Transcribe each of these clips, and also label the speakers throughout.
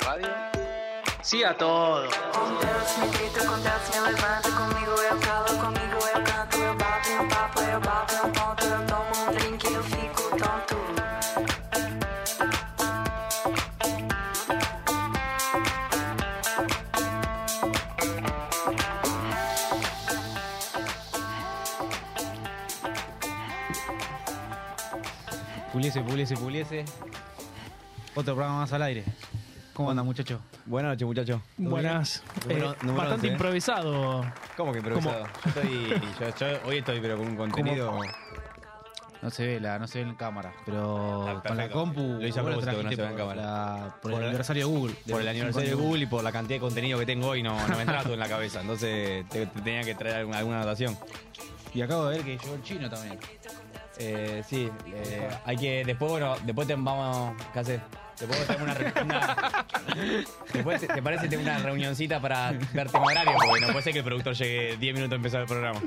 Speaker 1: radio?
Speaker 2: Sí a todo.
Speaker 3: Puliese, puliese, puliese. Otro programa más al aire. ¿Cómo anda, muchacho?
Speaker 4: Buenas noches, muchachos.
Speaker 5: Buenas. Eh,
Speaker 4: Número- número
Speaker 5: bastante
Speaker 4: 11, ¿eh?
Speaker 5: improvisado.
Speaker 4: ¿Cómo que improvisado? Yo estoy. yo- yo hoy estoy, pero con un contenido.
Speaker 3: No se ve la, no se ve en cámara, pero
Speaker 4: Ah,
Speaker 3: con la
Speaker 4: perfecto.
Speaker 3: compu.
Speaker 4: Lo hice a
Speaker 3: vos la
Speaker 4: propósito, que no
Speaker 3: trajiste
Speaker 4: se vea en
Speaker 3: por
Speaker 4: cámara.
Speaker 3: la- por,
Speaker 4: Por
Speaker 3: el
Speaker 4: el-
Speaker 3: aniversario de Google.
Speaker 4: Por el aniversario de Google y por la cantidad de contenido que tengo hoy, no, no me entra todo en la cabeza. Entonces te- te tenía que traer alguna, alguna anotación.
Speaker 3: Y acabo de ver que llegó el chino también.
Speaker 4: Eh, sí, eh, hay que. Después, bueno, después te vamos. ¿Qué haces? Después tengo una, re- una- Después, te, ¿te parece que tengo una reunioncita para verte en horario? Porque no puede ser que el productor llegue 10 minutos a empezar el programa.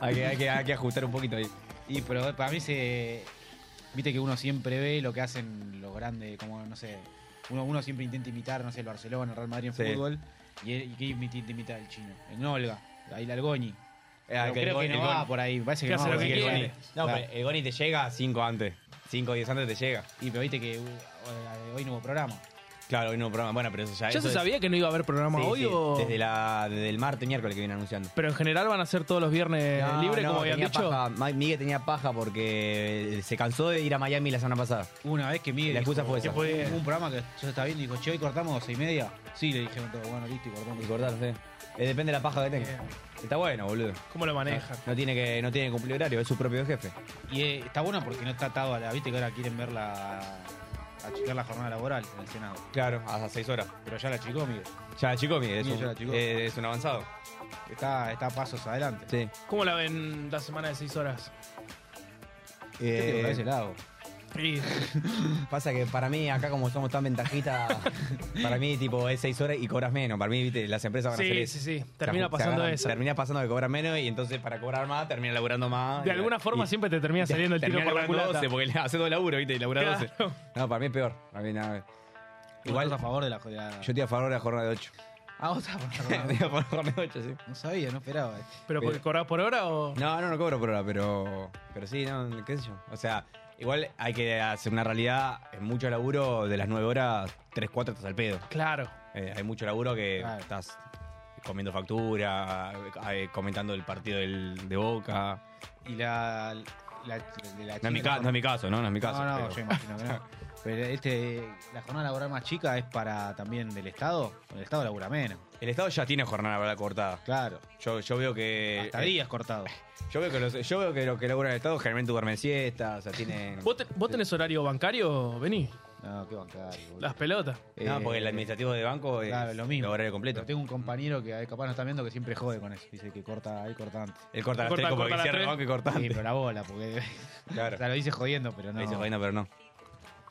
Speaker 4: Hay que, hay que, hay que ajustar un poquito ahí.
Speaker 3: Y pero para mí se. Viste que uno siempre ve lo que hacen los grandes, como no sé. Uno, uno siempre intenta imitar, no sé, el Barcelona, el Real Madrid en
Speaker 4: Sí.
Speaker 3: fútbol. ¿Y, él- y qué intenta imitar el chino? El Olga, ahí el Algoni.
Speaker 4: Ah,
Speaker 3: Pero
Speaker 4: que el
Speaker 3: creo
Speaker 4: gol-
Speaker 3: que
Speaker 4: el
Speaker 3: no
Speaker 4: gol-
Speaker 3: va por ahí. me Parece que
Speaker 5: Que
Speaker 3: no
Speaker 5: hace
Speaker 3: va
Speaker 5: lo
Speaker 3: por
Speaker 4: Así
Speaker 5: que
Speaker 3: ahí.
Speaker 4: que el
Speaker 5: quiere.
Speaker 4: Goni- No,
Speaker 3: Claro.
Speaker 4: pero el Goni te llega 5 antes. 5 o 10 antes te llega.
Speaker 3: Y pero viste que uh, eh, hoy no hubo programa.
Speaker 4: Claro, hoy no hubo programa. Bueno, pero eso ya
Speaker 5: ¿Ya
Speaker 4: eso
Speaker 5: se
Speaker 4: es-
Speaker 5: sabía que no iba a haber programa
Speaker 4: Sí,
Speaker 5: hoy
Speaker 4: sí,
Speaker 5: o.?
Speaker 4: Desde, la, desde el martes, miércoles que viene anunciando.
Speaker 5: Pero en general van a ser todos los viernes
Speaker 4: No,
Speaker 5: libres,
Speaker 4: no,
Speaker 5: Eh, como habían
Speaker 4: tenía
Speaker 5: dicho.
Speaker 4: paja. Ma- Miguel tenía paja porque eh, se cansó de ir a Miami la semana pasada.
Speaker 3: Hubo Una vez que Miguel.
Speaker 4: La
Speaker 3: dijo,
Speaker 4: excusa fue
Speaker 3: "Che,
Speaker 4: esa".
Speaker 3: podía- Hubo un programa que yo estaba viendo y dijo, che, hoy cortamos seis y media. Sí, le dijeron todo, bueno, listo, y cortamos.
Speaker 4: Y cortarse. Eh, depende de la paja que tenga. Está bueno, boludo.
Speaker 5: ¿Cómo lo manejan?
Speaker 4: No tiene que, no tiene que cumplir horario, es su propio jefe.
Speaker 3: Y eh, está bueno porque no está atado a la. Viste que ahora quieren ver la. achicar la jornada laboral en el Senado.
Speaker 4: Claro, hasta 6 horas.
Speaker 3: Pero ya la achicó, Miguel.
Speaker 4: Ya, chico, Miguel, es,
Speaker 3: Miguel
Speaker 4: un,
Speaker 3: ya la achicó.
Speaker 4: eh, es un avanzado. Eh,
Speaker 3: Está, está a pasos adelante.
Speaker 4: Sí.
Speaker 5: ¿Cómo la ven la semana de 6 horas?
Speaker 3: Yo
Speaker 4: Eh,
Speaker 3: creo que ese lado.
Speaker 5: Y
Speaker 4: Pasa que para mí, acá como somos tan ventajistas, para mí, tipo, es 6 horas y cobras menos. Para mí, viste, las empresas van a hacer
Speaker 5: sí,
Speaker 4: eso.
Speaker 5: sí, sí. Termina
Speaker 4: Se
Speaker 5: pasando
Speaker 4: agarran-
Speaker 5: eso.
Speaker 4: Termina pasando que cobrar menos y entonces para cobrar más termina laburando más.
Speaker 5: De
Speaker 4: Y-
Speaker 5: alguna forma
Speaker 4: y-
Speaker 5: siempre te termina saliendo el tiro
Speaker 4: termina
Speaker 5: por la
Speaker 4: laburando
Speaker 5: culata.
Speaker 4: 12 porque le hace todo el laburo, ¿viste? Y labura
Speaker 5: Claro.
Speaker 4: 12. No, para mí es peor. Para mí nada.
Speaker 3: Igual
Speaker 4: Igual
Speaker 3: a favor de la. de la-
Speaker 4: yo estoy a favor de la jornada de 8.
Speaker 3: Ah, vos estás a favor de la
Speaker 4: Estoy a favor de la jornada de 8, sí.
Speaker 3: No sabía, no esperaba. eh.
Speaker 5: ¿Pero porque cobras por hora o.?
Speaker 4: No, no, no cobro por hora, pero, pero sí, no, qué sé yo. O sea, igual hay que hacer una realidad. En mucho laburo, de las 9 horas, 3, 4 estás al pedo.
Speaker 5: Claro.
Speaker 4: Eh, hay mucho laburo que
Speaker 3: Claro.
Speaker 4: estás comiendo factura, eh, comentando el partido del- de Boca.
Speaker 3: Y la. la, de la
Speaker 4: No es, mi
Speaker 3: chica-
Speaker 4: ca- no es mi caso, ¿no? No es mi caso.
Speaker 3: No, no,
Speaker 4: pero-
Speaker 3: yo imagino que no. Pero este, la jornada laboral más chica es para también del Estado. El Estado labura menos,
Speaker 4: El Estado ya tiene jornada laboral cortada.
Speaker 3: claro.
Speaker 4: Yo, yo veo que. eh,
Speaker 3: Hasta días cortados.
Speaker 4: Yo veo que los, yo veo que los que laburan en el Estado generalmente duermen siestas, o sea, eh, tienen.
Speaker 5: ¿Vos, te- vos tenés horario bancario? Vení.
Speaker 3: No, qué bancario. boludo. Eh,
Speaker 5: Las pelotas.
Speaker 4: No, porque el administrativo de banco es
Speaker 3: Claro, lo mismo.
Speaker 4: horario completo.
Speaker 3: Pero tengo un compañero que eh, capaz no está viendo que siempre jode con eso. Dice que corta ahí, corta antes.
Speaker 4: Él corta las
Speaker 5: Corta-
Speaker 4: tres como
Speaker 5: corta
Speaker 4: que
Speaker 5: las
Speaker 4: cierra
Speaker 5: tres.
Speaker 4: el banco y corta
Speaker 3: Sí,
Speaker 4: antes.
Speaker 3: pero la bola, porque.
Speaker 4: Claro.
Speaker 3: o sea, lo dice jodiendo, pero no.
Speaker 4: Le dice vaina, pero no.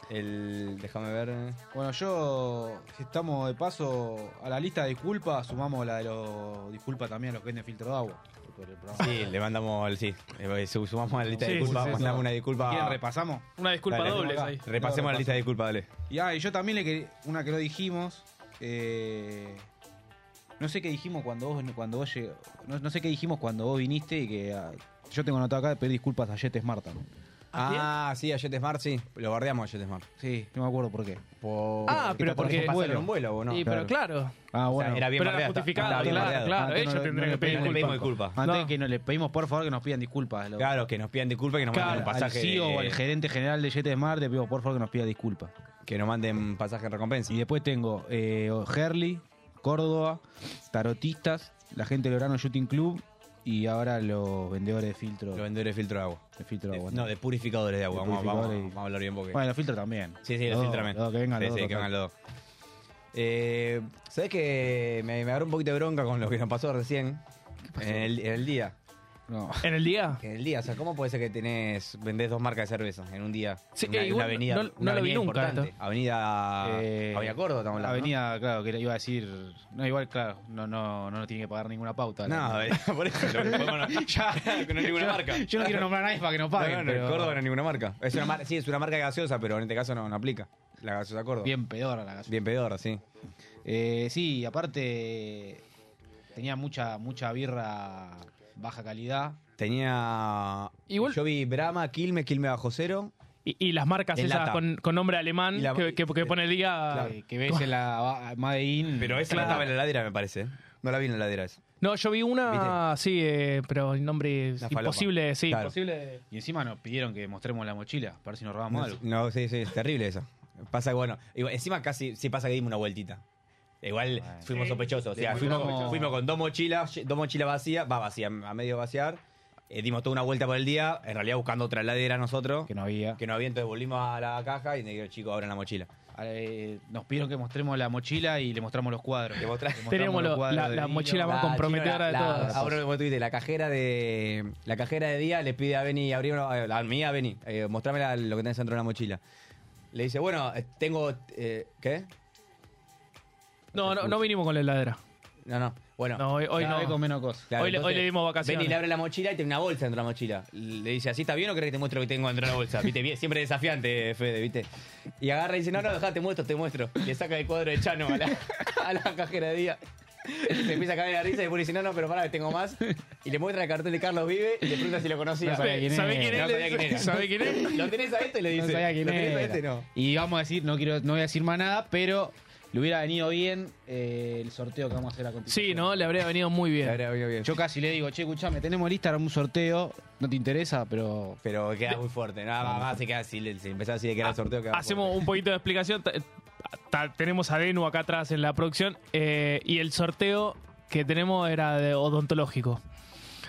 Speaker 4: El. Déjame ver.
Speaker 3: Bueno, yo, si estamos de paso a la lista de disculpas, sumamos la de los disculpas también a los que venden filtro de agua. Por el programa.
Speaker 4: Sí, le mandamos al. Sí. Eh, su- Sumamos a la lista de
Speaker 5: Sí,
Speaker 4: disculpas.
Speaker 3: sí, sí,
Speaker 4: mandamos
Speaker 3: sí.
Speaker 4: una
Speaker 3: Si quieren,
Speaker 4: disculpa.
Speaker 3: repasamos.
Speaker 5: Una disculpa
Speaker 4: Dale,
Speaker 5: doble
Speaker 3: acá.
Speaker 5: ahí.
Speaker 4: Repasemos la lista de disculpas, dale.
Speaker 3: Y, ah, y yo también le quería. Una que no dijimos. eh, no sé qué dijimos cuando vos. Cuando vos lleg- no, no sé qué dijimos cuando vos viniste y que. ah, yo tengo anotado acá de pedir disculpas a Jet Smart también.
Speaker 4: Ah, sí, a Jet Smart, sí. Lo bardeamos a Jet Smart.
Speaker 3: Sí, no me acuerdo por qué. Por-
Speaker 5: Ah, pero
Speaker 3: porque
Speaker 4: Pasaron
Speaker 3: vuelo.
Speaker 4: un vuelo o no.
Speaker 5: Y, pero claro.
Speaker 4: O sea,
Speaker 3: Ah, bueno.
Speaker 4: era bien
Speaker 5: Pero era
Speaker 4: bardeada, está-
Speaker 5: justificada,
Speaker 4: está bien
Speaker 5: claro,
Speaker 4: bardeada.
Speaker 5: claro.
Speaker 3: Ah,
Speaker 5: Ella
Speaker 3: no, no,
Speaker 5: tendría
Speaker 3: no
Speaker 5: que
Speaker 3: le
Speaker 5: pedir
Speaker 4: Le pedimos
Speaker 5: disculpas.
Speaker 4: disculpas.
Speaker 3: Antes
Speaker 5: No.
Speaker 3: que no le pedimos por favor que nos pidan disculpas. lo-
Speaker 4: Claro, que nos pidan disculpas, que nos
Speaker 5: Claro,
Speaker 4: manden un
Speaker 3: al
Speaker 4: pasaje.
Speaker 3: CEO o al gerente general de Jet Smart le pido por favor que nos pida disculpas.
Speaker 4: que nos manden pasaje en recompensa.
Speaker 3: Y después tengo eh, Herley, Córdoba, Tarotistas, la gente del Verano Shooting Club y ahora los vendedores de filtro.
Speaker 4: Los vendedores de filtro de agua.
Speaker 3: de filtro de agua.
Speaker 4: no, de purificadores de agua.
Speaker 3: De
Speaker 4: vamos,
Speaker 3: purificadores
Speaker 4: vamos-
Speaker 3: y-
Speaker 4: vamos a hablar bien porque.
Speaker 3: Bueno, los filtros también.
Speaker 4: sí, sí, los filtros
Speaker 3: Los dos,
Speaker 4: también.
Speaker 3: los dos, que vengan
Speaker 4: Sí,
Speaker 3: los
Speaker 4: sí,
Speaker 3: dos,
Speaker 4: que vengan
Speaker 3: total.
Speaker 4: los dos. Eh, ¿Sabes que me, me agarró un poquito de bronca con lo que nos pasó recién? En, el, en el día.
Speaker 3: No.
Speaker 5: ¿En el día?
Speaker 4: En el día, o sea, ¿cómo puede ser que tenés, vendés dos marcas de cerveza en un día?
Speaker 5: Sí,
Speaker 4: una,
Speaker 5: eh,
Speaker 4: una
Speaker 5: igual
Speaker 4: avenida,
Speaker 5: no- no
Speaker 4: una
Speaker 5: lo vi
Speaker 4: avenida
Speaker 5: nunca
Speaker 4: importante.
Speaker 5: esto.
Speaker 4: Avenida,
Speaker 3: Eh,
Speaker 4: avenida Córdoba, estamos hablando. ¿no?
Speaker 3: Avenida, claro, que le iba a decir. No, igual, claro, no, no, no, tiene que pagar ninguna pauta.
Speaker 4: No,
Speaker 3: La-
Speaker 4: eh, por eso. lo que podemos-
Speaker 3: ya,
Speaker 4: que no es ninguna
Speaker 3: yo,
Speaker 4: marca.
Speaker 3: Yo no quiero nombrar a nadie para que no paguen.
Speaker 4: No, no,
Speaker 3: pero-
Speaker 4: Córdoba no es ninguna marca. Es una mar- sí, es una marca de gaseosa, pero en este caso no, no aplica. La gaseosa Córdoba.
Speaker 3: Bien peor a la gasolina.
Speaker 4: Bien pedora, sí.
Speaker 3: Eh, sí, aparte. Tenía mucha, mucha birra baja calidad.
Speaker 4: Tenía.
Speaker 5: Igual-
Speaker 4: Yo vi Brahma, Quilmes, Quilme bajo cero.
Speaker 5: Y, y las marcas
Speaker 4: En
Speaker 5: esas
Speaker 4: lata.
Speaker 5: con, con nombre alemán
Speaker 4: Y la-
Speaker 5: que, que- que pone el día.
Speaker 3: eh, que ves en la Made
Speaker 5: Mm.
Speaker 3: in.
Speaker 4: Pero esa no
Speaker 3: Claro.
Speaker 4: estaba en la heladera, me parece. No la vi en la heladera esa.
Speaker 5: No, yo vi una, sí, eh, pero el nombre es
Speaker 4: La falopa.
Speaker 5: imposible, sí,
Speaker 4: Claro.
Speaker 5: imposible. de-
Speaker 3: Y encima nos pidieron que mostremos la mochila, para ver si nos robamos
Speaker 4: No,
Speaker 3: algo.
Speaker 4: no, sí, sí, es terrible eso. Pasa que, bueno, igual- encima casi sí pasa que dimos una vueltita. Igual
Speaker 3: Bueno.
Speaker 4: fuimos sospechosos. O sea,
Speaker 3: Muy
Speaker 4: fuimos,
Speaker 3: sospechosos.
Speaker 4: fuimos con dos mochilas, dos mochilas vacías, va vacía, a medio vaciar. Eh, dimos toda una vuelta por el día, en realidad buscando otra heladera nosotros,
Speaker 3: Que no había.
Speaker 4: que no había, entonces volvimos a la caja y digo, chicos, abran la mochila.
Speaker 3: Eh, nos pidieron que mostremos la mochila y le mostramos los cuadros.
Speaker 4: Le mostrás-
Speaker 3: Le mostramos
Speaker 5: Teníamos lo- la-
Speaker 3: de
Speaker 5: la
Speaker 3: vino.
Speaker 5: mochila más- comprometedora de
Speaker 4: la,
Speaker 5: todas.
Speaker 4: ahora como tú dices, la cajera de la cajera de día le pide a Beni abrir una, a mí a Beni, eh, mostrame la- lo que tenés dentro de una mochila. Le dice, bueno, eh, tengo eh, ¿qué?
Speaker 5: No, no, no vinimos con la heladera.
Speaker 4: No, no. Bueno.
Speaker 5: No, hoy, hoy
Speaker 3: Cada vez
Speaker 5: no.
Speaker 3: con menos cosas.
Speaker 4: claro,
Speaker 5: hoy le- hoy
Speaker 4: entonces,
Speaker 5: le dimos vacaciones.
Speaker 4: Beni le abre la mochila y tiene una bolsa dentro de la mochila. Le dice, ¿así está bien o querés que te muestre lo que tengo dentro de la bolsa? Viste, bien, siempre desafiante, eh, Fede, viste. Y agarra y dice, no, no, dejá, te muestro, te muestro. Le saca el cuadro de Chano a la, a la cajera de día. Se empieza a caer la risa y después dice, no, no, pero pará, que tengo más. Y le muestra el cartel de Carlos Vive y le pregunta si lo conocía.
Speaker 3: No sabía quién
Speaker 5: ¿Sabe quién
Speaker 4: No
Speaker 5: es?
Speaker 4: sabía quién era.
Speaker 5: ¿Sabe quién es?
Speaker 4: Lo tenés a este y le dice.
Speaker 3: No sabía quién
Speaker 4: lo tenés a
Speaker 3: era.
Speaker 4: este, no.
Speaker 3: Y vamos a decir, no quiero, no voy a decir más nada, pero le hubiera venido bien eh, el sorteo que vamos a hacer a continuación.
Speaker 5: Sí, ¿no? Le habría venido muy bien.
Speaker 4: Ahora, bien, bien.
Speaker 3: Yo casi le digo, che, escuchame, tenemos el Instagram un sorteo, no te interesa, pero
Speaker 4: Pero queda muy fuerte. Nada más se queda así. Si empezás así de que era el sorteo, queda
Speaker 5: Ah, Hacemos un poquito de explicación. Ta- ta- Tenemos a Denu acá atrás en la producción eh, y el sorteo que tenemos era de odontológico.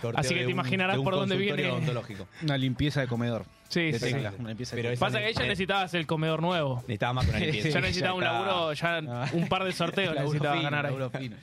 Speaker 4: Sorteo
Speaker 5: Así que
Speaker 4: de
Speaker 5: te
Speaker 4: un-
Speaker 5: imaginarás
Speaker 4: de un
Speaker 5: por dónde
Speaker 4: consultorio
Speaker 5: viene.
Speaker 4: odontológico.
Speaker 3: una limpieza de comedor.
Speaker 5: Sí,
Speaker 3: De
Speaker 5: sí.
Speaker 3: tecla, una limpieza de
Speaker 4: Pero esa
Speaker 3: tecla.
Speaker 5: Pasa que ella
Speaker 4: ne-
Speaker 5: necesitabas el comedor nuevo.
Speaker 4: Necesitaba más con la limpieza.
Speaker 5: Ya necesitaba un
Speaker 4: eh, está.
Speaker 5: laburo, ya un par de sorteos
Speaker 3: Laburo
Speaker 5: necesitaba
Speaker 3: fino,
Speaker 5: ganar ahí.
Speaker 3: laburo fino.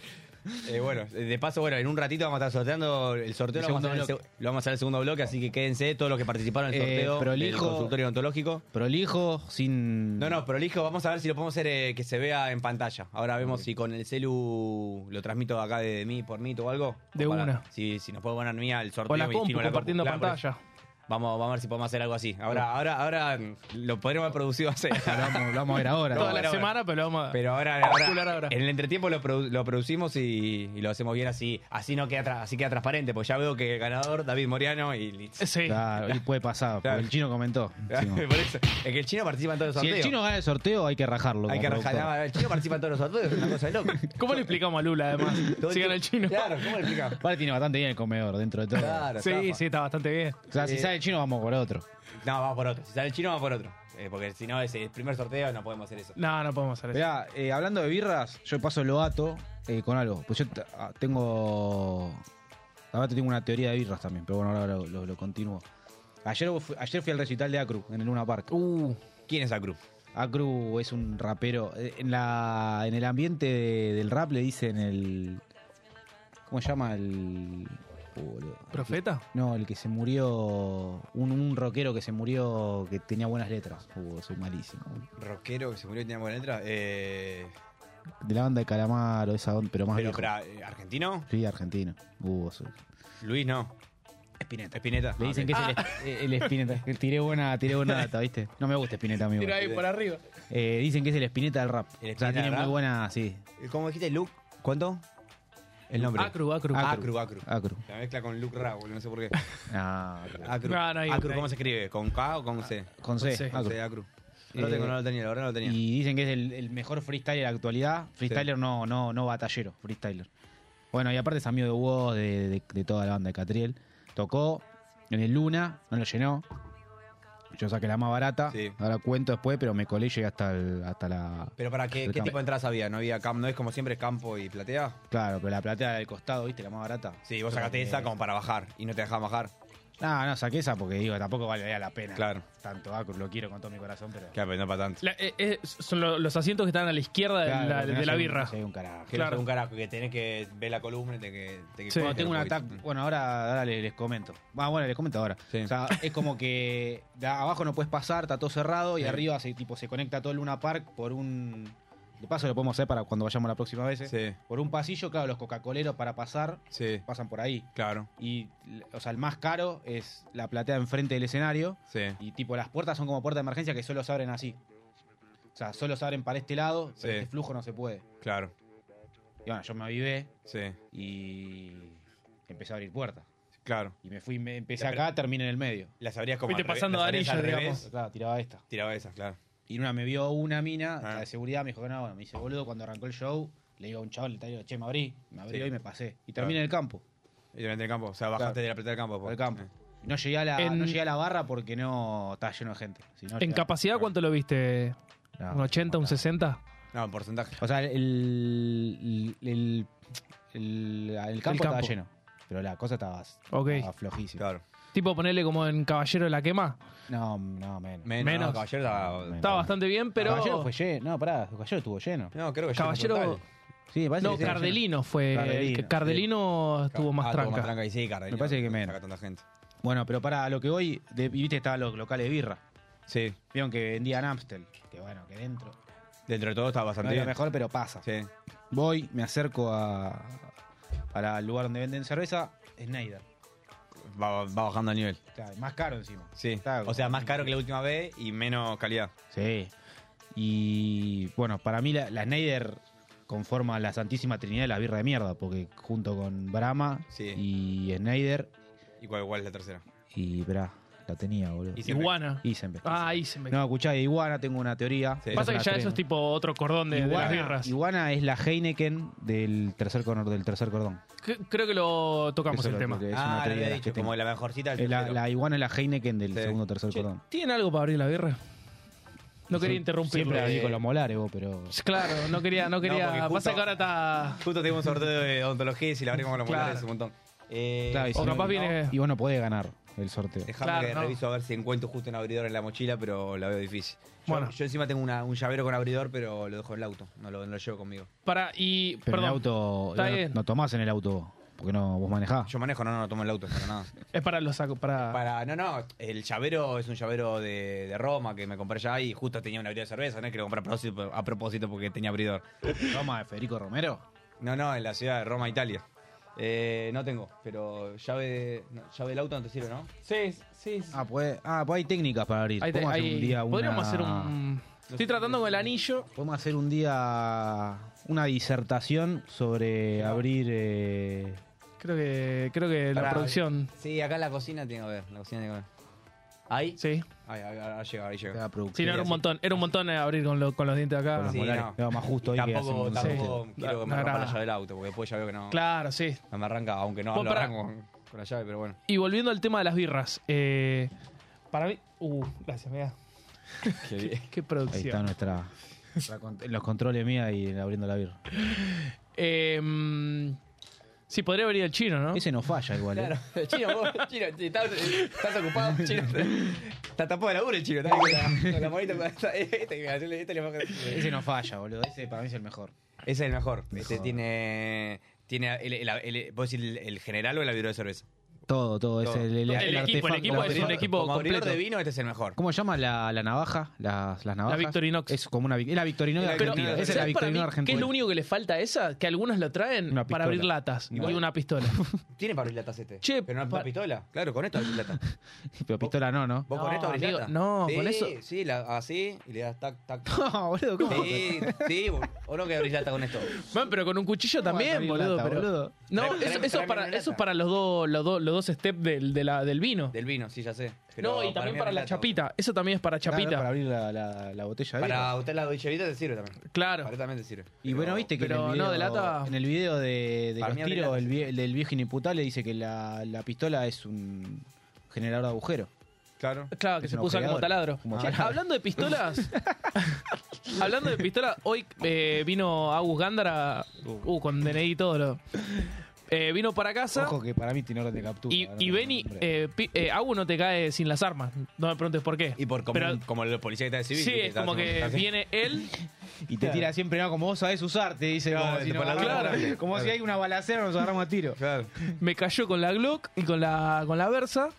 Speaker 4: Eh, bueno, de paso, bueno, en un ratito vamos a estar sorteando el sorteo.
Speaker 3: El
Speaker 4: lo, vamos a hacer en
Speaker 3: segundo
Speaker 4: el se- lo vamos a hacer en el segundo bloque, así que quédense todos los que participaron en el
Speaker 3: Eh,
Speaker 4: sorteo del
Speaker 3: prolijo.
Speaker 4: consultorio odontológico.
Speaker 3: Prolijo, sin...
Speaker 4: No, no, prolijo, vamos a ver si lo podemos hacer eh, que se vea en pantalla. Ahora vemos si con el celu lo transmito acá de, mí por mí o algo.
Speaker 5: De
Speaker 4: O para-
Speaker 5: una.
Speaker 4: Si, si nos puede poner mía el sorteo.
Speaker 5: O la
Speaker 4: y
Speaker 5: compu,
Speaker 4: filmo la
Speaker 5: compartiendo
Speaker 4: Claro, por eso.
Speaker 5: pantalla.
Speaker 4: Vamos, vamos a ver si podemos hacer algo así. Ahora, ahora, ahora mm, lo podríamos haber producido hace.
Speaker 3: Lo vamos, lo vamos a ver ahora.
Speaker 4: No,
Speaker 5: Toda
Speaker 4: bueno,
Speaker 5: la semana, pero vamos a-
Speaker 4: Pero ahora,
Speaker 5: Calcular
Speaker 4: ahora,
Speaker 5: ahora.
Speaker 4: en el entretiempo lo, produ- lo producimos y, y lo hacemos bien así. Así no queda tra- así queda transparente, pues ya veo que ganador David Moriano y listo.
Speaker 5: Sí.
Speaker 3: Claro, y puede pasar,
Speaker 4: Claro.
Speaker 3: porque el chino comentó. encima.
Speaker 4: Por eso, es que el chino participa en todos los
Speaker 3: Si
Speaker 4: sorteos.
Speaker 3: el chino gana el sorteo, hay que rajarlo.
Speaker 4: Hay que
Speaker 3: como productor.
Speaker 4: rajar. El chino participa en todos los sorteos, es una cosa de loco.
Speaker 5: ¿Cómo le explicamos a Lula, además?
Speaker 4: Todo
Speaker 5: Sigan
Speaker 4: tiempo-
Speaker 5: el chino.
Speaker 4: Claro, ¿cómo le explicamos?
Speaker 3: Aparte tiene bastante bien el comedor dentro de todo.
Speaker 4: Claro, Pues
Speaker 5: Sí,
Speaker 4: estafa.
Speaker 5: sí, está bastante bien.
Speaker 3: O sea, si
Speaker 4: Eh,
Speaker 3: sale el chino, vamos por otro.
Speaker 4: No, vamos por otro. Si sale el chino, vamos por otro. Eh, porque si no, es el primer sorteo, no podemos hacer eso.
Speaker 5: No, no podemos hacer eso.
Speaker 3: Mirá, eh, hablando de birras, yo paso lo ato eh, con algo. Pues yo t- ah, tengo. Ahora tengo una teoría de birras también, pero bueno, ahora lo, lo- lo continúo. Ayer fui, ayer fui al recital de Acru en el Luna Park.
Speaker 5: Uh,
Speaker 4: ¿Quién es Acru?
Speaker 3: Acru es un rapero. eh, En, la, en el ambiente de- del rap le dicen el. ¿Cómo se llama? El. uh, boludo.
Speaker 5: ¿Profeta?
Speaker 3: No, el que se murió. Un, un rockero que se murió que tenía buenas letras. Uh, soy malísimo.
Speaker 4: Rockero que se murió y tenía buena letra. Eh,
Speaker 3: De la banda de Calamaro, esa onda, pero más
Speaker 4: pero,
Speaker 3: viejo.
Speaker 4: para, eh, ¿argentino?
Speaker 3: Sí, argentino. Uh, soy-
Speaker 4: Luis no. Espineta. Espineta.
Speaker 3: Le dicen que es eh, el, el Spinetta. Que Tiré buena, tiré buena data, ¿viste? No me gusta Spinetta, amigo.
Speaker 4: ahí por
Speaker 5: arriba.
Speaker 3: Eh, dicen que es el Spinetta del rap.
Speaker 4: El
Speaker 3: o sea,
Speaker 4: Spinetta
Speaker 3: tiene
Speaker 4: del
Speaker 3: muy
Speaker 4: rap.
Speaker 3: buena, sí.
Speaker 4: Eh, ¿Cómo dijiste? Luke. ¿Cuánto? El nombre. Ah.
Speaker 5: Acru, Acru.
Speaker 4: Acru, Acru.
Speaker 3: Acru.
Speaker 4: La mezcla con Luke Raw, no sé por qué.
Speaker 3: Ah, Acru.
Speaker 4: Acru.
Speaker 5: No, no hay-
Speaker 4: Acru,
Speaker 5: no hay-
Speaker 4: ¿cómo se escribe? ¿Con K o con C?
Speaker 3: Con C,
Speaker 5: Sí.
Speaker 4: Con
Speaker 3: Acru.
Speaker 4: C, Acru. No lo tengo, no lo tenía, la verdad no lo tenía.
Speaker 3: Y dicen que es el, el mejor freestyler de la actualidad. Freestyler no, no, no batallero, freestyler. Bueno, y aparte es amigo de vos, de, de- de toda la banda de Catriel. Tocó en el Luna, no lo llenó. Yo saqué la más barata.
Speaker 4: Sí.
Speaker 3: Ahora cuento después, pero me colé y llegué hasta, el- hasta la.
Speaker 4: Pero para qué,
Speaker 3: El
Speaker 4: qué
Speaker 3: campo.
Speaker 4: tipo de entradas había? ¿No había campo? ¿No es como siempre campo y platea?
Speaker 3: Claro, pero la platea del costado, ¿viste? La más barata.
Speaker 4: Sí, vos sacaste
Speaker 3: Eh,
Speaker 4: esa como para bajar y no te dejaban bajar.
Speaker 3: No, no, saqué esa porque digo, tampoco vale la pena.
Speaker 4: Claro.
Speaker 3: Tanto Acur, lo quiero con todo mi corazón, pero.
Speaker 4: Claro, pero no para tanto.
Speaker 5: La- eh, eh, son lo- los asientos que están a la izquierda de
Speaker 3: Claro,
Speaker 5: la,
Speaker 3: porque no
Speaker 5: de la
Speaker 3: soy-
Speaker 5: birra.
Speaker 3: no soy un carajo.
Speaker 4: Que
Speaker 5: Claro.
Speaker 4: no es un carajo, que tenés que ver la columna y te que. Te que
Speaker 5: Sí.
Speaker 4: cuando
Speaker 3: Cuando tengo un ataque, bueno, ahora, ahora les, les comento. Ah, bueno, les comento ahora.
Speaker 4: Sí.
Speaker 3: O sea, es como que de abajo no puedes pasar, está todo cerrado y
Speaker 4: Sí.
Speaker 3: arriba se, tipo, se conecta todo el Luna Park por un... De paso lo podemos hacer para cuando vayamos la próxima vez. ¿eh?
Speaker 4: Sí,
Speaker 3: Por un pasillo, claro, los Coca-Coleros para pasar
Speaker 4: sí,
Speaker 3: pasan por ahí.
Speaker 4: claro.
Speaker 3: Y, o sea, el más caro es la platea enfrente del escenario.
Speaker 4: Sí.
Speaker 3: Y tipo, las puertas son como puertas de emergencia que solo se abren así. O sea, solo se abren para este lado,
Speaker 4: Sí.
Speaker 3: pero este flujo no se puede.
Speaker 4: Claro,
Speaker 3: Y bueno, yo me avivé
Speaker 4: sí,
Speaker 3: y empecé a abrir puertas.
Speaker 4: claro.
Speaker 3: Y me fui, me empecé
Speaker 4: Ya, pero-
Speaker 3: acá, terminé en el medio.
Speaker 4: Las abrías como.
Speaker 5: Fuiste
Speaker 4: al revés-
Speaker 5: pasando
Speaker 4: las abrías
Speaker 5: anillos,
Speaker 4: al
Speaker 5: digamos.
Speaker 4: revés,
Speaker 3: Claro, tiraba esta.
Speaker 4: Tiraba esas, claro.
Speaker 3: Y una me vio una mina,
Speaker 4: Ah.
Speaker 3: la de seguridad me dijo que no, bueno, me dice, boludo, cuando arrancó el show, le digo a un chaval, le digo, che, me abrí, me abrió
Speaker 4: Sí.
Speaker 3: y me pasé. Y
Speaker 4: Claro.
Speaker 3: terminé en el campo,
Speaker 4: Y durante el campo, o sea, bajaste
Speaker 3: Claro.
Speaker 4: de la plata del campo.
Speaker 3: por
Speaker 4: pues.
Speaker 3: el campo.
Speaker 4: Sí.
Speaker 3: Y No llegué, a la,
Speaker 5: En-
Speaker 3: no llegué a la barra porque no estaba lleno de gente. Si no,
Speaker 5: ¿En
Speaker 3: llegaba-
Speaker 5: capacidad cuánto lo viste?
Speaker 3: No,
Speaker 5: ¿Un 80, un
Speaker 3: no.
Speaker 5: 60?
Speaker 4: No, en porcentaje.
Speaker 3: O sea, el, el, el, el- el campo estaba
Speaker 5: campo.
Speaker 3: lleno, pero la cosa estaba,
Speaker 5: Ok.
Speaker 3: estaba flojísima.
Speaker 4: Claro.
Speaker 5: Tipo ponerle como en Caballero de la Quema.
Speaker 3: No, no, menos.
Speaker 4: Menos.
Speaker 5: Menos.
Speaker 4: no, caballero estaba-
Speaker 3: Menos.
Speaker 5: Estaba bastante bien, pero...
Speaker 3: Caballero fue lleno, no, pará, Caballero estuvo lleno.
Speaker 4: No, creo que yo
Speaker 5: Caballero-
Speaker 4: no total.
Speaker 3: Sí, me parece
Speaker 5: No,
Speaker 3: que estaba lleno.
Speaker 5: Cardelino fue.
Speaker 3: Cardelino,
Speaker 5: Cardelino, Cardelino estuvo más
Speaker 4: Ah,
Speaker 5: tranca.
Speaker 4: más tranca y sí, Cardenio.
Speaker 3: Me parece que
Speaker 4: no
Speaker 3: menos.
Speaker 4: saca tanta gente.
Speaker 3: Bueno, pero para lo que voy, de, y viste, estaban los locales de birra.
Speaker 4: Sí,
Speaker 3: Vieron que vendían Amstel. Que bueno, que dentro.
Speaker 4: dentro de todo estaba
Speaker 3: No
Speaker 4: bastante
Speaker 3: es lo
Speaker 4: bien.
Speaker 3: mejor, pero pasa.
Speaker 4: Sí.
Speaker 3: Voy, me acerco a, para el lugar donde venden cerveza, Snyder.
Speaker 4: Va, va bajando a nivel.
Speaker 3: Está más caro encima.
Speaker 4: Sí.
Speaker 3: Está-
Speaker 4: O sea, más caro que la última vez y menos calidad.
Speaker 3: Sí. Y bueno, para mí la, la Snyder conforma la Santísima Trinidad de la birra de mierda, porque junto con Brahma
Speaker 4: Sí.
Speaker 3: y Snyder
Speaker 4: ¿Y cuál, cuál es la tercera?
Speaker 3: y Bra, la tenía, boludo.
Speaker 4: Y siempre-
Speaker 5: Iguana.
Speaker 3: Y Sembe.
Speaker 5: Ah, ahí se me.
Speaker 3: No, escuchá, de Iguana tengo una teoría.
Speaker 4: Sí.
Speaker 5: Pasa
Speaker 3: Son
Speaker 5: que
Speaker 3: las
Speaker 5: ya
Speaker 3: tres,
Speaker 5: eso
Speaker 3: ¿no?
Speaker 5: es tipo otro cordón de, de las
Speaker 3: Iguana,
Speaker 5: birras.
Speaker 3: Iguana es la Heineken del tercer, cor- del tercer cordón.
Speaker 5: C- Creo que lo tocamos
Speaker 3: Eso
Speaker 5: el
Speaker 3: lo-
Speaker 5: tema.
Speaker 3: lo que es una
Speaker 4: Ah, le
Speaker 3: teoría
Speaker 4: había
Speaker 3: de las
Speaker 4: dicho,
Speaker 3: que tengo.
Speaker 4: como la mejorcita del
Speaker 3: Eh, la,
Speaker 4: tercero.
Speaker 3: la iguana es la Heineken del
Speaker 4: Sí.
Speaker 3: segundo tercer
Speaker 5: Che,
Speaker 3: cordón.
Speaker 5: ¿Tienen algo para abrir la birra? No quería interrumpirlo.
Speaker 3: Siempre
Speaker 5: Eh,
Speaker 3: hablé con los molares vos, pero.
Speaker 5: Claro, no quería, no quería.
Speaker 4: porque justo-
Speaker 5: Pasa que ahora está.
Speaker 4: Justo tenemos un sorteo de odontología y si la abrimos con los
Speaker 5: Claro.
Speaker 4: molares es un montón. Eh,
Speaker 3: Claro, y
Speaker 5: O
Speaker 3: si
Speaker 5: capaz
Speaker 3: no-
Speaker 5: viene.
Speaker 3: Y vos no podés ganar el sorteo.
Speaker 4: Dejame
Speaker 5: Claro,
Speaker 4: que
Speaker 5: no.
Speaker 4: reviso a ver si encuentro justo un abridor en la mochila, pero la veo difícil. Yo,
Speaker 5: Bueno.
Speaker 4: yo encima tengo una- un llavero con abridor, pero lo dejo en el auto. No lo, no lo llevo conmigo.
Speaker 5: Para, y.
Speaker 3: Pero
Speaker 5: perdón.
Speaker 3: el auto.
Speaker 5: Está
Speaker 3: no-
Speaker 5: bien.
Speaker 3: No tomás en el auto vos, porque no vos manejás.
Speaker 4: Yo manejo, no, no, no tomo el auto para nada.
Speaker 5: Es para los sacos. Para...
Speaker 4: Para, no, no, el llavero es un llavero de, de Roma que me compré allá y justo tenía un abridor de cerveza, no es que lo compré a propósito, a propósito porque tenía abridor.
Speaker 3: ¿Toma de Federico Romero?
Speaker 4: No, no, en la ciudad de Roma, Italia. Eh, no tengo, pero llave, de- no, llave del auto no te sirve, ¿no?
Speaker 5: Sí, sí. sí.
Speaker 3: Ah, pues, ah, pues hay técnicas para abrir.
Speaker 5: Ahí te-
Speaker 3: podemos hacer
Speaker 5: ahí-
Speaker 3: un día una-
Speaker 5: Podríamos hacer un. Estoy tratando con el anillo.
Speaker 3: Podemos hacer un día una disertación sobre abrir. eh,
Speaker 5: Creo que, creo que la
Speaker 4: Pará,
Speaker 5: producción.
Speaker 4: Sí, acá en la cocina tiene que ver, la cocina tiene que ver. ¿Ahí?
Speaker 5: Sí.
Speaker 4: Ahí, ahí, ahí llega, ahí llega.
Speaker 3: cada
Speaker 5: Sí,
Speaker 3: producción.
Speaker 5: no, era un montón. Era un montón eh, abrir con, lo- con los dientes acá.
Speaker 3: Con los
Speaker 4: Sí,
Speaker 3: molares.
Speaker 4: no.
Speaker 3: Era más justo ahí que hacemos este-
Speaker 4: Tampoco,
Speaker 3: un sorteo.
Speaker 4: tampoco quiero que me
Speaker 5: No,
Speaker 4: rompa
Speaker 5: no.
Speaker 4: la llave del auto, porque después ya veo que no,
Speaker 5: Claro, sí.
Speaker 4: no me arranca, aunque no
Speaker 5: Vos
Speaker 4: lo
Speaker 5: pará.
Speaker 4: arranco con, con la llave, pero bueno.
Speaker 5: Y volviendo al tema de las birras. eh, para mí. Uh, gracias, mira.
Speaker 4: Qué bien.
Speaker 5: Qué
Speaker 3: Ahí está
Speaker 5: producción.
Speaker 3: nuestra. nuestra cont- los controles mía y abriendo la birra.
Speaker 5: Eh, mm, sí, podría venir el chino, ¿no?
Speaker 3: Ese no falla igual. ¿eh?
Speaker 4: Chino, vos, chino, estás, estás ocupado, chino. Estás tapado de laburo, el chino. Está ahí con la, con la manita con esta- esta que me hace- esta que me hace-
Speaker 3: Ese no falla, boludo. Ese para mí es el mejor.
Speaker 4: Ese es el Este mejor. Este
Speaker 3: Mejor.
Speaker 4: tiene. Tiene el, el, el- ¿Vos decís el, el general o el abridor de cerveza?
Speaker 3: Todo, todo. Es
Speaker 4: Todo.
Speaker 5: El
Speaker 3: el, el- el
Speaker 5: equipo, el
Speaker 3: artefacto.
Speaker 5: equipo
Speaker 3: Como
Speaker 5: es un
Speaker 3: abridor-
Speaker 5: equipo
Speaker 4: como abridor
Speaker 5: completo.
Speaker 4: de vino, este es el mejor.
Speaker 3: ¿Cómo se llama la, la navaja? Las, las navajas.
Speaker 5: Victorinox.
Speaker 3: Es como una Vic- es la Victorinox
Speaker 4: Es la
Speaker 3: argentina.
Speaker 4: Victorinox.
Speaker 3: Esa es la
Speaker 5: ¿sabes para mí
Speaker 3: Victorinox
Speaker 5: ¿Qué
Speaker 3: argentina.
Speaker 5: es lo único que le falta a esa? Que algunas lo traen
Speaker 3: Una
Speaker 5: para
Speaker 3: pistola.
Speaker 5: abrir latas
Speaker 3: Igual.
Speaker 5: y una pistola.
Speaker 4: Tiene parrilatas este.
Speaker 5: Che,
Speaker 4: pero no
Speaker 5: pa-
Speaker 4: una pistola. Claro, con esto abrís lata.
Speaker 3: Pero pistola no, ¿no?
Speaker 4: ¿Vos
Speaker 5: No,
Speaker 4: con esto abrís
Speaker 5: amigo,
Speaker 4: lata?
Speaker 5: no,
Speaker 4: Sí,
Speaker 5: con eso-
Speaker 4: Sí, la- así y le das tac, tac.
Speaker 3: No, boludo, ¿cómo?
Speaker 4: Sí, sí, bol- o no que abrís lata con esto.
Speaker 5: Man, pero con un cuchillo también,
Speaker 3: abrir
Speaker 5: boludo,
Speaker 3: lata,
Speaker 5: pero-
Speaker 3: boludo?
Speaker 5: No,
Speaker 4: Traeme-
Speaker 5: eso,
Speaker 4: traeme-
Speaker 5: eso es
Speaker 4: traeme
Speaker 5: para,
Speaker 4: una
Speaker 5: eso es
Speaker 4: lata.
Speaker 5: para los dos, los dos, los dos steps del, de la- del vino.
Speaker 4: Del vino, sí, ya sé. Pero
Speaker 5: no, y también
Speaker 4: mí
Speaker 5: para
Speaker 4: abrís
Speaker 5: la
Speaker 4: lata.
Speaker 5: chapita. Eso también es para
Speaker 3: Claro, Para
Speaker 5: chapita.
Speaker 3: abrir la, la, la botella de
Speaker 4: Para
Speaker 3: birra.
Speaker 4: usted la dochevita te sirve también. Para
Speaker 5: Claro.
Speaker 4: ti también te sirve.
Speaker 3: Y bueno, viste que
Speaker 5: pero
Speaker 3: en el video,
Speaker 5: no, de lata-
Speaker 3: en el video de, de
Speaker 4: Para
Speaker 3: los
Speaker 4: mí abrir
Speaker 3: tiros,
Speaker 4: lata.
Speaker 3: el, vie- el del viejo inimputable dice que la, la pistola es un generador de agujero.
Speaker 4: Claro.
Speaker 5: Claro, que
Speaker 3: Es
Speaker 5: se
Speaker 3: un
Speaker 5: puso como
Speaker 3: ojeador.
Speaker 5: taladro.
Speaker 3: Como
Speaker 5: Che,
Speaker 3: taladro.
Speaker 5: Hablando de pistolas. hablando de pistolas, hoy eh, vino Agus Gándara. Uh, con DNI y todo. Lo, eh, vino para casa.
Speaker 3: Ojo que para mí tiene orden de captura.
Speaker 5: Y,
Speaker 3: ¿no?
Speaker 5: y Benny,
Speaker 3: Hombre.
Speaker 5: eh, pi- eh, Agu no te cae sin las armas. No me preguntes por qué.
Speaker 4: Y por como,
Speaker 5: Pero-
Speaker 4: como los policías que están de civil.
Speaker 5: sí,
Speaker 4: ¿viste?
Speaker 5: es como que
Speaker 4: Estás-
Speaker 5: viene él.
Speaker 3: y te tira siempre, ¿no? Como vos sabés usar, te dice.
Speaker 4: Claro,
Speaker 3: como si,
Speaker 4: te
Speaker 3: no
Speaker 4: pone la
Speaker 3: agarramos-
Speaker 4: claro.
Speaker 3: como si
Speaker 4: Claro.
Speaker 3: hay una balacera, nos agarramos a tiro.
Speaker 4: Claro.
Speaker 5: Me cayó con la Glock y con la, con la Versa.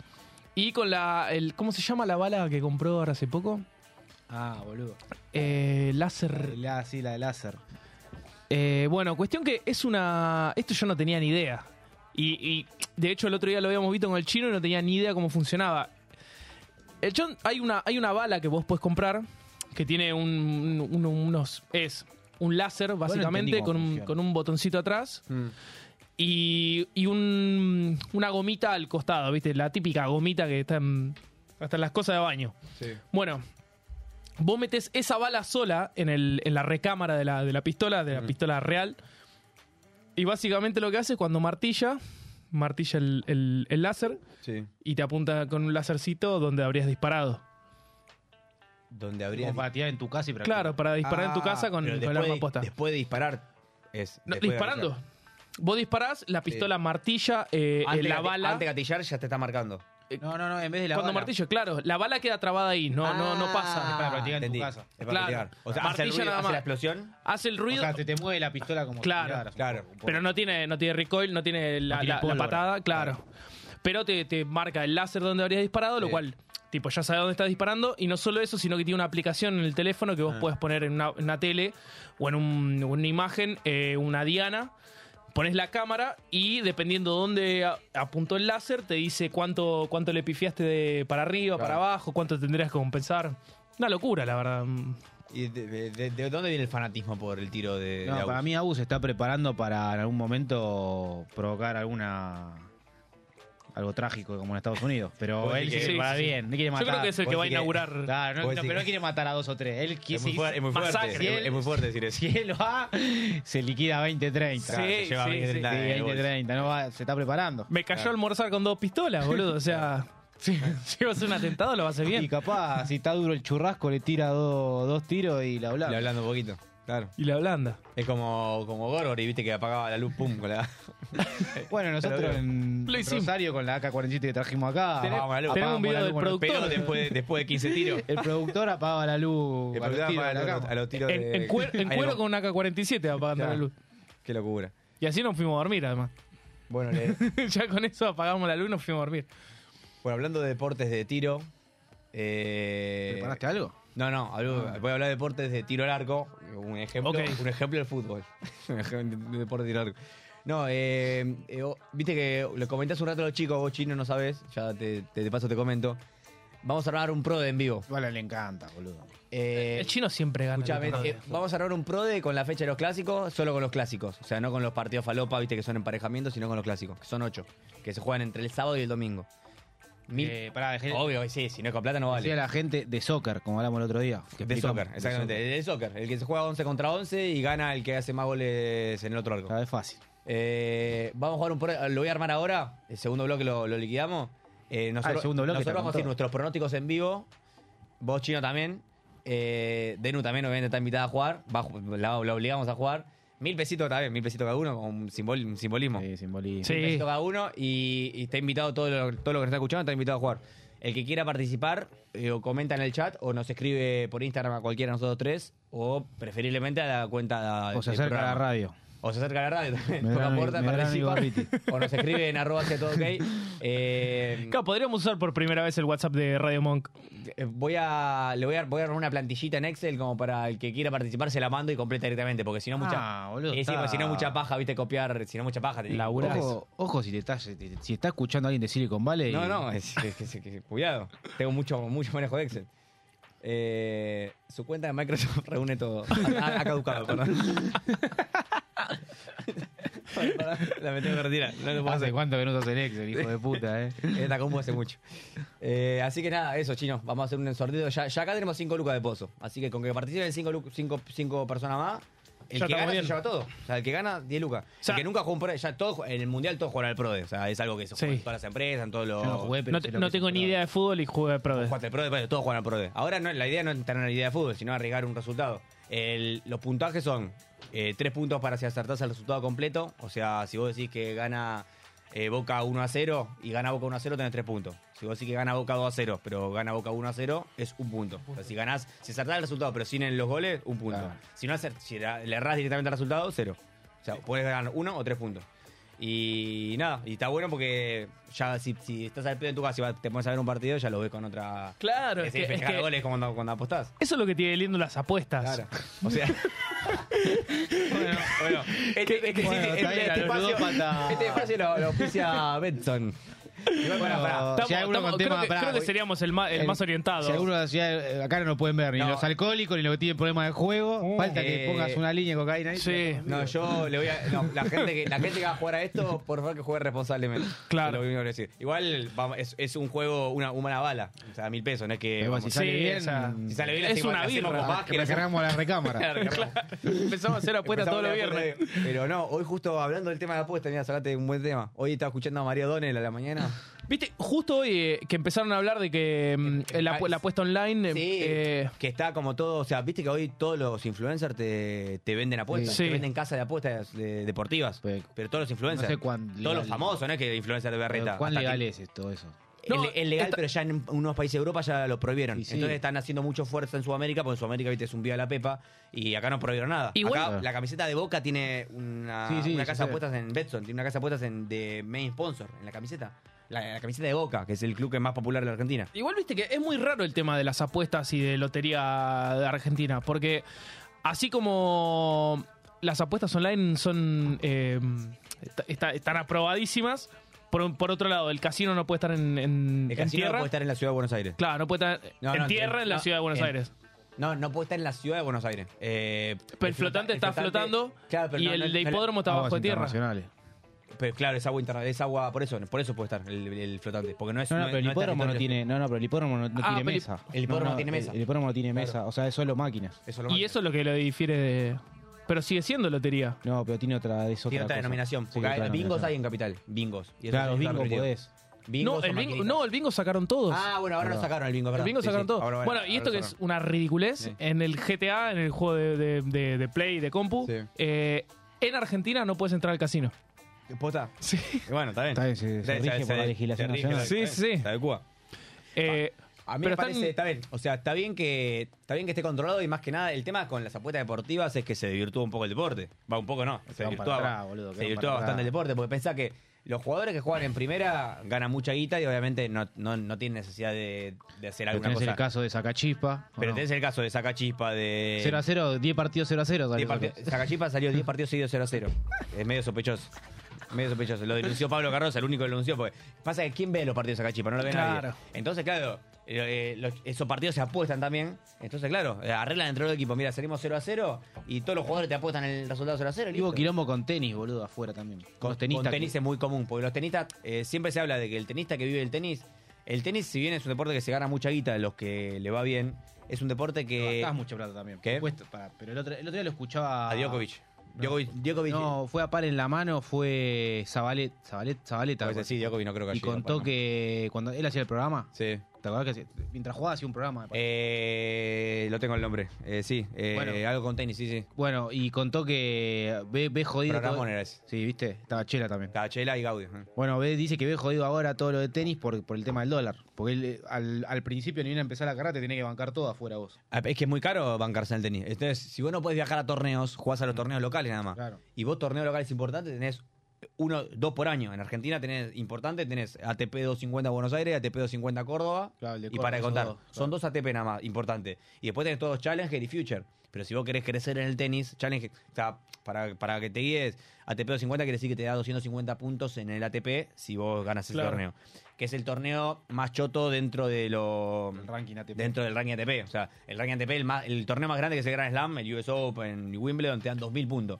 Speaker 5: Y con la. El, ¿Cómo se llama la bala que compró ahora hace poco?
Speaker 3: Ah, boludo.
Speaker 5: Eh,
Speaker 3: La,
Speaker 5: láser.
Speaker 3: de la- sí, la de láser.
Speaker 5: Eh, bueno, cuestión que es una. Esto yo no tenía ni idea. Y, y, de hecho el otro día lo habíamos visto con el chino y no tenía ni idea cómo funcionaba. El chon, hay una, hay una bala que vos podés comprar que tiene un, un- unos. Es un láser, básicamente,
Speaker 3: entendí cómo
Speaker 5: con, un,
Speaker 3: funciona.
Speaker 5: con un botoncito atrás.
Speaker 4: Mm,
Speaker 5: Y, y un- una gomita al costado, ¿viste? La típica gomita que está en, hasta en las cosas de baño.
Speaker 4: Sí.
Speaker 5: Bueno, vos metes esa bala sola en, el, en la recámara de la, de la pistola, de la pistola real. Y básicamente lo que hace es cuando martilla, martilla el, el- el láser
Speaker 4: sí.
Speaker 5: y te apunta con un lásercito donde habrías disparado.
Speaker 4: Donde
Speaker 3: Como
Speaker 4: habría.
Speaker 3: para tirar en tu casa y practicar.
Speaker 5: Claro, para disparar en tu
Speaker 3: Ah,
Speaker 5: casa con,
Speaker 4: Pero
Speaker 5: con el
Speaker 4: después,
Speaker 5: arma
Speaker 4: de,
Speaker 5: posta.
Speaker 4: después de disparar. Es,
Speaker 5: No,
Speaker 4: después de
Speaker 5: disparando.
Speaker 4: gatillar.
Speaker 5: Vos disparás, la pistola martilla eh,
Speaker 4: Antes
Speaker 5: eh, la
Speaker 4: de gati-
Speaker 5: bala.
Speaker 4: Antes de gatillar ya te está marcando.
Speaker 3: No, no, no, en vez de la
Speaker 5: cuando
Speaker 3: bala.
Speaker 5: martillo, claro, la bala queda trabada ahí, no, no, no
Speaker 3: Es para
Speaker 5: pasa.
Speaker 3: practicar en
Speaker 4: Ah. Entendí.
Speaker 3: tu casa.
Speaker 4: Es para
Speaker 5: Claro.
Speaker 4: gatillar. O sea, hace, el
Speaker 5: Martilla
Speaker 4: ruido,
Speaker 5: nada
Speaker 4: hace
Speaker 5: más.
Speaker 4: la explosión.
Speaker 5: Hace el
Speaker 3: O
Speaker 5: ruido.
Speaker 3: sea, te, te mueve la pistola como
Speaker 5: Claro,
Speaker 3: si tiraras un
Speaker 4: claro.
Speaker 3: poco, un poco.
Speaker 5: Pero no tiene, no tiene recoil, no tiene la,
Speaker 3: tiene
Speaker 5: la- la
Speaker 3: pólvora.
Speaker 5: patada, claro. Pero te, te marca el láser donde habrías disparado, lo
Speaker 4: Sí.
Speaker 5: cual, tipo, ya sabes dónde estás disparando. Y no solo eso, sino que tiene una aplicación en el teléfono que vos puedes poner en una, en una tele o en un- una imagen, eh, una diana. Pones la cámara y dependiendo dónde a- apuntó el láser, te dice cuánto, cuánto le pifiaste de para arriba, para abajo, cuánto tendrías que compensar. Una locura, la verdad.
Speaker 4: ¿Y de, de- de- de dónde viene el fanatismo por el tiro de.? de
Speaker 3: No,
Speaker 4: Eh, Agus?
Speaker 3: para mí Agus se está preparando para en algún momento provocar alguna algo trágico como en Estados Unidos, pero
Speaker 4: Vos
Speaker 3: él
Speaker 4: decís
Speaker 3: se
Speaker 4: que-
Speaker 3: quiere para
Speaker 5: sí, sí.
Speaker 3: bien, no quiere matar.
Speaker 5: Yo creo que es el que
Speaker 4: vos
Speaker 5: va a
Speaker 4: sí que-
Speaker 5: inaugurar.
Speaker 3: Claro, no,
Speaker 4: Vos
Speaker 3: no,
Speaker 4: decís
Speaker 3: pero no
Speaker 4: que-
Speaker 3: quiere matar a dos o tres, él
Speaker 4: Es
Speaker 3: quiere
Speaker 4: muy, fuerte, es muy fuerte.
Speaker 5: Masacre.
Speaker 4: Es, muy- es muy fuerte decir eso.
Speaker 3: si él va, ah, se liquida 20 30.
Speaker 5: Sí,
Speaker 4: se lleva
Speaker 5: sí,
Speaker 4: bien
Speaker 5: sí.
Speaker 4: la- en el
Speaker 3: 20
Speaker 4: bolso.
Speaker 3: 30, no va, se está preparando.
Speaker 5: Me cayó a almorzar con dos pistolas, boludo. O sea, si, si vas a hacer un atentado, lo vas a hacer
Speaker 3: Y
Speaker 5: bien.
Speaker 3: capaz, si está duro el churrasco, le tira dos, dos tiros y la
Speaker 4: Le
Speaker 3: habla.
Speaker 4: hablando un poquito. Claro.
Speaker 5: Y la blanda.
Speaker 4: Es como, como Gorgory, viste que apagaba la luz, pum, con la.
Speaker 3: Bueno, nosotros en
Speaker 5: Lo hicimos.
Speaker 3: Rosario con la AK-47 que trajimos acá,
Speaker 5: Tenés-
Speaker 4: apagaba la luz.
Speaker 5: tenemos un video
Speaker 3: la
Speaker 5: del
Speaker 3: luz con los
Speaker 4: Pero
Speaker 5: productor.
Speaker 4: después, después de 15 tiros.
Speaker 3: el productor apagaba la luz.
Speaker 4: Le
Speaker 3: a los
Speaker 4: pegaba
Speaker 3: tiros de
Speaker 4: a
Speaker 3: la
Speaker 4: los-
Speaker 3: cama.
Speaker 4: a los tiros
Speaker 5: En,
Speaker 4: de-
Speaker 5: en cuero, en
Speaker 4: Ahí
Speaker 5: cuero
Speaker 4: va.
Speaker 5: con una AK-47 apagando la
Speaker 4: Claro.
Speaker 5: luz.
Speaker 4: Qué locura.
Speaker 5: Y así nos fuimos a dormir, además.
Speaker 4: Bueno, le-
Speaker 5: ya con eso apagamos la luz y nos fuimos a dormir.
Speaker 4: bueno, hablando de deportes de tiro. Eh,
Speaker 3: ¿Preparaste algo?
Speaker 4: No, no, hablo- voy a hablar de deportes de tiro al arco. Un ejemplo,
Speaker 5: Ok.
Speaker 4: un ejemplo del fútbol. un ejemplo de deporte de tiro al arco. No, eh, eh, vos- viste que lo comenté hace un rato a los chicos, vos chino no sabes, ya te, te- de paso te comento. Vamos a armar un pro de en vivo.
Speaker 3: Igual le encanta, boludo.
Speaker 4: Eh,
Speaker 5: El chino siempre gana.
Speaker 4: escuchame,
Speaker 5: Los
Speaker 4: eh,
Speaker 5: torneos.
Speaker 4: vamos a armar un pro de con la fecha de los clásicos, solo con los clásicos. O sea, no con los partidos falopa, viste que son emparejamientos, sino con los clásicos, que son ocho, que se juegan entre el sábado y el domingo. Mil-
Speaker 3: Eh, pará, dejé
Speaker 4: Obvio, sí, si no es con plata no vale.
Speaker 3: decía la gente de soccer, como hablamos el otro día. que
Speaker 4: De
Speaker 3: explicamos.
Speaker 4: soccer, exactamente. De soccer. El que se juega 11 contra 11 y gana el que hace más goles en el otro arco.
Speaker 3: Cada vez fácil.
Speaker 4: Eh, vamos a jugar un pro- Lo voy a armar ahora. El segundo bloque lo, lo liquidamos. Eh, nosotros
Speaker 3: Ah, el segundo bloque
Speaker 4: nosotros
Speaker 3: está
Speaker 4: vamos a
Speaker 3: con
Speaker 4: hacer
Speaker 3: todo.
Speaker 4: nuestros pronósticos en vivo. Vos, Chino, también. Eh, Denu también, obviamente, está invitada a jugar. Va a ju- la, la obligamos a jugar. Mil pesitos también, mil pesitos cada uno, con un, simbol- un simbolismo.
Speaker 3: Sí, simbolismo.
Speaker 5: Sí.
Speaker 4: Un besito cada uno y, y está invitado todo lo, todo lo que nos está escuchando, está invitado a jugar. El que quiera participar, eh, o comenta en el chat, o nos escribe por Instagram a cualquiera de nosotros tres, o preferiblemente a la cuenta
Speaker 3: O se
Speaker 4: del
Speaker 3: acerca a la
Speaker 4: programa.
Speaker 3: radio.
Speaker 4: O se acerca a la radio también.
Speaker 3: Medrano
Speaker 4: Toca
Speaker 3: y-
Speaker 4: puerta,
Speaker 3: Medrano y
Speaker 4: participa.
Speaker 3: Gorriti.
Speaker 4: O nos escribe en arroba que todo ok. Eh,
Speaker 5: Claro, podríamos usar por primera vez el WhatsApp de Radio Monk.
Speaker 4: eh, voy a le voy a, voy a armar una plantillita en Excel como para el que quiera participar se la mando y completa directamente porque si no mucha
Speaker 3: Ah, boludo,
Speaker 4: Eh, sí, porque
Speaker 3: está-
Speaker 4: si no mucha paja viste copiar si no mucha paja tenés que-
Speaker 5: Laburás.
Speaker 3: Ojo, ojo si te estás, si está escuchando a alguien de Silicon Valley.
Speaker 4: No, no, es, es que- es que- cuidado. Tengo mucho, mucho manejo de Excel. Eh, su cuenta de Microsoft reúne todo. Ha, ha- ha caducado, perdón. Perdón, perdón, La me tengo que retirar. No lo puedo
Speaker 3: Hace
Speaker 4: hacer.
Speaker 3: cuánto que no usas el Excel, hijo de puta, eh.
Speaker 4: Esta compu hace mucho. Eh, así que nada, eso, chino. Vamos a hacer un ensordido. Ya, ya acá tenemos 5 lucas de pozo. Así que con que participen 5 cinco, lu- cinco, cinco personas más, el
Speaker 5: Ya
Speaker 4: que
Speaker 5: estamos
Speaker 4: gana
Speaker 5: bien.
Speaker 4: se lleva todo. O sea, el que gana, 10 lucas.
Speaker 5: sea-
Speaker 4: el que nunca jugó un pro, ya todo, en el mundial todos jugarán al pro. O sea, es algo que se juega
Speaker 5: Sí.
Speaker 4: en todas las empresas, en todos los.
Speaker 3: Yo no jugué, pero
Speaker 5: No,
Speaker 3: sé
Speaker 5: te-
Speaker 3: lo
Speaker 5: no
Speaker 3: que
Speaker 5: tengo
Speaker 3: es
Speaker 5: ni
Speaker 3: un
Speaker 5: idea de fútbol y juego de pro.
Speaker 4: Jugaste al Pro, después todos juegan al Pro. Ahora no, la idea no es tener una idea de fútbol, sino arriesgar un resultado. El- los puntajes son eh, tres puntos para si acertás el resultado completo. O sea, si vos decís que gana eh, Boca 1 a 0 y gana Boca 1 a 0, tenés tres puntos. Si vos decís que gana Boca 2 a 0, pero gana Boca 1 a 0, es un punto. O sea, si ganás, si acertás el resultado, pero sin en los goles, un punto.
Speaker 3: Claro.
Speaker 4: Si no acer- si la- le errás directamente al resultado, cero. O sea, podés ganar uno o tres puntos. Y nada, y está bueno porque ya si, si estás al pedo en tu casa y vas- te pones a ver un partido, ya lo ves con otra.
Speaker 5: Claro,
Speaker 4: es,
Speaker 5: es que- es que-
Speaker 4: goles como cuando, cuando apostás.
Speaker 5: Eso es lo que tiene lindo las apuestas.
Speaker 4: O sea. bueno, bueno. Este, este,
Speaker 3: Bueno,
Speaker 4: este-
Speaker 3: está bien,
Speaker 4: este
Speaker 3: los
Speaker 4: espacio,
Speaker 3: ludópatas.
Speaker 4: este espacio lo, lo auspicia Benson. Igual, bueno, pará.
Speaker 5: Estamos-
Speaker 3: Si hay uno
Speaker 5: estamos-
Speaker 3: con
Speaker 5: creo,
Speaker 3: tema-
Speaker 5: que,
Speaker 3: pará,
Speaker 5: creo que
Speaker 3: voy-
Speaker 5: seríamos el más, el más orientado.
Speaker 3: Si alguno si hay- acá no Uh. lo pueden ver, ni
Speaker 4: No.
Speaker 3: los alcohólicos, ni los que tienen problemas de juego. Falta que
Speaker 4: Eh,
Speaker 3: pongas una línea de cocaína ahí.
Speaker 5: Sí.
Speaker 4: No, yo le voy a. No, la gente que, la gente que va a jugar a esto, por favor que juegue responsablemente.
Speaker 5: Claro.
Speaker 4: Es Lo mismo que decir. Igual vamos- es, es un juego, una, una mala bala. O sea, mil pesos, no es que.
Speaker 3: Pero
Speaker 4: vamos-
Speaker 3: si sale
Speaker 5: sí,
Speaker 3: bien, ah,
Speaker 5: o sea,
Speaker 4: si sale bien, Mm.
Speaker 5: es
Speaker 4: hacemos-
Speaker 5: una
Speaker 4: hacemos
Speaker 5: birra.
Speaker 4: con más
Speaker 3: que la
Speaker 4: hacemos-
Speaker 3: cargamos a la recámara.
Speaker 4: Claro.
Speaker 5: Empezamos a hacer apuestas todos los
Speaker 4: Empezamos con la
Speaker 5: viernes.
Speaker 4: apuesta, Pero no, hoy justo hablando del tema de apuesta, mira, sacaste un buen tema. Hoy estaba escuchando a María Donel a la mañana.
Speaker 5: Viste, justo hoy eh, que empezaron a hablar de que mm, la, apu- la apuesta online.
Speaker 4: Eh,
Speaker 5: eh,
Speaker 4: Sí,
Speaker 5: eh,
Speaker 4: que está como todo, o sea, viste que hoy todos los influencers te, te venden apuestas,
Speaker 5: Sí.
Speaker 4: te venden casas de apuestas de- deportivas,
Speaker 3: Pero-
Speaker 4: pero todos los influencers,
Speaker 3: no sé cuán
Speaker 4: todos
Speaker 3: legal-
Speaker 4: los famosos, no es que influencer de berreta.
Speaker 3: ¿Cuán
Speaker 4: hasta
Speaker 3: legal
Speaker 4: que-
Speaker 3: es esto, eso?
Speaker 4: es?
Speaker 5: No,
Speaker 4: es legal,
Speaker 5: está-
Speaker 4: pero ya en unos países de Europa ya lo prohibieron.
Speaker 3: Y sí.
Speaker 4: Entonces están haciendo mucho fuerza en Sudamérica, porque en Sudamérica viste es un viva la pepa y acá no prohibieron nada.
Speaker 5: Igual-
Speaker 4: acá, la camiseta de Boca tiene una,
Speaker 3: Sí, sí,
Speaker 4: una
Speaker 3: ya
Speaker 4: casa de
Speaker 3: sé.
Speaker 4: apuestas en Betson, tiene una casa de apuestas en, de main sponsor en la camiseta. La, la camiseta de Boca, que es el club que es más popular de la Argentina.
Speaker 5: Igual viste que es muy raro el tema de las apuestas y de lotería de Argentina, porque así como las apuestas online son eh, está- está- están aprobadísimas, por, por otro lado, el casino no puede estar en, en-
Speaker 4: El
Speaker 5: en
Speaker 4: casino no
Speaker 5: tierra.
Speaker 4: puede estar en la ciudad de Buenos Aires.
Speaker 5: Claro, no puede estar
Speaker 4: No,
Speaker 5: en
Speaker 4: no,
Speaker 5: tierra en la
Speaker 4: no,
Speaker 5: ciudad de Buenos
Speaker 4: en-
Speaker 5: Aires.
Speaker 4: No, no puede estar en la ciudad de Buenos Aires. Eh,
Speaker 5: Pero el flotante está flotando
Speaker 4: Claro, pero
Speaker 5: y
Speaker 4: no,
Speaker 5: el
Speaker 4: no-
Speaker 5: de
Speaker 4: no-
Speaker 5: hipódromo está
Speaker 3: Aguas
Speaker 5: bajo de tierra.
Speaker 3: internacionales.
Speaker 4: pero claro, es agua interna- es agua, por eso, por eso puede estar el, el flotante. Porque no es
Speaker 3: No, no,
Speaker 4: es-
Speaker 3: pero el
Speaker 4: es
Speaker 3: hipódromo no
Speaker 4: territorio.
Speaker 3: tiene, no, no, pero el hipódromo no, no
Speaker 5: Ah,
Speaker 3: tiene
Speaker 5: pero el-
Speaker 3: mesa.
Speaker 4: el hipódromo
Speaker 3: No, no,
Speaker 4: tiene
Speaker 3: el-
Speaker 4: mesa.
Speaker 3: El, hipódromo no tiene mesa, o sea, es solo máquinas.
Speaker 4: Eso lo
Speaker 5: Y
Speaker 4: mantiene.
Speaker 5: eso es lo que lo difiere de... Pero sigue siendo lotería.
Speaker 3: No, pero tiene otra, es otra
Speaker 4: tiene otra
Speaker 3: cosa.
Speaker 4: denominación.
Speaker 3: Sí,
Speaker 4: Porque hay-
Speaker 3: otra
Speaker 4: bingos
Speaker 3: denominación.
Speaker 4: hay en capital. Bingos. Y eso
Speaker 3: Claro,
Speaker 4: sí está
Speaker 3: bingo
Speaker 4: permitido.
Speaker 3: podés.
Speaker 4: Bingos
Speaker 5: No
Speaker 4: o
Speaker 5: el, bingo,
Speaker 4: maquinitas.
Speaker 5: no, el bingo sacaron todos.
Speaker 4: Ah, bueno, ahora no
Speaker 3: Perdón.
Speaker 4: sacaron el bingo,
Speaker 5: El
Speaker 4: perdón.
Speaker 5: bingo
Speaker 4: Sí,
Speaker 5: sacaron
Speaker 4: sí,
Speaker 5: todo.
Speaker 4: ahora-
Speaker 5: bueno,
Speaker 4: ahora
Speaker 5: y esto
Speaker 4: lo
Speaker 5: que es
Speaker 4: sacaron.
Speaker 5: una ridiculez,
Speaker 4: Sí.
Speaker 5: en el GTA, en el juego de, de- de- de Play, de Compu,
Speaker 4: Sí.
Speaker 5: eh, en Argentina no puedes entrar al casino.
Speaker 4: ¿Posta? Sí. Bueno, está bien.
Speaker 3: Está bien, se- se
Speaker 4: Está bien,
Speaker 3: rige por la legislación
Speaker 4: se rige,
Speaker 3: nacional.
Speaker 4: está bien,
Speaker 5: Sí, sí.
Speaker 4: Está de Cuba.
Speaker 5: Eh,
Speaker 4: Ah, A mí
Speaker 5: pero
Speaker 4: me
Speaker 5: están-
Speaker 4: parece, está bien. O sea, está bien que está bien que esté controlado y más que nada el tema con las apuestas deportivas es que se desvirtúa un poco el deporte. Va un poco no, se
Speaker 3: van para
Speaker 4: desvirtúa,
Speaker 3: atrás, boludo, que
Speaker 4: se
Speaker 3: van
Speaker 4: desvirtúa
Speaker 3: para atrás.
Speaker 4: bastante el deporte porque pensá que los jugadores que juegan en primera ganan mucha guita y obviamente no, no, no tienen necesidad de, de hacer
Speaker 3: Pero
Speaker 4: alguna
Speaker 3: tenés
Speaker 4: cosa.
Speaker 3: el caso de Sacachispa. ¿o
Speaker 4: Pero
Speaker 3: no?
Speaker 4: tenés el caso de Sacachispa de
Speaker 3: 0 a 0, 10 partidos 0 a 0.
Speaker 4: diez partidos- Sacachispa salió 10 partidos seguidos 0 a 0. Es medio sospechoso. Medio sospechoso. Lo denunció Pablo Carroza, el único que lo denunció. Porque pasa que ¿quién ve los partidos de Sacachispa? No lo ve nadie.
Speaker 5: Claro.
Speaker 4: Entonces, claro, eh, eh, los- esos partidos se apuestan también. Entonces, claro, eh, arreglan entre los equipos. Mira, salimos 0 a 0 y todos los jugadores te apuestan el resultado 0 a 0.
Speaker 3: Y hubo quilombo con tenis, boludo, afuera también. Con, los tenistas.
Speaker 4: Con tenis es muy común, porque los tenistas, eh, siempre se habla de que el tenista que vive el tenis, el tenis, si bien es un deporte que se gana mucha guita de los que le va bien, es un deporte que.
Speaker 3: Gastás mucha plata también.
Speaker 4: ¿Qué?
Speaker 3: Cuesta- pará, pero el otro, el otro día lo escuchaba.
Speaker 4: A Ah, Djokovic. Djokovic, Djokovic- ¿eh?
Speaker 3: No, fue a par en la mano, fue Zabalet, Zabalet, Zabaleta.
Speaker 4: Pues sí, Djokovic no creo que
Speaker 3: y
Speaker 4: haya ido,
Speaker 3: contó
Speaker 4: ¿no?
Speaker 3: que cuando él hacía el programa,
Speaker 4: Sí.
Speaker 3: ¿te acordás que hacía- mientras jugaba hacía un programa? me parece?
Speaker 4: Eh, lo tengo el nombre. Eh, sí, eh,
Speaker 3: Bueno.
Speaker 4: algo con tenis, sí, sí.
Speaker 3: Bueno, y contó que ve, ve jodido.
Speaker 4: Programón
Speaker 3: todo-
Speaker 4: era ese.
Speaker 3: Sí, viste, estaba chela también.
Speaker 4: Cachela y Gaudio. ¿eh?
Speaker 3: Bueno, ve, dice que ve jodido ahora todo lo de tenis por, por el tema del dólar. Porque él, eh, al, al principio, ni bien a empezar la carrera, te tenés que bancar todo afuera vos.
Speaker 4: Ah, Es que es muy caro bancarse en el tenis. Entonces, si vos no podés viajar a torneos, jugás a los torneos locales nada más.
Speaker 3: Claro.
Speaker 4: Y vos torneos locales importantes tenés uno, dos por año. En Argentina tenés importante, tenés ATP 250 Buenos Aires, ATP 250 Córdoba.
Speaker 3: Claro, el de
Speaker 4: y
Speaker 3: Córdoba,
Speaker 4: para de
Speaker 3: esos
Speaker 4: contar,
Speaker 3: dos, claro.
Speaker 4: son dos ATP nada más, importante. Y después tenés todos Challenger y Future. Pero si vos querés crecer en el tenis, Challenger, o sea, para, para que te guíes, ATP 250 quiere decir que te da 250 puntos en el ATP si vos ganas el
Speaker 5: Claro.
Speaker 4: torneo. Que es el torneo más choto dentro de lo
Speaker 3: El ranking ATP.
Speaker 4: dentro del ranking ATP. O sea, el ranking ATP, el, más- el torneo más grande que es el Grand Slam, el US Open y Wimbledon, te dan 2.000 puntos.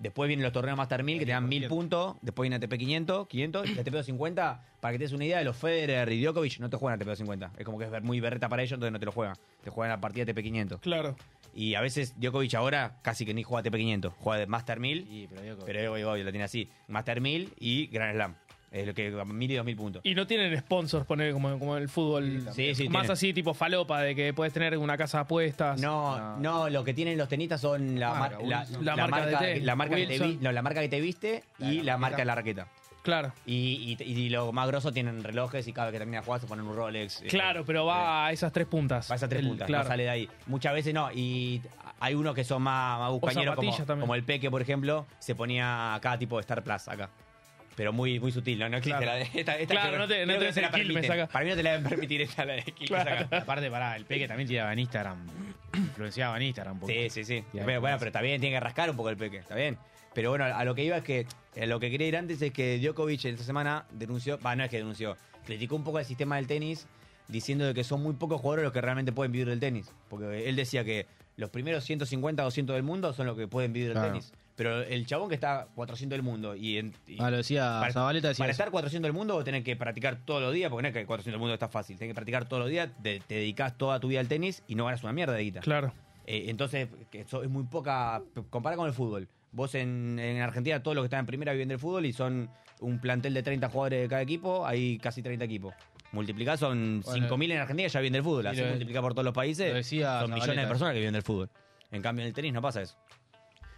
Speaker 4: Después vienen los torneos Master 1000 que te dan 1000 puntos. Después viene ATP 500, 500 y ATP 250. Para que te des una idea, los Federer y Djokovic no te juegan ATP 250. Es como que es muy berreta para ellos, entonces no te lo juegan. Te juegan la partida ATP 500.
Speaker 5: claro.
Speaker 4: Y a veces Djokovic ahora casi que ni juega ATP 500. Juega de Master 1000,
Speaker 3: Sí, pero digo que-
Speaker 4: pero Djokovic obvio, lo tiene así. Master 1000 y Grand Slam. Es lo que 1000 y 2000 puntos.
Speaker 5: Y no tienen sponsors, poner como, como el fútbol.
Speaker 4: Sí, sí,
Speaker 5: más
Speaker 4: tienen.
Speaker 5: así, tipo falopa, de que puedes tener una casa de apuestas.
Speaker 4: No, no, lo que tienen los tenistas son la, mar- la,
Speaker 5: Wilson.
Speaker 4: la
Speaker 5: La marca
Speaker 4: marca,
Speaker 5: de té,
Speaker 4: la marca que te
Speaker 5: Wilson.
Speaker 4: vi- no, la marca que te viste y la, marca de la raqueta.
Speaker 5: Claro.
Speaker 4: Y, y- y lo más grosso tienen relojes y cada vez que termina de jugar se ponen un Rolex. eh,
Speaker 5: Claro, pero va a esas tres puntas.
Speaker 4: Pasa tres
Speaker 5: El-
Speaker 4: puntas,
Speaker 5: claro.
Speaker 4: no sale de ahí. Muchas veces no, y hay unos que son más, más bucañeros, como,
Speaker 5: zapatillas también.
Speaker 4: como el Peque, por ejemplo, se ponía acá tipo Star Plus, acá. Pero muy, muy sutil, ¿no? No existe
Speaker 5: Claro.
Speaker 4: la de... Esta, esta
Speaker 5: Claro,
Speaker 4: creo-
Speaker 5: no te- no
Speaker 4: creo
Speaker 5: te
Speaker 4: que se la
Speaker 5: Quilmes
Speaker 4: permiten.
Speaker 5: acá.
Speaker 4: Para mí no te la deben permitir esta, la de Quilmes acá.
Speaker 6: Aparte, pará, el Peque también tiraba en Instagram. Influenciaba en Instagram. porque-
Speaker 4: Sí, sí, sí.
Speaker 6: Y ahí
Speaker 4: Pero, bueno,
Speaker 6: comienza.
Speaker 4: pero está bien, tiene que rascar un poco el peque, está bien. Pero bueno, a lo que iba es que, a lo que quería ir antes es que Djokovic esta semana denunció, va, no es que denunció, criticó un poco el sistema del tenis diciendo de que son muy pocos jugadores los que realmente pueden vivir del tenis. Porque él decía que los primeros 150, 200 del mundo son los que pueden vivir del
Speaker 6: Claro.
Speaker 4: tenis. Pero el chabón que está 400 del mundo y... en- y-
Speaker 6: Ah, lo decía
Speaker 4: para,
Speaker 6: Zabaleta. Decía
Speaker 4: para
Speaker 6: eso.
Speaker 4: estar 400 del mundo vos tenés que practicar todos los días, porque no es que 400 del mundo está fácil, tenés que practicar todos los días, te, te dedicas toda tu vida al tenis y no ganas una mierda de guita.
Speaker 5: Claro.
Speaker 4: Eh, entonces, que eso es muy poca. Compara con el fútbol. Vos en, en Argentina, todos los que están en primera viven del fútbol y son un plantel de 30 jugadores de cada equipo, hay casi 30 equipos. Multiplicá, son
Speaker 6: Bueno,
Speaker 4: 5.000 en Argentina ya viven del fútbol.
Speaker 6: y
Speaker 4: Así
Speaker 6: lo-
Speaker 4: multiplicá por todos los países,
Speaker 6: lo decía
Speaker 4: son millones de
Speaker 6: Zabaleta.
Speaker 4: personas que viven del fútbol. En cambio, en el tenis no pasa eso.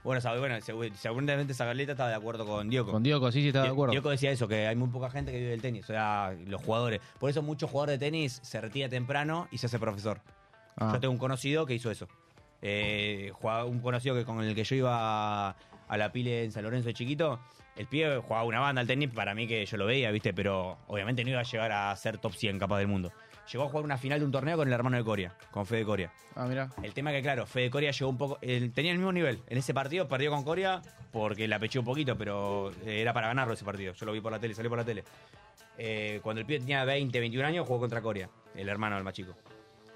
Speaker 4: Bueno, sabe, bueno segu- seguramente Zagaleta estaba de acuerdo con Dioco.
Speaker 6: Con Dioco, sí, sí, estaba de
Speaker 4: Die-
Speaker 6: acuerdo.
Speaker 4: Dioco decía eso, que hay muy poca gente que vive del tenis, o sea, los jugadores. Por eso muchos jugadores de tenis se retira temprano y se hace profesor.
Speaker 6: Ah.
Speaker 4: Yo tengo un conocido que hizo eso. Eh, jugaba- un conocido que con el que yo iba a la pile en San Lorenzo de chiquito, el pibe jugaba una banda al tenis, para mí que yo lo veía, ¿viste? Pero obviamente no iba a llegar a ser top 100 capaz del mundo. Llegó a jugar una final de un torneo con el hermano de Coria, con Fede Coria.
Speaker 6: Ah, mirá.
Speaker 4: El tema que, claro, Fede Coria llegó un poco. él tenía el mismo nivel. En ese partido perdió con Coria porque la pechó un poquito, pero eh, era para ganarlo ese partido. Yo lo vi por la tele, salió por la tele. Eh, cuando el pibe tenía 20, 21 años, jugó contra Coria, el hermano del más chico.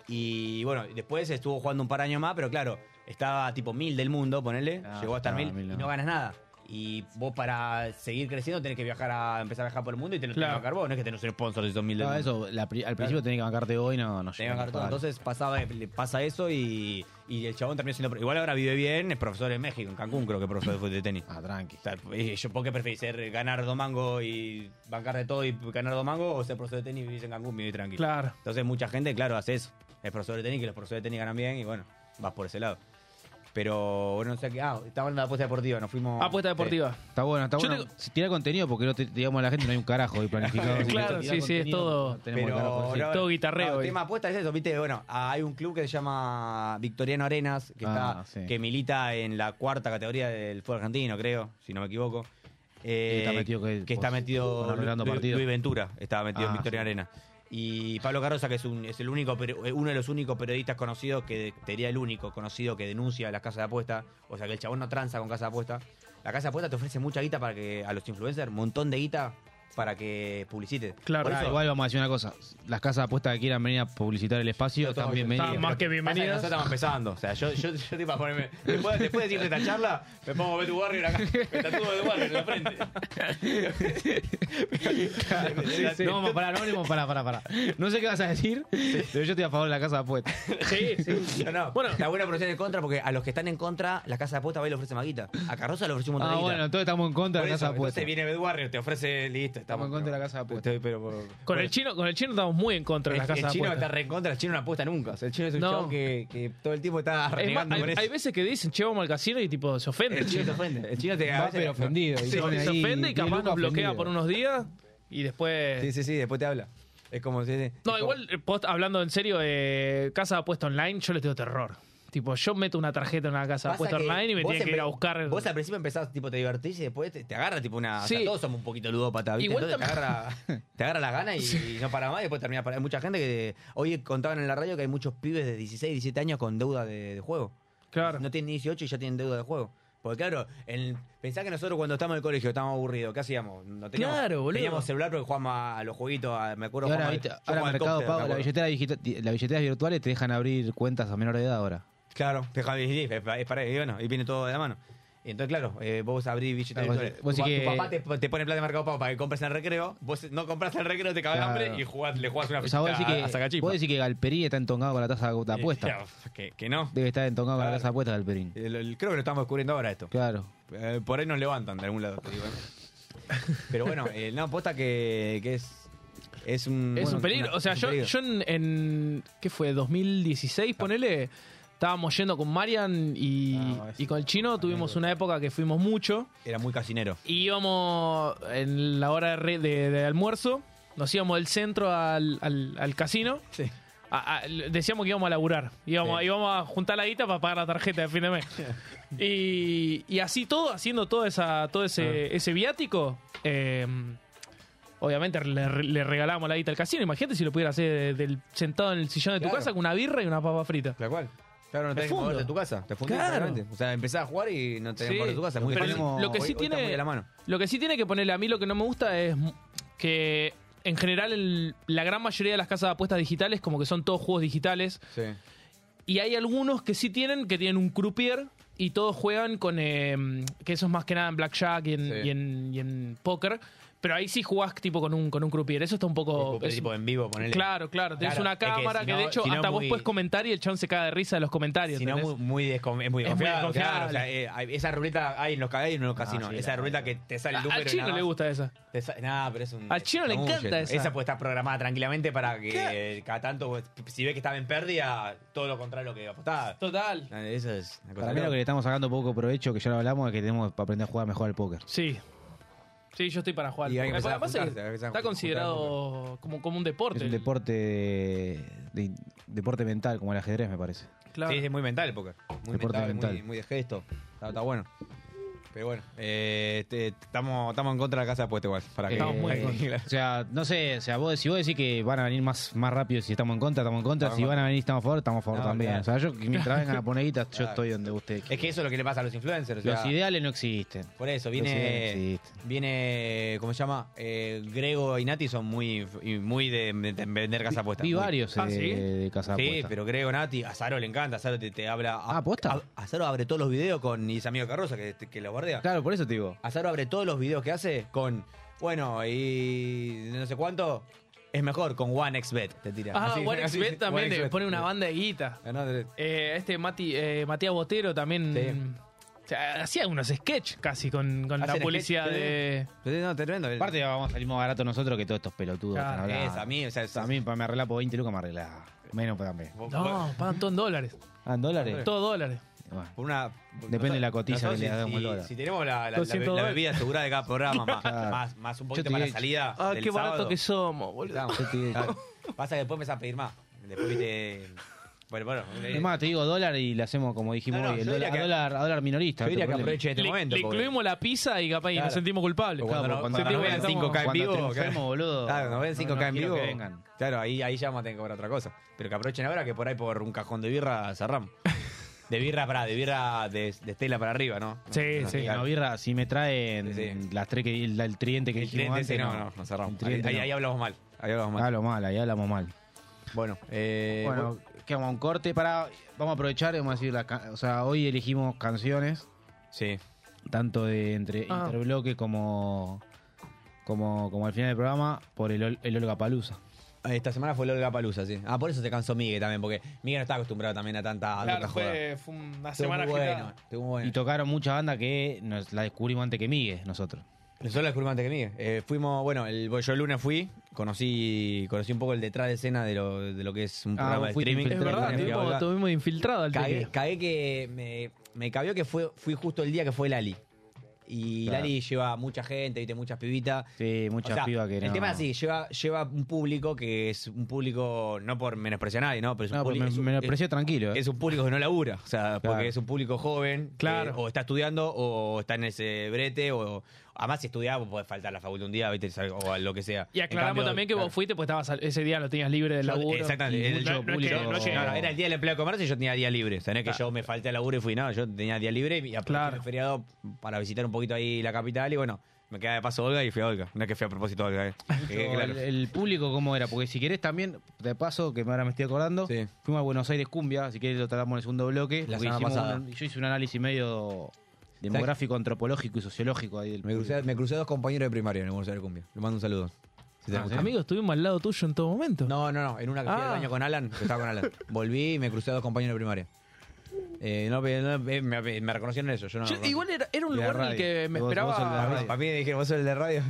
Speaker 4: Y bueno, después estuvo jugando un par de años más, pero claro, estaba tipo mil del mundo, ponele.
Speaker 6: Ah,
Speaker 4: llegó hasta
Speaker 6: no,
Speaker 4: mil
Speaker 6: mil
Speaker 4: y
Speaker 6: no.
Speaker 4: no ganas nada. Y vos para seguir creciendo tenés que viajar a empezar a viajar por el mundo y te lo tenés
Speaker 5: Claro.
Speaker 4: que bancar vos, no es que tenés un sponsor de esos mil del
Speaker 6: Ah,
Speaker 4: mundo.
Speaker 6: eso, la pri- al principio tenés que bancarte hoy, no, no
Speaker 4: Tenía
Speaker 6: llega,
Speaker 4: cartón.
Speaker 6: vale.
Speaker 4: Entonces pasaba, le pasa eso y, y el chabón terminó siendo. Igual ahora vive bien, es profesor en México, en Cancún, creo que es profesor de fútbol de tenis.
Speaker 6: Ah, tranqui.
Speaker 4: O sea, eh, yo, ¿por qué preferís ser ganar dos mangos y bancar de todo y ganar dos mangos o ser profesor de tenis y vivir en Cancún, vivir tranquilo?
Speaker 5: Claro.
Speaker 4: Entonces, mucha gente, claro, hace eso. Es profesor de tenis, que los profesores de tenis ganan bien y bueno, vas por ese lado. Pero, bueno, no sé qué. Ah, estaba hablando de apuesta deportiva, nos fuimos.
Speaker 5: Apuesta
Speaker 4: Sí.
Speaker 5: deportiva.
Speaker 6: Está bueno, está
Speaker 5: Yo
Speaker 6: bueno.
Speaker 5: tengo-
Speaker 6: Si tira contenido, porque no te, digamos a la gente, no hay un carajo ahí planificado. Así que
Speaker 5: Claro,
Speaker 6: tirar
Speaker 5: sí, sí, es
Speaker 6: contenido,
Speaker 5: todo-
Speaker 6: no tenemos
Speaker 4: Pero,
Speaker 6: carajo, sí.
Speaker 4: no,
Speaker 5: Todo guitarreo
Speaker 4: no,
Speaker 5: hoy.
Speaker 4: el tema apuesta es eso, viste, bueno, hay un club que se llama Victoriano Arenas, que
Speaker 6: Ah,
Speaker 4: está,
Speaker 6: sí.
Speaker 4: que milita en la cuarta categoría del fútbol argentino, creo, si no me equivoco. Eh,
Speaker 6: está metido que-
Speaker 4: está
Speaker 6: están
Speaker 4: metido
Speaker 6: arreglando
Speaker 4: Luis,
Speaker 6: partidos.
Speaker 4: Luis Ventura, estaba metido en
Speaker 6: Ah,
Speaker 4: Victoriano
Speaker 6: sí.
Speaker 4: Arenas. Y Pablo Carroza, que es, un- es el único, peri- uno de los únicos periodistas conocidos, que sería el único conocido que denuncia las casas de apuesta, o sea que el chabón no tranza con casas de apuesta. La casa de apuesta te ofrece mucha guita para que a los influencers, un montón de guita para que publicites.
Speaker 5: Claro.
Speaker 4: Por
Speaker 6: Pará,
Speaker 4: eso-
Speaker 6: Ah, igual vamos a decir una cosa. Las casas de apuestas que quieran venir a publicitar el espacio están bienvenidas.
Speaker 5: Está más que
Speaker 4: Pasa que
Speaker 5: bienvenidos.
Speaker 4: nosotros estamos empezando. O sea, yo, yo, yo estoy para ponerme. Después, después de decirte esta charla, me pongo Betu Warrior acá. Me tatúo Betu Warrior en la frente.
Speaker 6: No, ma, pará, no hablemos, pará, pará, pará. No sé qué vas a decir, pero yo estoy a favor de la casa de apuestas.
Speaker 4: Ah,
Speaker 5: Sí, sí.
Speaker 4: No, no.
Speaker 5: Bueno.
Speaker 4: La buena profesión en contra, porque a los que están en contra, la casa de apuesta va y le ofrece maguita. A Carroza le ofrece un montón
Speaker 6: Ah,
Speaker 4: de guita.
Speaker 6: bueno, entonces estamos en contra
Speaker 4: Por
Speaker 6: de la
Speaker 4: eso,
Speaker 6: casa de
Speaker 4: entonces
Speaker 6: apuestas.
Speaker 4: viene Bedu Warrior, te ofrece listo.
Speaker 6: Estamos en contra de la casa de apuestas.
Speaker 4: Estoy, pero, por-
Speaker 5: Con
Speaker 4: por-
Speaker 5: el chino, con el chino estamos muy en contra de
Speaker 4: el-
Speaker 5: las casas
Speaker 4: el
Speaker 5: de
Speaker 4: chino
Speaker 5: apuestas.
Speaker 4: está re en contra, el chino no apuesta nunca. O sea, el chino es un
Speaker 5: No.
Speaker 4: chabón que, que todo el tiempo está
Speaker 5: Es más,
Speaker 4: renegando
Speaker 5: hay,
Speaker 4: con eso.
Speaker 5: hay veces que dicen che vamos al casino y tipo se ofende.
Speaker 4: el chino se ofende. El chino te a
Speaker 6: Va,
Speaker 4: veces-
Speaker 6: pero ofendido.
Speaker 5: se,
Speaker 6: pone
Speaker 5: se
Speaker 6: ahí
Speaker 5: ofende y
Speaker 6: diez
Speaker 5: capaz
Speaker 6: lucas
Speaker 5: nos bloquea
Speaker 6: ofendido.
Speaker 5: por unos días y después.
Speaker 4: Sí, sí, sí, después te habla. Es como. sí, sí.
Speaker 5: No,
Speaker 4: Es
Speaker 5: igual, eh, post- hablando en serio, eh, casa de apuesta online, yo les tengo terror. Tipo, yo meto una tarjeta en una casa
Speaker 4: Pasa
Speaker 5: de apuesta
Speaker 4: que
Speaker 5: online y me
Speaker 4: vos
Speaker 5: tienen que ir
Speaker 4: empe-
Speaker 5: a buscar.
Speaker 4: Vos al principio empezás, tipo, te divertís y después te, te agarra, tipo, una. O
Speaker 5: Sí.
Speaker 4: sea, todos somos un poquito ludópatas, ¿viste?
Speaker 5: Igual
Speaker 4: Entonces te agarra, te agarra las ganas y, y no para más y después terminas para. Hay mucha gente que. Hoy contaban en la radio que hay muchos pibes de 16, 17 años con deuda de, de juego.
Speaker 5: Claro.
Speaker 4: No tienen 18 y ya tienen deuda de juego. Porque claro, el, pensá que nosotros cuando estábamos en el colegio estábamos aburridos, ¿qué hacíamos? No teníamos,
Speaker 5: Claro, boludo.
Speaker 4: Teníamos celular porque jugábamos a los jueguitos, a- me acuerdo
Speaker 6: Y ahora,
Speaker 4: jugaba-
Speaker 6: viste,
Speaker 4: yo
Speaker 6: ahora
Speaker 4: jugaba al
Speaker 6: Mercado
Speaker 4: Counter, me
Speaker 6: Pago, la
Speaker 4: acuerdo.
Speaker 6: billetera, digita- las billeteras virtuales te dejan abrir cuentas a menor de edad ahora.
Speaker 4: Claro, te deja dirigir, es pa- es para y bueno, y viene todo de la mano. Y entonces, claro, eh, vos abrís billetes
Speaker 6: Claro, vos-
Speaker 4: virtuales.
Speaker 6: vos
Speaker 4: tu, pa-
Speaker 6: sí
Speaker 4: tu
Speaker 6: que-
Speaker 4: papá te, te pone plata de mercado pago para que compres en el recreo, vos no compras en el recreo, te cagas de
Speaker 6: Claro.
Speaker 4: hambre y jugás, le
Speaker 5: Ah,
Speaker 4: jugás una
Speaker 6: O sea,
Speaker 4: fichita
Speaker 6: vos decís
Speaker 4: a
Speaker 6: que,
Speaker 4: sacachipa.
Speaker 6: vos decís que Galperín está entongado con la tasa de
Speaker 4: Eh,
Speaker 6: apuesta.
Speaker 4: ya, que, que no.
Speaker 6: Debe estar entongado con la
Speaker 4: Claro.
Speaker 6: tasa de apuesta Galperín.
Speaker 4: El- el- creo que lo estamos descubriendo ahora esto.
Speaker 6: Claro.
Speaker 4: Eh, por ahí nos levantan de algún lado. te digo, ¿eh? Pero bueno, eh, no, aposta que, que es. Es un, Mm.
Speaker 5: Es
Speaker 4: bueno,
Speaker 5: un peligro.
Speaker 4: una-
Speaker 5: o sea,
Speaker 4: es un
Speaker 5: yo,
Speaker 4: peligro.
Speaker 5: yo en, en- ¿Qué fue? 2016, ponele. Estábamos yendo con Marian y,
Speaker 3: Ah, es-
Speaker 5: y con el chino. Tuvimos una época que fuimos mucho.
Speaker 4: Era muy casinero.
Speaker 5: Y íbamos en la hora de, re- de- de almuerzo. Nos íbamos del centro al, al- al casino.
Speaker 4: Sí.
Speaker 5: A- a- Ah, decíamos que íbamos a laburar. Íbamos,
Speaker 4: Sí.
Speaker 5: íbamos a juntar la guita para pagar la tarjeta de fin de mes. y, y así todo, haciendo todo, esa, todo ese,
Speaker 4: Ah.
Speaker 5: ese viático. eh, obviamente le, le regalamos la guita al casino. Imagínate si lo pudiera hacer del, sentado en el sillón de tu
Speaker 4: Claro.
Speaker 5: casa con una birra y una papa frita.
Speaker 4: La cual. Claro, no
Speaker 5: Me
Speaker 4: tenés que
Speaker 5: fundo.
Speaker 4: moverte de tu casa. Te fundís
Speaker 5: Claro.
Speaker 4: claramente. O sea, empezás a jugar y no te
Speaker 5: Sí.
Speaker 4: moverte de tu casa. Es muy
Speaker 5: Pero
Speaker 4: difícil.
Speaker 3: ponemos-
Speaker 5: lo que
Speaker 4: Hoy-
Speaker 5: sí
Speaker 4: hoy está muy
Speaker 5: tiene.
Speaker 4: a la mano.
Speaker 5: Lo que sí tiene que ponerle a mí lo que no me gusta es mu- que en general el- la gran mayoría de las casas de apuestas digitales como que son todos juegos digitales
Speaker 4: Sí.
Speaker 5: y hay algunos que sí tienen que tienen un croupier y todos juegan con eh, que eso es más que nada en blackjack y en,
Speaker 4: Sí.
Speaker 5: y en, y en póker, pero ahí sí jugás tipo con un con un croupier, eso está un poco
Speaker 4: Ocupa el
Speaker 5: es-
Speaker 4: tipo en vivo, ponele.
Speaker 5: Claro, claro, tenés
Speaker 4: Claro,
Speaker 5: una
Speaker 4: es que
Speaker 5: cámara
Speaker 4: si
Speaker 5: que,
Speaker 4: no-
Speaker 5: de hecho
Speaker 4: si no
Speaker 5: hasta vos
Speaker 4: muy-
Speaker 5: puedes comentar y el chabón se caga de risa de los comentarios.
Speaker 4: Si no,
Speaker 5: ¿entendés?
Speaker 4: muy, muy descon- es muy
Speaker 5: Es muy
Speaker 4: desconfiado. claro,
Speaker 5: desconfiado.
Speaker 4: o sea, eh, hay- esa ruleta hay en los cagados y no en los casinos.
Speaker 6: sí,
Speaker 4: esa
Speaker 6: la-
Speaker 4: ruleta que te sale el número.
Speaker 5: Al
Speaker 4: y
Speaker 5: chino
Speaker 4: nada
Speaker 5: le
Speaker 4: más.
Speaker 5: gusta esa.
Speaker 4: Te sa- Nah, pero es un.
Speaker 5: Al chino le
Speaker 4: escabulle.
Speaker 5: encanta esa.
Speaker 4: Esa puede estar programada tranquilamente para que eh, cada tanto, vos- si ve que estaba en pérdida, todo lo contrario a lo que apostaba.
Speaker 5: Total.
Speaker 4: Ah, Eso es una cosa
Speaker 3: Para mí lo que
Speaker 4: loca.
Speaker 3: le estamos sacando poco provecho, que ya lo hablamos, es que tenemos que aprender a jugar mejor al póker.
Speaker 5: Sí. Sí, yo estoy para jugar.
Speaker 4: Y hay que
Speaker 5: Porque
Speaker 4: empezar a
Speaker 5: además
Speaker 4: juntarse,
Speaker 5: es-
Speaker 4: hay que empezar a
Speaker 5: está
Speaker 4: juntar
Speaker 5: considerado como, como un deporte.
Speaker 3: Es un deporte de, de- deporte mental, como el ajedrez, me parece.
Speaker 5: Claro.
Speaker 4: Sí, es muy mental el póker. Muy
Speaker 3: Deporte
Speaker 4: mental,
Speaker 3: mental.
Speaker 4: Muy, muy de gesto. Está, está bueno. Pero bueno, eh, este, estamos estamos en contra de la casa de apuesta igual. Para que-
Speaker 5: Estamos muy en contra.
Speaker 4: Claro.
Speaker 3: Eh, O sea, no sé, o sea, vos, si vos decís que van a venir más, más rápido, si estamos en contra, estamos en contra,
Speaker 4: Estamos
Speaker 3: si
Speaker 4: en
Speaker 3: van a venir estamos a favor, estamos a favor
Speaker 4: No,
Speaker 3: también.
Speaker 4: claro.
Speaker 3: O sea, yo que mientras vengan a poner guita, yo
Speaker 4: Claro.
Speaker 3: estoy donde usted
Speaker 4: Es que eso es lo que le pasa a los influencers. o sea,
Speaker 3: Los ideales no existen.
Speaker 4: Por eso,
Speaker 3: ideales
Speaker 4: viene.
Speaker 3: existen.
Speaker 4: Viene. ¿Cómo se llama? Eh, Grego y Nati son muy, y muy de, de vender casa apuesta.
Speaker 3: Vi
Speaker 4: muy.
Speaker 3: varios
Speaker 5: Ah,
Speaker 3: eh,
Speaker 5: ¿sí?
Speaker 3: de casa
Speaker 4: Sí,
Speaker 3: apuesta.
Speaker 4: pero Grego, Nati, a Zaro le encanta. A Zaro te, te habla.
Speaker 3: Ah, ¿posta?
Speaker 4: a- A Zaro abre todos los videos con mis amigos Carroza, que, que lo bordea.
Speaker 3: Claro, por eso te digo.
Speaker 4: Azaro abre todos los videos que hace con, bueno, y no sé cuánto, es mejor con OneXBet, te tira.
Speaker 5: Ah,
Speaker 4: Así,
Speaker 5: Warren
Speaker 4: así,
Speaker 5: Smith también le
Speaker 4: OneXBet.
Speaker 5: pone una banda de guita.
Speaker 4: Ah, no, te-
Speaker 5: Eh, este Mati, eh, Matías Botero también o sea, hacía unos sketch casi con, con la
Speaker 4: Hacen
Speaker 5: policía
Speaker 4: sketch,
Speaker 5: de.
Speaker 4: te- no, tremendo.
Speaker 3: Aparte, vamos, salimos barato nosotros que todos estos pelotudos.
Speaker 5: Claro,
Speaker 3: están hablando.
Speaker 4: es, a mí, o sea, es-
Speaker 3: a mí, para me arreglar por 20 lucas, me arregla. Menos para mí.
Speaker 4: Vos- vos-
Speaker 5: No, pagan todo en dólares.
Speaker 3: Ah, ¿en dólares?
Speaker 5: Todo dólares.
Speaker 3: Bueno.
Speaker 4: por una,
Speaker 3: Depende de la cotilla
Speaker 4: nosotros
Speaker 3: que le
Speaker 4: si-
Speaker 3: hagamos
Speaker 4: si-
Speaker 3: el dólar.
Speaker 4: Si tenemos la, la- la,
Speaker 5: 200
Speaker 4: la
Speaker 5: dólares.
Speaker 4: bebida asegurada de cada programa, más,
Speaker 3: Claro.
Speaker 4: más, más un poquito
Speaker 3: te
Speaker 4: para la
Speaker 3: digo-
Speaker 4: salida.
Speaker 5: Ah,
Speaker 4: del
Speaker 5: qué barato
Speaker 4: sábado.
Speaker 5: que somos, boludo.
Speaker 4: Estamos. Claro. Pasa que después empezás a pedir más. Después viste. Bueno, bueno. eh,
Speaker 3: Es más, te digo dólar y le hacemos como dijimos
Speaker 4: No, no,
Speaker 3: hoy, el
Speaker 4: yo diría que-
Speaker 3: dólar, a dólar, a dólar minorista.
Speaker 4: yo
Speaker 3: no te
Speaker 4: diría que
Speaker 3: problema.
Speaker 4: aproveche este
Speaker 5: Le,
Speaker 4: momento.
Speaker 5: le
Speaker 4: porque-
Speaker 5: incluimos la pizza y capaz y
Speaker 4: Claro.
Speaker 5: nos sentimos culpables.
Speaker 4: Claro,
Speaker 3: Claro,
Speaker 4: cuando-
Speaker 3: cuando
Speaker 4: cuando
Speaker 3: nos
Speaker 4: vean
Speaker 3: vean
Speaker 4: 5K en
Speaker 3: cuando
Speaker 4: vivo.
Speaker 3: triunfemos, boludo.
Speaker 4: Claro, nos ven
Speaker 3: No,
Speaker 4: 5K
Speaker 3: no
Speaker 4: en
Speaker 3: quiero
Speaker 4: vivo.
Speaker 3: que vengan.
Speaker 4: Claro, ahí, ahí ya vamos a tener que cobrar otra cosa. Pero que aprovechen ahora que por ahí por un cajón de birra cerramos. De birra para, de birra de, de estela para arriba, ¿no?
Speaker 5: Sí,
Speaker 4: No,
Speaker 5: sí.
Speaker 4: claro.
Speaker 3: No, birra, si me traen
Speaker 4: Sí, sí.
Speaker 3: las tres que el, el tridente que
Speaker 4: El
Speaker 3: dijimos
Speaker 4: cliente
Speaker 3: antes,
Speaker 4: sí, no, no, no cerramos.
Speaker 3: El
Speaker 4: Ahí,
Speaker 3: tridente
Speaker 4: ahí-
Speaker 3: no.
Speaker 4: ahí hablamos mal. Ahí hablamos mal.
Speaker 3: Hablo mal, ahí hablamos mal.
Speaker 4: Bueno, eh,
Speaker 3: bueno, que vamos a un corte para vamos a aprovechar, vamos a decir las, ca- o sea, hoy elegimos canciones
Speaker 4: sí.
Speaker 3: tanto de entre
Speaker 5: Ah.
Speaker 3: interbloque como como como al final del programa por el Ol- el Olga Palusa.
Speaker 4: Esta semana fue Olga Palusa, sí. Ah, por eso se cansó Miguel también, porque Miguel no está acostumbrado también a tanta, a tanta joda.
Speaker 5: fue una
Speaker 4: Estuvo muy bueno, estuvo muy bueno.
Speaker 3: Y tocaron mucha banda que nos la descubrimos antes que Migue, nosotros.
Speaker 4: Nosotros la descubrimos antes que Miguel. Eh, fuimos, bueno, el, yo el lunes fui, conocí conocí un poco el detrás de escena de lo, de lo que es un
Speaker 3: Ah,
Speaker 4: programa
Speaker 3: vos
Speaker 4: de
Speaker 3: fuiste
Speaker 4: streaming.
Speaker 5: Es verdad,
Speaker 3: Tuvimos-
Speaker 5: tuvimos, tuvimos infiltrado al
Speaker 4: Cagué,
Speaker 5: Teque.
Speaker 4: cagué que me, me cabió que fue, fui justo el día que fue Lali. Y
Speaker 3: Claro.
Speaker 4: Lali lleva mucha gente, viste, muchas pibitas.
Speaker 3: Sí,
Speaker 4: O
Speaker 3: muchas
Speaker 4: sea,
Speaker 3: pibas que
Speaker 4: el
Speaker 3: no-
Speaker 4: tema es así, lleva, lleva un público que es un público, no por menospreciar a nadie, ¿no? Pero es un
Speaker 3: No, pero
Speaker 4: público.
Speaker 3: me,
Speaker 4: es un-
Speaker 3: me lo
Speaker 4: es-
Speaker 3: apreció tranquilo. ¿eh?
Speaker 4: es un público que no labura, o sea, porque
Speaker 3: Claro.
Speaker 4: es un público joven, que
Speaker 5: Claro.
Speaker 4: o está estudiando, o está en ese brete, o además si estudiaba vos podés faltar a la facultad un día, ¿viste? o a lo que sea.
Speaker 5: Y
Speaker 4: En
Speaker 5: aclaramos
Speaker 4: cambio,
Speaker 5: también que
Speaker 4: claro,
Speaker 5: vos fuiste, pues estabas, al- ese día lo tenías libre del
Speaker 4: yo-
Speaker 5: laburo.
Speaker 4: Exactamente,
Speaker 5: Y
Speaker 4: el-
Speaker 5: mucho
Speaker 4: yo-
Speaker 5: público-
Speaker 4: yo- no llegué- no, no, era el día del empleo de comercio y yo tenía día libre. O sea, no es que yo me falté al laburo y fui, no, yo tenía día libre y aproveché
Speaker 5: Claro.
Speaker 4: el feriado para visitar un poquito ahí la capital y bueno, me quedé de paso Olga y fui a Olga. No es que fui a propósito a Olga, eh. Que quede
Speaker 3: Pero
Speaker 4: claro.
Speaker 3: el, el público cómo era, porque si querés también, de paso, que ahora me estoy acordando,
Speaker 4: Sí.
Speaker 3: fuimos a Buenos Aires Cumbia, si querés lo tratamos en el segundo bloque.
Speaker 4: La
Speaker 3: porque
Speaker 4: semana
Speaker 3: hicimos
Speaker 4: pasada.
Speaker 3: un- yo hice un análisis medio demográfico, antropológico y sociológico ahí del
Speaker 4: Me
Speaker 3: público.
Speaker 4: crucé, me crucé a dos compañeros de primaria en el Buenos Aires Cumbia. Le mando un saludo. Si te
Speaker 3: Ah,
Speaker 4: escuchan.
Speaker 5: Amigo, estuvimos al lado tuyo en todo momento.
Speaker 4: No, no, no. En una que fui al
Speaker 5: Ah.
Speaker 4: baño con Alan, que estaba con Alan. Volví y me crucé a dos compañeros de primaria. Eh, no, pe- no, pe- me, me reconocieron eso. Yo no,
Speaker 5: Yo- igual era, era un
Speaker 3: La
Speaker 5: lugar en el
Speaker 3: radio.
Speaker 5: que me
Speaker 3: Vos- vos sos la
Speaker 5: esperaba.
Speaker 3: radio.
Speaker 4: Para mí me dijeron, ¿vos sos el de radio?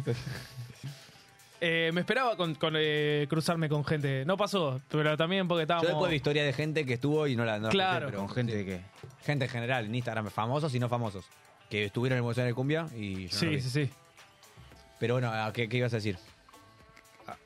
Speaker 5: eh, me esperaba con, con, eh, cruzarme con gente. No pasó, pero también porque
Speaker 4: Yo
Speaker 5: estábamos.
Speaker 4: después vi historia de gente que estuvo y no la no la conté,
Speaker 5: Claro.
Speaker 4: pero
Speaker 3: Con gente de que.
Speaker 4: gente en general, en Instagram, famosos y no famosos, que estuvieron en el Museo de Cumbia y yo no lo
Speaker 5: sí,
Speaker 4: vi.
Speaker 5: sí, sí.
Speaker 4: Pero bueno, ¿a ¿qué, qué ibas a decir?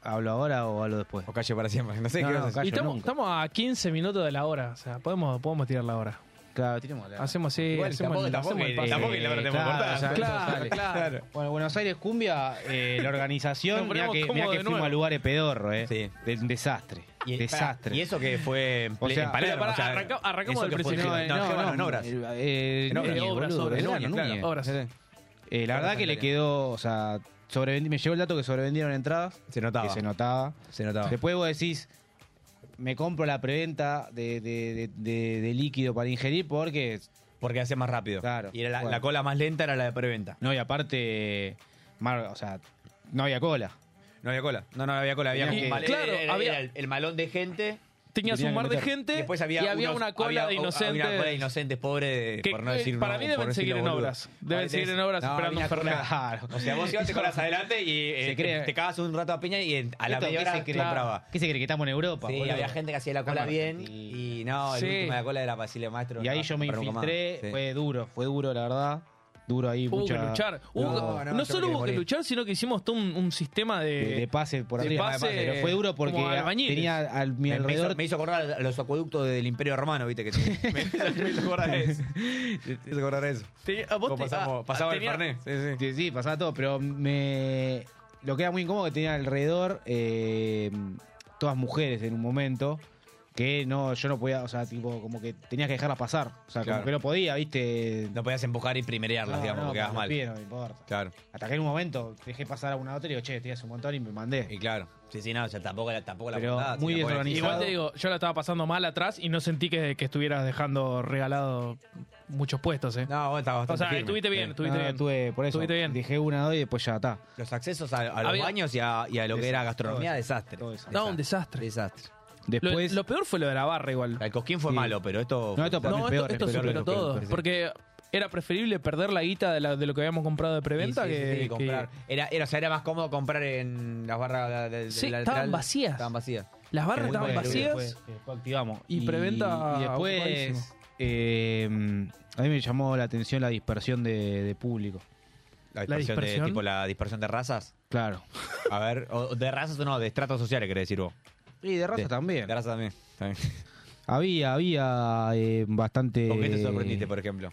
Speaker 3: ¿Hablo ahora o hablo después?
Speaker 4: O calle para siempre, no sé
Speaker 3: No,
Speaker 4: qué
Speaker 3: no,
Speaker 4: ibas a decir.
Speaker 3: Callo
Speaker 5: Y estamos,
Speaker 3: nunca.
Speaker 5: estamos a 15 minutos de la hora. O sea, podemos, podemos tirar la hora.
Speaker 3: Claro, tiremos la.
Speaker 5: Hacemos sí,
Speaker 4: Igual,
Speaker 5: hacemos
Speaker 4: tampoco-
Speaker 5: el-
Speaker 4: tampoco
Speaker 5: hacemos el
Speaker 4: que-
Speaker 5: pase.
Speaker 4: tampoco que la hora te va a cortar.
Speaker 3: o sea,
Speaker 5: Claro,
Speaker 3: sale.
Speaker 5: claro.
Speaker 3: Bueno, Buenos Aires Cumbia, eh, la
Speaker 5: Nos
Speaker 3: organización, mirá
Speaker 5: ponemos
Speaker 3: que, mirá
Speaker 5: cómodos
Speaker 3: que
Speaker 5: de
Speaker 3: fuimos
Speaker 5: nuevo.
Speaker 3: a lugares pedorro, ¿eh?
Speaker 4: Sí.
Speaker 3: De- un desastre.
Speaker 4: Y-
Speaker 3: desastre.
Speaker 4: pará, Y eso que fue en,
Speaker 3: O
Speaker 4: ple-
Speaker 3: sea,
Speaker 4: en Palermo.
Speaker 5: pero pará,
Speaker 4: o sea,
Speaker 5: arranca- arrancamos
Speaker 4: eso
Speaker 5: del
Speaker 4: que fue en
Speaker 5: principio.
Speaker 4: Cle- No, no, no, en obras.
Speaker 3: Eh, eh,
Speaker 4: En obras.
Speaker 3: Núñez,
Speaker 5: En obras,
Speaker 3: boludo,
Speaker 5: obras,
Speaker 3: en
Speaker 4: Núñez,
Speaker 3: Núñez.
Speaker 4: claro,
Speaker 5: obras.
Speaker 3: Eh, la verdad que le quedó, o sea, sobrevendi- me llegó el dato que sobrevendieron entradas,
Speaker 4: Se notaba.
Speaker 3: que se notaba.
Speaker 4: Se notaba.
Speaker 3: Después vos decís, me compro la preventa de, de- de- de- de líquido para ingerir porque...
Speaker 4: Porque hacía más rápido.
Speaker 3: Claro.
Speaker 4: Y era la,
Speaker 3: Bueno.
Speaker 4: la cola más lenta era la de preventa.
Speaker 3: No, y aparte, mar- o sea, no había cola.
Speaker 4: No había cola. No, no había cola. Había
Speaker 3: Y-
Speaker 4: un mal-
Speaker 5: claro,
Speaker 4: era- era
Speaker 5: había-
Speaker 4: el, el malón de gente.
Speaker 5: Tenías un
Speaker 3: Tenían que
Speaker 5: mar de
Speaker 3: meter.
Speaker 5: gente
Speaker 4: y después había,
Speaker 5: y había
Speaker 4: unos-
Speaker 5: una cola
Speaker 4: había-
Speaker 5: de
Speaker 4: había una cola de
Speaker 5: inocentes.
Speaker 4: inocentes, pobre,
Speaker 5: Que-
Speaker 4: por no decir
Speaker 5: para
Speaker 4: no-
Speaker 5: mí
Speaker 4: por
Speaker 5: deben
Speaker 4: no decir
Speaker 5: seguir
Speaker 4: no,
Speaker 5: en
Speaker 4: boludo.
Speaker 5: obras. Deben
Speaker 4: Ah,
Speaker 5: seguir en obras esperando
Speaker 3: había
Speaker 5: un Fernet.
Speaker 3: cola.
Speaker 4: O sea, vos ibas te colas adelante y eh,
Speaker 3: Se cree-
Speaker 4: te cagas un rato a piña y en- a la
Speaker 3: ¿Esto
Speaker 4: media
Speaker 3: qué
Speaker 4: hora
Speaker 3: se cree?
Speaker 4: compraba.
Speaker 3: ¿Qué se cree? Que estamos en Europa.
Speaker 4: Sí,
Speaker 3: boludo?
Speaker 4: había gente que hacía la cola
Speaker 3: Cámara
Speaker 4: bien
Speaker 3: Argentina.
Speaker 4: y no, el
Speaker 5: Sí.
Speaker 4: último de la cola era Basile Maestro.
Speaker 3: Y ahí
Speaker 4: no,
Speaker 3: yo me
Speaker 4: para nunca más.
Speaker 3: infiltré,
Speaker 4: Sí.
Speaker 3: fue duro, fue duro, la verdad. Duro ahí,
Speaker 5: Hubo
Speaker 3: mucha-
Speaker 5: que luchar. Hubo-
Speaker 4: No,
Speaker 5: No,
Speaker 4: no, yo me
Speaker 5: solo
Speaker 4: quería
Speaker 5: hubo que
Speaker 4: morir.
Speaker 5: luchar, sino que hicimos todo un, un sistema de.
Speaker 3: de, de pase por
Speaker 5: de
Speaker 3: arriba.
Speaker 5: pase,
Speaker 3: pero fue duro porque
Speaker 5: como albañiles.
Speaker 3: tenía a
Speaker 4: Me,
Speaker 3: mi
Speaker 4: me
Speaker 3: alrededor
Speaker 4: hizo, me hizo acordar a los acueductos del Imperio Romano, viste que te- me, hizo, me hizo acordar eso. Me hizo acordar eso.
Speaker 5: Te- a vos
Speaker 4: Como
Speaker 5: te-
Speaker 4: pasamos-
Speaker 5: a-
Speaker 4: pasaba
Speaker 5: tenía-
Speaker 4: el Fernet. Sí, sí.
Speaker 3: Sí, sí, pasaba todo, pero me. Lo que era muy incómodo que tenía alrededor eh, todas mujeres en un momento que no, yo no podía, o sea, tipo, como que tenías que dejarlas pasar. O sea,
Speaker 4: Claro.
Speaker 3: como que no podía, viste.
Speaker 4: No podías empujar y primerearlas,
Speaker 3: No,
Speaker 4: digamos,
Speaker 3: no,
Speaker 4: porque vas
Speaker 3: con los
Speaker 4: mal.
Speaker 3: pies no me importa.
Speaker 4: Claro.
Speaker 3: Hasta que en un momento dejé pasar a una otra y digo, che, te das un montón y me
Speaker 4: Y
Speaker 3: mandé.
Speaker 4: claro. Sí, sí, no, o sea, tampoco la tampoco la
Speaker 3: Pero
Speaker 4: apuntás,
Speaker 3: muy
Speaker 4: sí, tampoco la-
Speaker 3: desorganizado.
Speaker 5: Igual te digo, yo la estaba pasando mal atrás y no sentí que, que estuvieras dejando regalado muchos puestos, ¿eh?
Speaker 4: No, vos estabas
Speaker 5: o
Speaker 4: bastante
Speaker 5: sea,
Speaker 4: firme.
Speaker 5: estuviste bien,
Speaker 4: Sí.
Speaker 5: estuviste
Speaker 3: Ah,
Speaker 5: bien.
Speaker 3: tuve- por eso,
Speaker 5: Estuviste bien.
Speaker 3: dejé una, dos y después ya está.
Speaker 4: Los accesos a, a los
Speaker 5: Había-
Speaker 4: baños y a, y a lo que era
Speaker 3: Desastre.
Speaker 4: gastronomía,
Speaker 3: Todo
Speaker 4: desastre.
Speaker 3: todo desastre.
Speaker 5: No, un desastre.
Speaker 4: Desastre.
Speaker 5: Lo,
Speaker 3: Después.
Speaker 5: lo peor fue lo de la barra igual.
Speaker 4: El cosquín fue
Speaker 3: Sí.
Speaker 4: malo, pero esto.
Speaker 3: No, esto para mí
Speaker 5: No,
Speaker 3: es
Speaker 5: esto,
Speaker 3: peor,
Speaker 5: esto
Speaker 3: es peor,
Speaker 5: superó
Speaker 3: es peor,
Speaker 5: todo.
Speaker 3: es peor.
Speaker 5: Porque era preferible perder la guita de, la- de lo que habíamos comprado de preventa
Speaker 4: Sí, sí,
Speaker 5: que,
Speaker 4: sí,
Speaker 5: que-
Speaker 4: comprar. Era, era, o sea, era más cómodo comprar en las barras del
Speaker 5: Sí, estaban vacías.
Speaker 4: Estaban vacías.
Speaker 5: Las barras
Speaker 4: Muy
Speaker 5: estaban
Speaker 4: bueno,
Speaker 5: vacías.
Speaker 3: Después, después activamos.
Speaker 5: Y preventa
Speaker 3: y
Speaker 5: ocupadísimo.
Speaker 3: después. eh, a mí me llamó la atención la dispersión de, de público.
Speaker 4: La
Speaker 5: La
Speaker 4: dispersión, de
Speaker 5: dispersión.
Speaker 4: tipo la dispersión de razas.
Speaker 3: Claro.
Speaker 4: A ver, o- de razas o no, de estratos sociales, querés decir vos.
Speaker 3: Y de raza
Speaker 4: De-
Speaker 3: también.
Speaker 4: De razas también. también.
Speaker 3: Había, había eh, bastante.
Speaker 4: ¿Con qué te sorprendiste, por ejemplo?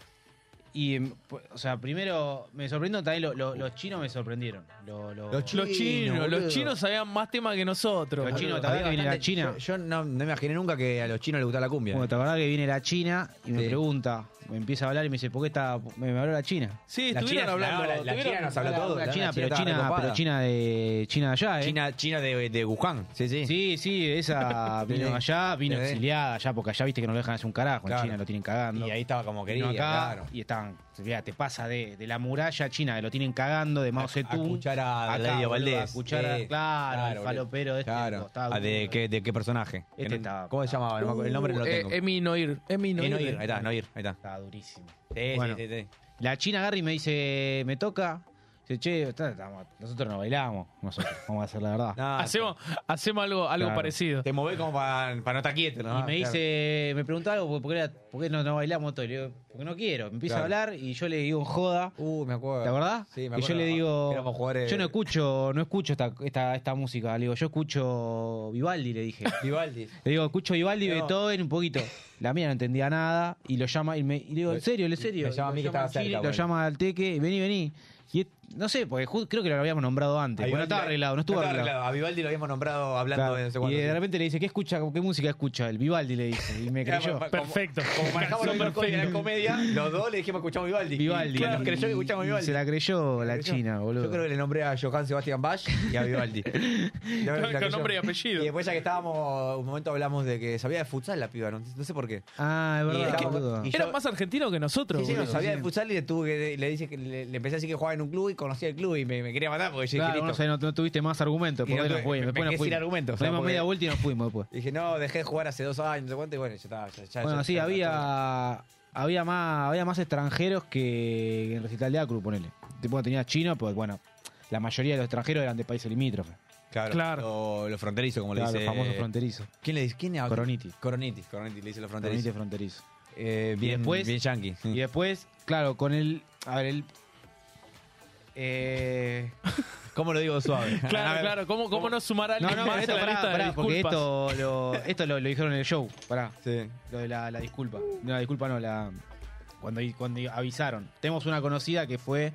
Speaker 3: Y, em, pu- o sea, primero me sorprendió también lo- lo- los chinos me sorprendieron. Lo- lo-
Speaker 4: Los chinos,
Speaker 5: Los chinos,
Speaker 4: boludo.
Speaker 5: los chinos sabían más tema que nosotros.
Speaker 3: Los chinos
Speaker 5: boludo.
Speaker 3: también. que viene la
Speaker 4: bastante-
Speaker 3: China.
Speaker 4: Yo, yo no, no me imaginé nunca que a los chinos les gustaba la cumbia.
Speaker 3: Bueno, te acordás que viene la China y me
Speaker 4: Sí.
Speaker 3: pregunta, me empieza a hablar y me dice, ¿por qué está, me, me habló la China?
Speaker 5: Sí,
Speaker 4: La
Speaker 5: estuvieron
Speaker 4: China-
Speaker 5: hablando.
Speaker 4: no, la- la
Speaker 5: estuvieron-
Speaker 4: China nos habló
Speaker 3: La-
Speaker 4: todo.
Speaker 3: la
Speaker 4: la
Speaker 3: China, pero
Speaker 4: estaba
Speaker 3: China,
Speaker 4: recopada.
Speaker 3: pero China de China de allá, ¿eh?
Speaker 4: China, China de, de Wuhan, sí, sí.
Speaker 3: Sí, sí, esa vino
Speaker 4: Tenés,
Speaker 3: allá, vino
Speaker 4: tenés.
Speaker 3: exiliada allá, porque allá viste que no lo dejan hacer un carajo,
Speaker 4: Claro.
Speaker 3: en China lo tienen cagando.
Speaker 4: Y ahí estaba como
Speaker 3: Vino
Speaker 4: quería,
Speaker 3: acá
Speaker 4: claro.
Speaker 3: y estaban, mirá, te pasa de, de la muralla china, que lo tienen cagando, de Mao
Speaker 4: A
Speaker 3: Zedong.
Speaker 4: cuchara
Speaker 3: acá,
Speaker 4: de Eladio
Speaker 3: boludo,
Speaker 4: Valdés.
Speaker 3: a cuchara,
Speaker 4: Sí,
Speaker 3: claro, al
Speaker 4: boludo.
Speaker 3: falopero este,
Speaker 4: Claro.
Speaker 3: tipo, estaba
Speaker 4: Ah, ¿De,
Speaker 3: duro.
Speaker 4: qué, ¿De qué personaje?
Speaker 3: Este
Speaker 4: Que no-
Speaker 3: estaba- Uh,
Speaker 4: ¿Cómo se llamaba? No me acuerdo, el nombre no lo
Speaker 5: Eh,
Speaker 4: tengo.
Speaker 5: Emi Noir. Emi Noir.
Speaker 4: Eh, Noir, ahí está, Noir, ahí está.
Speaker 3: Estaba durísimo.
Speaker 4: Sí,
Speaker 3: Bueno.
Speaker 4: sí, sí, sí.
Speaker 3: La china Gary me dice, me toca. Dice, che, está- estamos- nosotros no bailamos, nosotros, vamos a hacer la verdad.
Speaker 4: No,
Speaker 5: Hacemos, hacemos algo, algo
Speaker 3: Claro.
Speaker 5: parecido.
Speaker 4: Te movés como para no estar quieto, ¿no?
Speaker 3: y me
Speaker 4: Claro.
Speaker 3: dice, me preguntaba algo, ¿por por qué, era- por qué no, no bailamos todo? Y le digo, porque no quiero. Me empieza
Speaker 4: Claro.
Speaker 3: a hablar y yo le digo, en joda.
Speaker 4: Uh, me acuerdo.
Speaker 3: ¿Te acordás?
Speaker 4: Sí, me
Speaker 3: Y
Speaker 4: acuerdo.
Speaker 3: yo le digo,
Speaker 4: Éramos jugadores.
Speaker 3: yo no escucho, no escucho esta, esta, esta música. Le digo, yo escucho Vivaldi, le dije.
Speaker 4: Vivaldi.
Speaker 3: Le digo, escucho Vivaldi,
Speaker 4: No.
Speaker 3: Beethoven, un poquito. La mía no entendía nada y lo llama y me y le digo, en serio, en serio.
Speaker 4: Me llama a mí
Speaker 3: Y
Speaker 4: que
Speaker 3: lo
Speaker 4: estaba
Speaker 3: al Chile,
Speaker 4: cerca,
Speaker 3: Lo
Speaker 4: boludo.
Speaker 3: llama al teque y vení, vení. Y es- no sé, porque ju- creo que lo habíamos nombrado
Speaker 4: A
Speaker 3: antes. Bueno, no
Speaker 4: Vivaldi-
Speaker 3: estaba arreglado, no estuvo
Speaker 4: estaba
Speaker 3: arreglado.
Speaker 4: A Vivaldi lo habíamos nombrado hablando
Speaker 3: Claro.
Speaker 4: de no sé
Speaker 3: Y
Speaker 4: cuánto.
Speaker 3: de
Speaker 4: sí.
Speaker 3: repente le dice, ¿qué escucha? ¿Qué música escucha? El Vivaldi le dice. Y me
Speaker 4: Claro,
Speaker 3: creyó.
Speaker 4: pa- pa- como-
Speaker 5: Perfecto.
Speaker 4: Como manejamos la misma cosa de la comedia, los dos le dijimos que escuchamos Vivaldi.
Speaker 3: Vivaldi.
Speaker 4: Y nos creyó que
Speaker 3: Y-
Speaker 4: escuchamos
Speaker 3: y
Speaker 4: Vivaldi.
Speaker 3: Se la creyó la
Speaker 4: creyó.
Speaker 3: China, boludo.
Speaker 4: Yo creo que le nombré a Johann Sebastian Bach y a Vivaldi. La- la
Speaker 5: Con
Speaker 4: que yo-
Speaker 5: nombre y apellido.
Speaker 4: Y después ya que estábamos, un momento hablamos de que sabía de futsal la piba, no, no sé por qué.
Speaker 3: Ah, es
Speaker 4: Y
Speaker 3: verdad,
Speaker 4: estábamos-
Speaker 3: boludo.
Speaker 4: y yo-
Speaker 5: Eran más argentinos que nosotros.
Speaker 4: Sí, sí, no
Speaker 5: boludo.
Speaker 4: sabía de futsal y le, tuve que, le, dije que le, le empecé a decir que jugaba en un club y conocía el club y me, me quería matar porque yo dije,
Speaker 3: Claro,
Speaker 4: listo.
Speaker 3: no, sé, no- no tuviste más argumentos.
Speaker 4: Y no
Speaker 3: Porque
Speaker 4: tuve-
Speaker 3: nos
Speaker 4: me-
Speaker 3: fuimos,
Speaker 4: me
Speaker 3: después nos
Speaker 4: quedé sin
Speaker 3: fuimos.
Speaker 4: argumentos, o
Speaker 3: Nos
Speaker 4: sea,
Speaker 3: dimos
Speaker 4: porque-
Speaker 3: media vuelta y nos fuimos después.
Speaker 4: Dije, no, dejé de jugar hace dos años, no sé cuánto, y bueno, ya estaba. ya- ya-
Speaker 3: Bueno,
Speaker 4: ya-
Speaker 3: sí,
Speaker 4: ya-
Speaker 3: había. había más, había más extranjeros que en Recital de Acru, ponele. Tipo, tenía chino, pues bueno, la mayoría de los extranjeros eran de países limítrofes.
Speaker 4: Claro.
Speaker 5: Claro.
Speaker 4: Lo, lo fronterizo, como le
Speaker 3: Claro, los
Speaker 4: dice.
Speaker 3: famosos fronterizos.
Speaker 4: ¿Quién le dice? ¿Quién le habla?
Speaker 3: Coroniti.
Speaker 4: Coroniti, Coroniti, le dice lo fronterizo. Mm.
Speaker 3: Provincia fronterizo.
Speaker 4: Eh, bien,
Speaker 3: después-
Speaker 4: bien yankee. sí.
Speaker 3: Y después, claro, con el. A ver, el. Eh,
Speaker 4: ¿Cómo lo digo suave? A
Speaker 5: Claro,
Speaker 4: ver,
Speaker 5: claro. ¿Cómo, cómo no sumar a
Speaker 3: no,
Speaker 5: alguien
Speaker 3: no,
Speaker 5: más
Speaker 3: esto,
Speaker 5: a la
Speaker 3: pará,
Speaker 5: lista de
Speaker 3: pará, porque
Speaker 5: disculpas?
Speaker 3: esto, lo, esto lo, lo dijeron en el show, pará.
Speaker 4: Sí.
Speaker 3: Lo de la, la disculpa. No, la disculpa no, la. Cuando, cuando avisaron. Tenemos una conocida que fue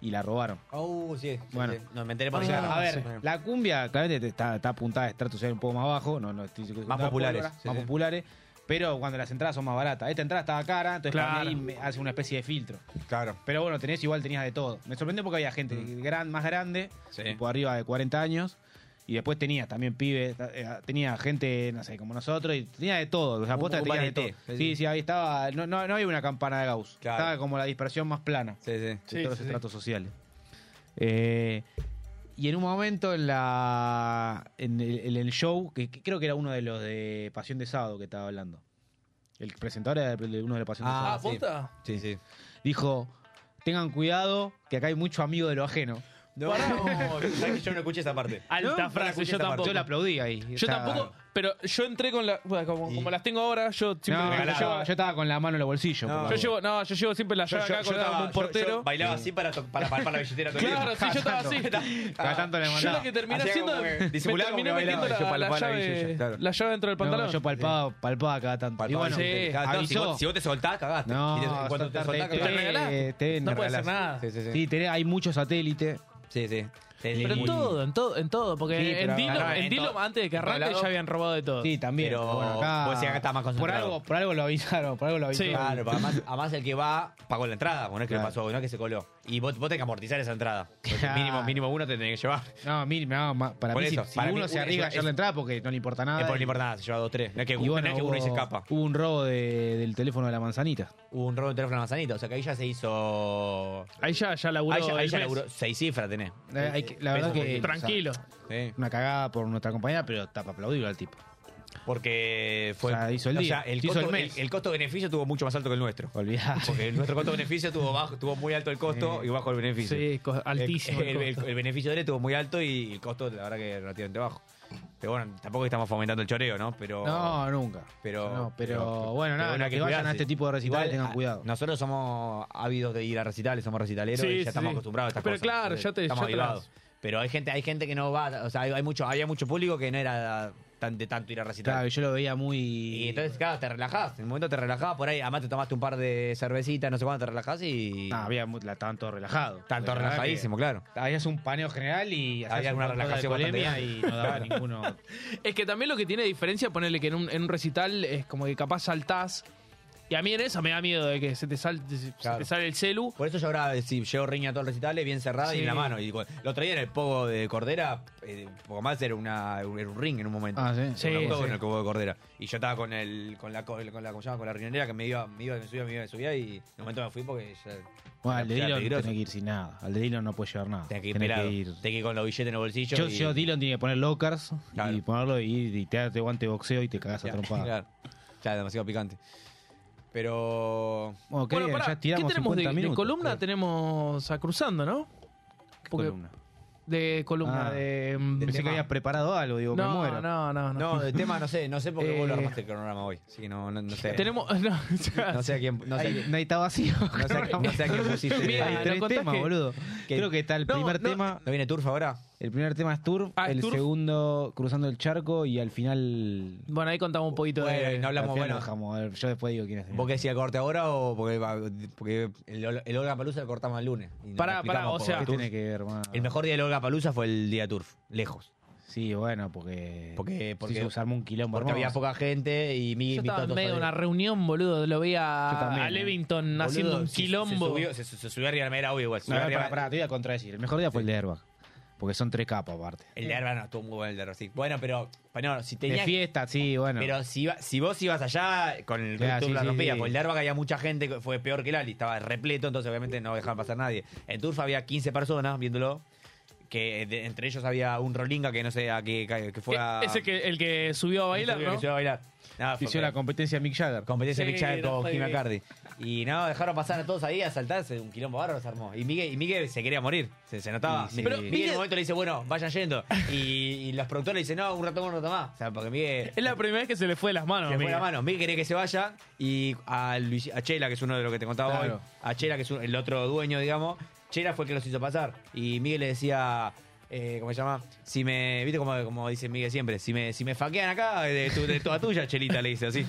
Speaker 3: y la robaron.
Speaker 4: Oh, sí.
Speaker 3: Bueno.
Speaker 4: Bueno. No, me enteré por
Speaker 3: O sea,
Speaker 4: allá.
Speaker 3: a ver, la cumbia claramente te- está, está apuntada a estratos un poco más bajo, no, no estoy- no,
Speaker 4: populares,
Speaker 3: pólvora,
Speaker 4: sí,
Speaker 3: más
Speaker 4: sí.
Speaker 3: populares, pero cuando las entradas son más baratas. Esta entrada estaba cara, entonces para
Speaker 5: Claro.
Speaker 3: mí me hace una especie de filtro.
Speaker 4: Claro.
Speaker 3: Pero bueno, tenés igual, tenías de todo. Me sorprendió porque había gente gran, más grande,
Speaker 4: Mm. Sí.
Speaker 3: por arriba de 40 años. Y después tenías también pibes, ta- eh, tenía gente, no sé, como nosotros, y tenía de todo. O sea,
Speaker 4: Un
Speaker 3: posta
Speaker 4: poco
Speaker 3: tenía de todo.
Speaker 4: variete, sí,
Speaker 3: Sí,
Speaker 4: sí.
Speaker 3: sí, ahí estaba, no, no, no había una campana de Gauss.
Speaker 4: Claro.
Speaker 3: Estaba como la dispersión más plana
Speaker 4: Sí, sí.
Speaker 3: de todos los estratos sociales. Eh, y en un momento en la en el, en el show, que, que creo que era uno de los de Pasión de Sábado que estaba hablando. El presentador era de uno de los Pasión de
Speaker 4: Ah,
Speaker 5: Ah,
Speaker 4: sí.
Speaker 5: ¿posta?
Speaker 4: Sí, sí.
Speaker 3: Dijo, tengan cuidado, que acá hay mucho amigo de lo ajeno.
Speaker 4: No, ¿sabes que yo no escuché esa parte.
Speaker 3: Ah,
Speaker 5: Alta
Speaker 4: No,
Speaker 5: frase,
Speaker 4: escuché
Speaker 5: yo
Speaker 4: esa
Speaker 5: tampoco.
Speaker 3: Yo lo aplaudí ahí.
Speaker 5: Yo tampoco, pero yo entré con la. bueno, como, como las tengo ahora, yo siempre.
Speaker 3: No, yo,
Speaker 5: yo, llevo,
Speaker 3: yo estaba con la mano en los bolsillos.
Speaker 4: No.
Speaker 3: por
Speaker 5: yo llevo-
Speaker 3: favor.
Speaker 5: no, yo llevo siempre la llave acá colgada como un
Speaker 4: yo- yo
Speaker 5: portero.
Speaker 4: bailaba así para, to- para palpar la billetera. todo el
Speaker 5: claro,
Speaker 4: tiempo.
Speaker 5: sí, yo estaba así.
Speaker 3: Cada tanto le
Speaker 5: Yo
Speaker 3: mandaba.
Speaker 5: lo que terminé
Speaker 4: Hacía
Speaker 5: haciendo.
Speaker 4: como que
Speaker 5: me
Speaker 4: disimulaba
Speaker 5: terminé
Speaker 4: como que
Speaker 5: metiendo
Speaker 4: bailaba, yo
Speaker 5: la, la
Speaker 4: palpaba la
Speaker 5: llave,
Speaker 4: billetilla, claro.
Speaker 5: la llave dentro del
Speaker 3: No,
Speaker 5: pantalón.
Speaker 3: yo palpaba, palpaba cada tanto.
Speaker 4: Palpaba
Speaker 3: y bueno,
Speaker 4: la billetera. Claro, no, si,
Speaker 3: avisó.
Speaker 4: vos, si vos te soltás, cagás.
Speaker 3: No,
Speaker 4: Y te- en cuanto te
Speaker 3: soltarte,
Speaker 4: soltás,
Speaker 3: te-
Speaker 4: cagás.
Speaker 3: te- te-
Speaker 5: No
Speaker 3: me
Speaker 5: puede
Speaker 3: regalás.
Speaker 5: hacer nada.
Speaker 4: Sí, sí, sí.
Speaker 3: Sí, tenés- hay muchos satélites.
Speaker 4: Sí, sí.
Speaker 5: Pero en todo, en todo, en todo. Porque
Speaker 3: Sí, pero-
Speaker 5: en Dilo,
Speaker 4: Ah, no, en
Speaker 5: en Dilo,
Speaker 4: todo.
Speaker 5: antes de que
Speaker 4: En todos
Speaker 5: arranque,
Speaker 4: lados.
Speaker 5: ya habían robado de todo.
Speaker 3: Sí, también.
Speaker 4: Pero
Speaker 3: Pero bueno, acá-
Speaker 4: vos decís acá está más
Speaker 3: por
Speaker 4: concentrado.
Speaker 3: algo, por algo lo avisaron, por algo lo
Speaker 5: Sí.
Speaker 3: avisaron.
Speaker 4: Claro, pero además, además el que va pagó la entrada, bueno, no es que le
Speaker 3: Claro.
Speaker 4: pasó, no es que se coló. Y vos, vos tenés que amortizar esa entrada. Porque
Speaker 3: Claro.
Speaker 4: Mínimo, mínimo uno te tenés que llevar.
Speaker 3: No, mí- no, ma- para
Speaker 4: Por
Speaker 3: mí, si-
Speaker 4: eso,
Speaker 3: si,
Speaker 4: para
Speaker 3: uno
Speaker 4: mí
Speaker 3: se
Speaker 4: uno
Speaker 3: arriesga a
Speaker 4: es-
Speaker 3: echar la entrada porque no le importa nada.
Speaker 4: es por no importa nada, se lleva dos, tres. No es que,
Speaker 3: Y bueno,
Speaker 4: no es que
Speaker 3: hubo,
Speaker 4: uno y se escapa.
Speaker 3: hubo un robo de- del teléfono de la manzanita.
Speaker 4: Hubo un robo de teléfono a manzanita, o sea que ahí ya se hizo.
Speaker 5: Ahí ya, ya laburó.
Speaker 4: ahí ya, ahí
Speaker 5: el
Speaker 4: ya
Speaker 5: mes.
Speaker 4: laburó seis cifras tenés.
Speaker 3: Eh, hay que- la verdad
Speaker 4: Pesos
Speaker 3: que.
Speaker 5: Tranquilo.
Speaker 4: Sí.
Speaker 3: o sea, una cagada por nuestra compañera, pero tapa aplaudible al tipo.
Speaker 4: Porque fue.
Speaker 3: O sea, hizo el día,
Speaker 4: el
Speaker 3: hizo
Speaker 4: costo,
Speaker 3: el mes.
Speaker 4: el- el costo-beneficio tuvo mucho más alto que el nuestro.
Speaker 3: Olvidá.
Speaker 4: Porque nuestro costo-beneficio tuvo bajo, tuvo muy alto el costo y bajo el beneficio.
Speaker 5: Sí, co- altísimo.
Speaker 4: El, el-
Speaker 5: el
Speaker 4: el-
Speaker 5: costo.
Speaker 4: el beneficio de él estuvo muy alto y el costo, la verdad, que relativamente bajo. Pero bueno, tampoco estamos fomentando el choreo, ¿no? Pero.
Speaker 3: No, nunca.
Speaker 4: Pero,
Speaker 3: No, pero, bueno, nada,
Speaker 4: bueno, hay
Speaker 3: que, vayan a
Speaker 4: cuidarse.
Speaker 3: este tipo de recitales
Speaker 4: Igual,
Speaker 3: tengan
Speaker 4: ah,
Speaker 3: cuidado.
Speaker 4: Nosotros somos ávidos de ir a recitales, somos recitaleros
Speaker 5: Sí,
Speaker 4: y ya
Speaker 5: sí,
Speaker 4: estamos
Speaker 5: sí.
Speaker 4: acostumbrados a estas
Speaker 5: Pero
Speaker 4: cosas.
Speaker 5: claro,
Speaker 4: Entonces,
Speaker 5: ya te-
Speaker 4: estamos
Speaker 5: ya te
Speaker 4: avivados.
Speaker 5: las-
Speaker 4: Pero hay gente, hay gente que no va, o sea, hay, hay mucho, había mucho público que no era tan de tanto ir a recitales.
Speaker 3: Claro, yo lo veía muy.
Speaker 4: Y entonces, claro, te relajás. En un momento te relajás por ahí. Además, te tomaste un par de cervecitas, no sé cuándo te relajás y.
Speaker 3: No, había mu- la, estaban todos relajados.
Speaker 4: tanto
Speaker 3: Ah, La verdad que-
Speaker 4: relajadísimo, claro.
Speaker 3: Habías un paneo general y hacías
Speaker 4: Había
Speaker 3: un
Speaker 4: una
Speaker 3: montón de
Speaker 4: relajación bastante
Speaker 3: polemia
Speaker 4: grande.
Speaker 3: y no daba ninguno.
Speaker 5: Es que también lo que tiene de diferencia, ponerle que en un, en un recital es como que capaz saltás. Y a mí en esa me da miedo de que se te, sal- se
Speaker 4: Claro.
Speaker 5: te sale el celu.
Speaker 4: Por eso yo ahora, si llevo riña a todos los recitales, bien cerrada y en la mano. Y cu- lo traía en el pogo de Cordera, eh, poco más era, una, era un ring en un momento.
Speaker 3: Ah, sí.
Speaker 4: Era
Speaker 5: Sí,
Speaker 4: un pogo
Speaker 5: sí.
Speaker 4: en el pogo de Cordera. Y yo estaba con el, con la, co- con la, ¿cómo se llama? con la riñonera que me iba, me iba, me subía, me iba, me subía y en un momento me fui porque ya.
Speaker 3: Bueno, al de
Speaker 4: era
Speaker 3: Dillon
Speaker 4: peligroso.
Speaker 3: tenés que ir sin nada. Al de Dillon no puede llevar nada.
Speaker 4: Tenía que ir
Speaker 3: Tenés
Speaker 4: pelado.
Speaker 3: que
Speaker 4: Tenía
Speaker 3: ir-
Speaker 4: que ir con los billetes en los bolsillos.
Speaker 3: Yo,
Speaker 4: y-
Speaker 3: yo Dillon tiene que poner lockers y
Speaker 4: Claro.
Speaker 3: ponerlo y, y te darte guante de boxeo y te cagás a
Speaker 4: Ya,
Speaker 3: trompada.
Speaker 4: Claro, Ya, demasiado picante. Pero.
Speaker 3: Bueno, ¿qué?
Speaker 5: bueno, pará,
Speaker 3: ya tiramos
Speaker 5: ¿qué tenemos de,
Speaker 3: 50
Speaker 5: de
Speaker 3: minutos.
Speaker 5: columna? Tenemos a Cruzando, ¿no? Porque-
Speaker 3: Columna.
Speaker 5: De columna,
Speaker 3: Ah,
Speaker 5: de... mm,
Speaker 3: Pensé que
Speaker 5: tema.
Speaker 3: habías preparado algo, digo, me
Speaker 5: no,
Speaker 3: muero.
Speaker 5: no, no, no.
Speaker 4: No, de tema no sé, no sé porque vos lo
Speaker 5: Eh.
Speaker 4: armaste el cronograma hoy. Así que no, no, no sé.
Speaker 5: Tenemos... No, o sea,
Speaker 4: No sé a quién. No sé a
Speaker 3: Ahí,
Speaker 4: quién.
Speaker 3: ahí está vacío.
Speaker 4: No sé, a qué- no sé a qué pusiste.
Speaker 5: Mira,
Speaker 3: Hay
Speaker 5: ¿no
Speaker 3: tres
Speaker 5: contás
Speaker 3: temas,
Speaker 5: que-
Speaker 3: boludo.
Speaker 4: que-
Speaker 3: Creo que está el
Speaker 5: No,
Speaker 3: primer
Speaker 5: no.
Speaker 3: tema.
Speaker 4: ¿No viene Turf ahora?
Speaker 3: El primer tema es Tour,
Speaker 5: Ah,
Speaker 3: el
Speaker 5: Turf.
Speaker 3: segundo cruzando el charco y al final.
Speaker 5: Bueno, ahí contamos un poquito
Speaker 4: Bueno,
Speaker 5: de...
Speaker 4: y no
Speaker 3: al
Speaker 4: hablamos,
Speaker 3: final lo
Speaker 4: bueno.
Speaker 3: dejamos. A ver, yo después digo quién es.
Speaker 4: ¿Vos querés ir al corte ahora o porque, va- porque el, Ol- el Olga Palusa lo cortamos el lunes? Y nos
Speaker 5: Pará,
Speaker 4: explicamos
Speaker 5: pará, o
Speaker 4: por
Speaker 5: sea,
Speaker 3: ¿Qué
Speaker 4: Turf.
Speaker 3: tiene que ver, hermano?
Speaker 4: El mejor día del Olga Palusa fue el día Turf, lejos.
Speaker 3: Sí, bueno, porque.
Speaker 4: Porque- porque-
Speaker 3: sí, se armó un quilombo.
Speaker 4: Porque había
Speaker 3: hermoso.
Speaker 4: poca gente y mi
Speaker 5: Yo estaba en
Speaker 4: mi-
Speaker 5: medio de una reunión, boludo. Lo vi
Speaker 3: Yo
Speaker 5: a,
Speaker 3: también,
Speaker 5: a
Speaker 3: eh.
Speaker 5: Levington
Speaker 4: Boludo,
Speaker 5: haciendo un
Speaker 4: se- se
Speaker 5: quilombo.
Speaker 4: subió- Se, se subió arriba de la madera, obvio, igual. se
Speaker 3: No,
Speaker 4: subió
Speaker 3: no,
Speaker 4: arriba-
Speaker 3: pará, pará, te voy a contradecir. El mejor día fue el de Airbag. Porque son tres capas aparte.
Speaker 4: El de Arba no estuvo muy bueno el de Rossi. Bueno, pero. Bueno, si
Speaker 3: De
Speaker 4: tenía.
Speaker 3: fiesta, sí, bueno.
Speaker 4: Pero si, iba- si vos ibas allá con el
Speaker 3: Claro,
Speaker 4: Turf
Speaker 3: sí,
Speaker 4: la
Speaker 3: sí,
Speaker 4: rompía,
Speaker 3: sí.
Speaker 4: porque el de Arba había mucha gente, que fue peor que Lali, estaba repleto, entonces obviamente no dejaban pasar nadie. En Turf había 15 personas viéndolo, que de- entre ellos había un Rolinga que no sé a qué, ca- que fue a...
Speaker 5: Eh, Ese que, el que subió a bailar,
Speaker 4: que
Speaker 5: ¿no?
Speaker 4: subió a bailar. Nada, fue-
Speaker 3: Hizo la competencia Mick Jagger.
Speaker 4: Competencia
Speaker 5: Sí,
Speaker 4: Mick Jagger
Speaker 5: no
Speaker 4: con
Speaker 5: fue
Speaker 4: Jimmy
Speaker 5: bien.
Speaker 4: Cardi. Y no, dejaron pasar a todos ahí a saltarse. Un quilombo bárbaro se armó. Y Miguel, y Miguel se quería morir. Se, se notaba. Mi-
Speaker 3: Sí, sí.
Speaker 4: Miguel,
Speaker 3: Pero
Speaker 4: en
Speaker 5: Miguel-
Speaker 4: un momento le dice, bueno, vayan yendo. Y, y los productores le dicen, no, un rato más, un rato más. O sea, porque Miguel.
Speaker 5: Es la primera vez que se le fue de las
Speaker 3: Ah,
Speaker 5: manos.
Speaker 4: Se fue
Speaker 5: amigo.
Speaker 4: la mano. Miguel quería que se vaya y a, Luis- a Chela, que es uno de los que te contaba
Speaker 3: Claro.
Speaker 4: hoy, a Chela, que es un- el otro dueño, digamos, Chela fue el que los hizo pasar. Y Miguel le decía, eh, ¿cómo se llama? Si me, viste como, como dice Miguel siempre, si me, si me faquean acá, de, tu- de toda tuya, Chelita, le dice así.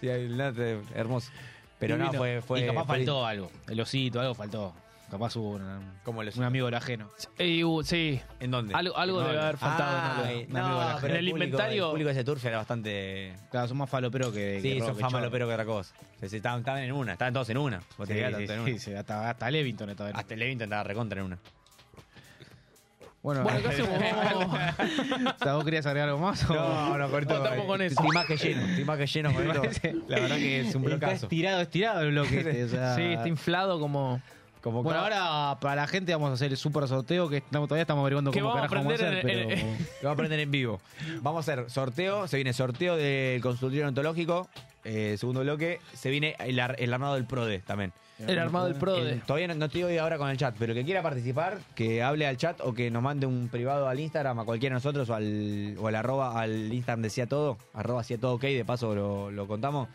Speaker 4: Sí, ahí, no, te- hermoso. Pero no, fue... fue
Speaker 3: y capaz
Speaker 4: fue
Speaker 3: faltó algo. El osito, algo faltó. Capaz hubo una-
Speaker 4: Como los-
Speaker 3: un amigo del ajeno.
Speaker 5: Ey, uh, sí,
Speaker 4: ¿En dónde?
Speaker 5: algo, algo
Speaker 3: No,
Speaker 5: debe
Speaker 3: no.
Speaker 5: haber faltado.
Speaker 4: Ah,
Speaker 5: ¿no?
Speaker 4: eh,
Speaker 3: un amigo de la
Speaker 4: no,
Speaker 3: gente.
Speaker 4: pero
Speaker 5: En el
Speaker 4: público-
Speaker 5: inventario-
Speaker 4: El público de ese turf era bastante...
Speaker 3: Claro, son más faloperos que.
Speaker 4: Sí,
Speaker 3: que
Speaker 4: son
Speaker 3: rock, que
Speaker 4: fama
Speaker 3: chorro.
Speaker 4: lo pero que otra cosa. Sí, sí, Estaban, estaban en una, estaban todos en una. Vos te
Speaker 3: Sí,
Speaker 4: quedás
Speaker 3: sí,
Speaker 4: tanto en
Speaker 3: sí,
Speaker 4: una.
Speaker 3: sí, hasta, hasta Levington estaba en-
Speaker 4: Hasta el Levington estaba recontra en una. Ah,
Speaker 3: Bueno,
Speaker 5: Bueno, ¿qué hacemos?
Speaker 3: o sea, ¿vos querías agregar algo más? o-
Speaker 4: No, no, cortó.
Speaker 5: Cortamos con eso.
Speaker 4: Estoy más que lleno, estoy más que lleno con esto.
Speaker 3: Parece-
Speaker 4: La verdad que es un
Speaker 3: Está
Speaker 4: blocazo.
Speaker 3: estirado, estirado el bloque. este, o sea.
Speaker 5: Sí, está inflado como...
Speaker 4: Como
Speaker 3: Bueno,
Speaker 4: cada-
Speaker 3: ahora para la gente vamos a hacer el super sorteo que estamos- todavía estamos averiguando
Speaker 5: Que
Speaker 3: cómo
Speaker 5: vamos a
Speaker 3: carajo vamos a hacer,
Speaker 5: aprender en-
Speaker 3: pero
Speaker 5: en-
Speaker 4: Lo vamos a aprender en vivo. Vamos a hacer sorteo, se viene sorteo del consultorio ontológico, eh, segundo bloque, se viene el, ar- el armado del PRODE también.
Speaker 5: El armado del PRODE.
Speaker 4: Eh, El- todavía no, no estoy hoy ahora con el chat, pero el que quiera participar, que hable al chat o que nos mande un privado al Instagram, a cualquiera de nosotros, o al, o al arroba, al Instagram decía todo, arroba hacía todo ok, de paso lo, lo contamos.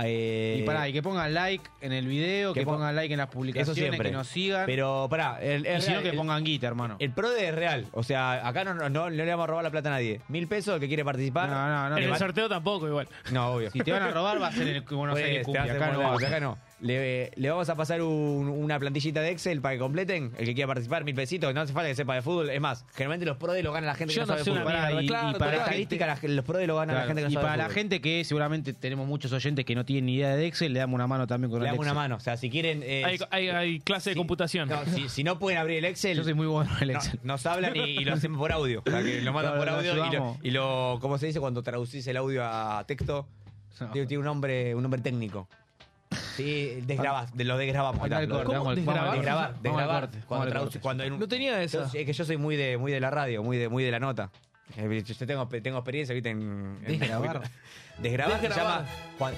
Speaker 4: Eh,
Speaker 3: y pará, y que pongan like en el video,
Speaker 4: que
Speaker 3: que,
Speaker 4: pon-
Speaker 3: pongan like en las publicaciones,
Speaker 4: siempre.
Speaker 3: que nos sigan.
Speaker 4: Pero pará, el,
Speaker 3: y
Speaker 4: el
Speaker 3: si no,
Speaker 4: real-
Speaker 3: que
Speaker 4: el-
Speaker 3: pongan guita, hermano.
Speaker 4: el PRODE es real. O sea, acá no, no, no- no le vamos a robar la plata a nadie. Mil pesos el que quiere participar.
Speaker 3: No, no, no,
Speaker 5: en
Speaker 3: le
Speaker 5: el
Speaker 3: va-
Speaker 5: sorteo tampoco igual.
Speaker 4: No, obvio.
Speaker 3: Si te van a robar, va a ser en el Buenos
Speaker 4: Pues,
Speaker 3: Aires
Speaker 4: te vas
Speaker 3: Cumbia.
Speaker 4: a hacer
Speaker 3: Acá no
Speaker 4: muy
Speaker 3: vamos.
Speaker 4: guapo, acá no. Le, le vamos a pasar un- una plantillita de Excel para que completen. El que quiera participar, mil pesitos. No hace falta que sepa de fútbol. Es más, generalmente los PRODE lo gana la gente
Speaker 5: Yo
Speaker 4: que
Speaker 5: no
Speaker 4: no,
Speaker 5: sé
Speaker 4: sabe de
Speaker 5: una
Speaker 4: fútbol.
Speaker 3: Pará,
Speaker 5: mierda,
Speaker 3: y- y
Speaker 5: claro,
Speaker 4: Para
Speaker 3: para
Speaker 4: la
Speaker 3: la
Speaker 5: total.
Speaker 4: estadística, la- los PRODE lo gana la
Speaker 3: Claro,
Speaker 4: gente que no
Speaker 3: y
Speaker 4: sabe de
Speaker 3: para la
Speaker 4: fútbol.
Speaker 3: gente que seguramente tenemos muchos oyentes que no tienen ni idea de Excel, le damos una mano también con
Speaker 4: Le
Speaker 3: el
Speaker 4: damos
Speaker 3: Excel.
Speaker 4: una mano. O sea, si quieren. eh,
Speaker 5: Hay, hay, hay clase de
Speaker 4: si-
Speaker 5: computación.
Speaker 4: no, si, si no pueden abrir el Excel.
Speaker 3: Yo soy muy bueno en el
Speaker 4: No,
Speaker 3: Excel.
Speaker 4: nos hablan y, y lo hacemos por audio. O sea, que lo mandan por
Speaker 3: Claro, lo
Speaker 4: audio y lo,
Speaker 3: ayudamos.
Speaker 4: y lo- ¿Cómo se dice cuando traducís el audio a texto?
Speaker 3: No.
Speaker 4: Tiene, tiene un nombre, un nombre técnico. Sí,
Speaker 3: Ah.
Speaker 4: desgrabás, de- lo desgrabamos.
Speaker 3: Anda
Speaker 4: acá,
Speaker 3: al
Speaker 4: lo-
Speaker 3: corte,
Speaker 5: ¿Cómo?
Speaker 3: vamos al- vamos al
Speaker 5: ¿Desgrabar?
Speaker 3: corte.
Speaker 4: Desgrabar,
Speaker 3: Vamos
Speaker 4: desgrabar.
Speaker 3: al corte, vamos
Speaker 4: cuando
Speaker 3: al
Speaker 4: traduce-
Speaker 3: corte.
Speaker 4: cuando en un-
Speaker 5: No tenía
Speaker 4: Yo-
Speaker 5: esa.
Speaker 4: es que yo soy muy de, muy de la radio, muy de, muy de la nota. Eh, Yo tengo, tengo experiencia, viste, en, en-
Speaker 3: Desgrabar.
Speaker 4: Desgrabar se
Speaker 5: Desgrabar.
Speaker 4: llama. cuan-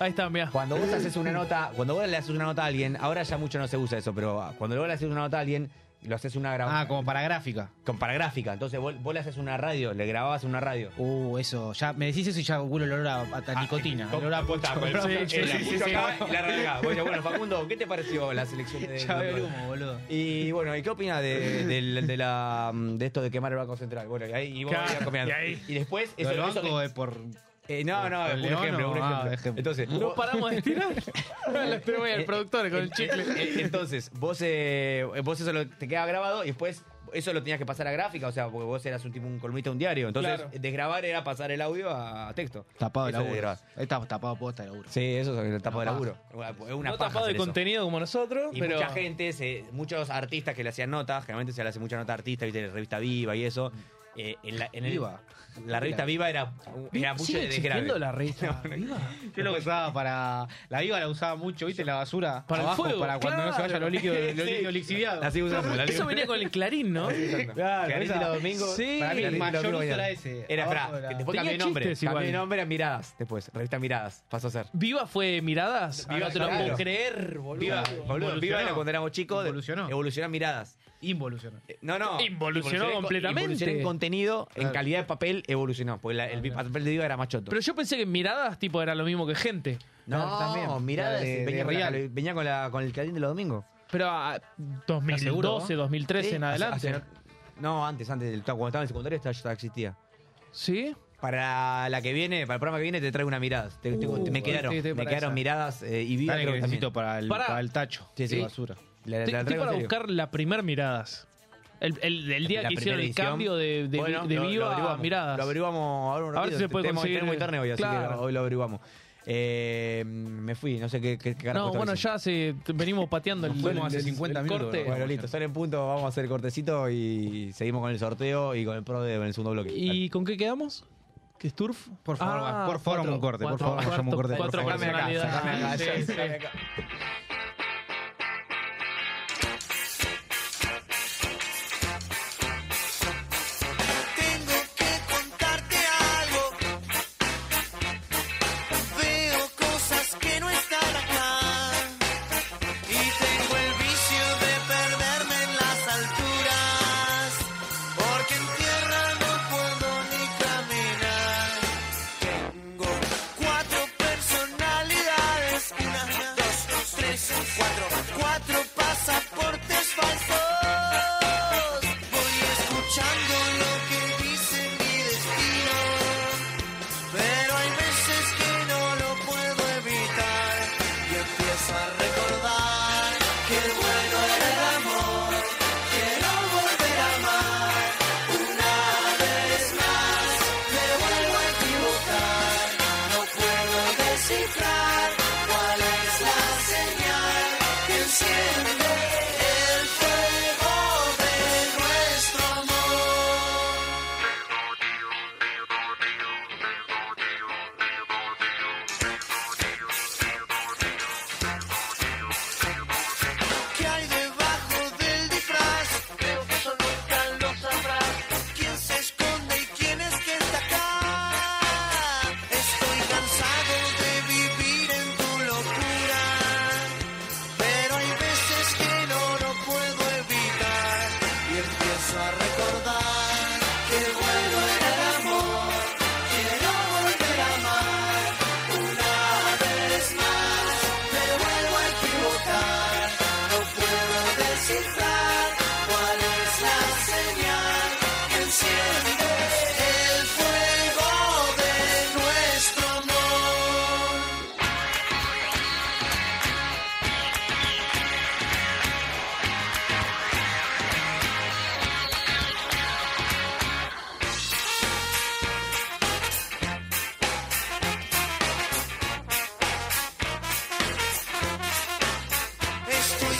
Speaker 5: Ahí está, mirá.
Speaker 4: cuando vos haces una nota, cuando vos le haces una nota a alguien, ahora ya mucho no se usa eso, pero ah, cuando vos le haces una nota a alguien, lo haces una
Speaker 3: Ah,
Speaker 4: grabación
Speaker 3: como para gráfica.
Speaker 4: con para gráfica. Entonces vos, vos le haces una radio, le grababas una radio.
Speaker 3: Uh, eso, ya me decís eso y ya huele olor a, a
Speaker 4: Ah, eh,
Speaker 3: nicotina. olor a pocho.
Speaker 4: Sí, sí, sí,
Speaker 5: sí.
Speaker 4: la radio acá. Vos decís, Bueno, Facundo, ¿qué te pareció la selección de
Speaker 3: Ya veo el humo, boludo.
Speaker 4: Y bueno, ¿y qué opinas de, del- de la, de esto de quemar el Banco Central? Bueno, y ahí y vos
Speaker 5: Claro,
Speaker 4: ibas comiendo.
Speaker 5: y ahí.
Speaker 4: Y después, eso,
Speaker 3: Lo del
Speaker 4: eso-
Speaker 3: banco es por...
Speaker 4: eh, no, no,
Speaker 3: ¿Con
Speaker 4: un
Speaker 3: León
Speaker 4: ejemplo,
Speaker 3: o-
Speaker 4: un ejemplo.
Speaker 3: ah, ejemplo.
Speaker 4: Entonces,
Speaker 5: No
Speaker 4: vos-
Speaker 5: paramos de estirar. Lo estiré al productor con el chicle.
Speaker 4: Eh, eh, Entonces, vos, eh, vos eso lo- te quedaba grabado y después eso lo tenías que pasar a gráfica, o sea, porque vos eras un tipo un columnista de un diario. Entonces,
Speaker 5: Claro.
Speaker 4: desgrabar era pasar el audio a texto.
Speaker 3: Tapado de
Speaker 4: Eso es
Speaker 3: laburo.
Speaker 4: desgrabar.
Speaker 3: Ahí está tapado posta de laburo.
Speaker 4: Sí, eso es el tapado de
Speaker 3: paja.
Speaker 4: laburo. Es una
Speaker 5: no
Speaker 4: paja
Speaker 5: tapado de
Speaker 4: hacer eso.
Speaker 5: contenido como nosotros,
Speaker 4: Y
Speaker 5: pero.
Speaker 4: mucha gente, se- muchos artistas que le hacían notas, generalmente se le hace mucha nota a artistas, viste, la revista Viva y eso. eh, en la, en el-
Speaker 3: Viva.
Speaker 4: La revista Viva era, era mucho
Speaker 5: ¿Sigue
Speaker 4: de desgrave.
Speaker 5: existiendo la revista? Viva?
Speaker 4: Ah,
Speaker 3: Yo lo usaba para... La viva la usaba mucho, ¿viste? La basura.
Speaker 5: Para el
Speaker 3: abajo,
Speaker 5: fuego,
Speaker 3: Para cuando no se vaya
Speaker 5: claro.
Speaker 3: los líquidos, los
Speaker 4: Sí.
Speaker 3: líquidos lixiviados.
Speaker 4: La sigo usando, la sigo
Speaker 5: Eso venía con el clarín, ¿no?
Speaker 4: usando.
Speaker 3: Claro,
Speaker 4: Que Ariel
Speaker 3: esa-
Speaker 4: los domingos-
Speaker 3: Sí,
Speaker 4: para mí,
Speaker 3: el
Speaker 4: Ariel
Speaker 3: mayor
Speaker 4: los domingos
Speaker 3: uso
Speaker 4: era-
Speaker 3: era ese,
Speaker 4: Era,
Speaker 3: abajo
Speaker 4: pará,
Speaker 3: de la-
Speaker 4: que después
Speaker 5: Tenía
Speaker 4: cambió de nombre.
Speaker 5: chistes
Speaker 4: Cambió de
Speaker 5: igual.
Speaker 4: nombre a Miradas, después. Revista Miradas, pasó a ser.
Speaker 5: ¿Viva fue miradas?
Speaker 4: Viva,
Speaker 5: no te lo puedo
Speaker 4: claro.
Speaker 5: creer, boludo.
Speaker 4: Viva, boludo, Viva era cuando éramos chicos. de-
Speaker 3: Evolucionó.
Speaker 4: Evolucionó a Miradas.
Speaker 3: Involucionó.
Speaker 4: Eh, No, no.
Speaker 5: Involucionó
Speaker 4: en co-
Speaker 5: completamente.
Speaker 4: Evolucionó en contenido, en calidad de papel, evolucionó. Porque la- el papel de Viva era más choto.
Speaker 5: Pero yo pensé que miradas, tipo, era lo mismo que gente.
Speaker 4: No, también. Miradas
Speaker 3: La de-
Speaker 4: venía,
Speaker 3: de
Speaker 4: con la-
Speaker 3: Real.
Speaker 4: venía con, la, con el clarín de los domingos.
Speaker 5: Pero ah, 2012,
Speaker 3: seguro,
Speaker 5: 2013 en
Speaker 4: Sí, hace-
Speaker 5: adelante.
Speaker 4: hace- no, antes, antes. del- Cuando estaba en el secundario esta ya existía.
Speaker 5: ¿Sí?
Speaker 4: Para la que viene, para el programa que viene, te traigo una mirada. Te- te-
Speaker 5: Uh,
Speaker 4: me quedaron,
Speaker 5: estoy- estoy
Speaker 4: me
Speaker 5: para
Speaker 4: quedaron
Speaker 5: esa.
Speaker 4: miradas eh, y vida.
Speaker 3: Dale
Speaker 4: creo
Speaker 3: que
Speaker 4: que
Speaker 3: necesito
Speaker 4: también.
Speaker 3: para el,
Speaker 5: Pará.
Speaker 3: para el tacho.
Speaker 4: Sí, sí.
Speaker 3: De basura.
Speaker 4: La- la
Speaker 5: Estoy, estoy
Speaker 4: traigo
Speaker 5: para
Speaker 4: en serio.
Speaker 5: buscar la primer miradas. El, el- el día
Speaker 4: La
Speaker 5: que hicieron
Speaker 4: primera
Speaker 5: el
Speaker 4: edición.
Speaker 5: cambio de, de-
Speaker 4: Bueno,
Speaker 5: de
Speaker 4: lo- lo
Speaker 5: Viva a
Speaker 4: averiguamos.
Speaker 5: miradas.
Speaker 4: Lo averiguamos ahora un
Speaker 5: A ver
Speaker 4: ratito.
Speaker 5: si se puede
Speaker 4: Tenemos-
Speaker 5: conseguir.
Speaker 4: Tenemos internet hoy, así que
Speaker 5: Claro.
Speaker 4: hoy lo averiguamos. Eh, me fui, no sé qué, qué, qué carajo
Speaker 5: no,
Speaker 4: estaba
Speaker 5: bueno,
Speaker 4: diciendo.
Speaker 5: ya se, venimos pateando el,
Speaker 3: fuimos
Speaker 5: el-
Speaker 3: hace
Speaker 5: el
Speaker 3: 50 minutos,
Speaker 5: corte.
Speaker 3: boludo.
Speaker 4: Bueno, listo, sale en punto, vamos a hacer el cortecito y seguimos con el sorteo y con el pro de, en el segundo bloque. Dale.
Speaker 5: ¿Y con qué quedamos? ¿Qué es Turf?
Speaker 3: Por
Speaker 4: Ah,
Speaker 3: favor, va, por favor, hagamos un corte, por favor, hagamos un corte, por
Speaker 5: Ah, Cuatro
Speaker 3: favor.
Speaker 4: Sacame acá,
Speaker 5: personalidades.
Speaker 4: sacame acá,
Speaker 5: Sí,
Speaker 4: ya,
Speaker 5: sí.
Speaker 4: sacame acá.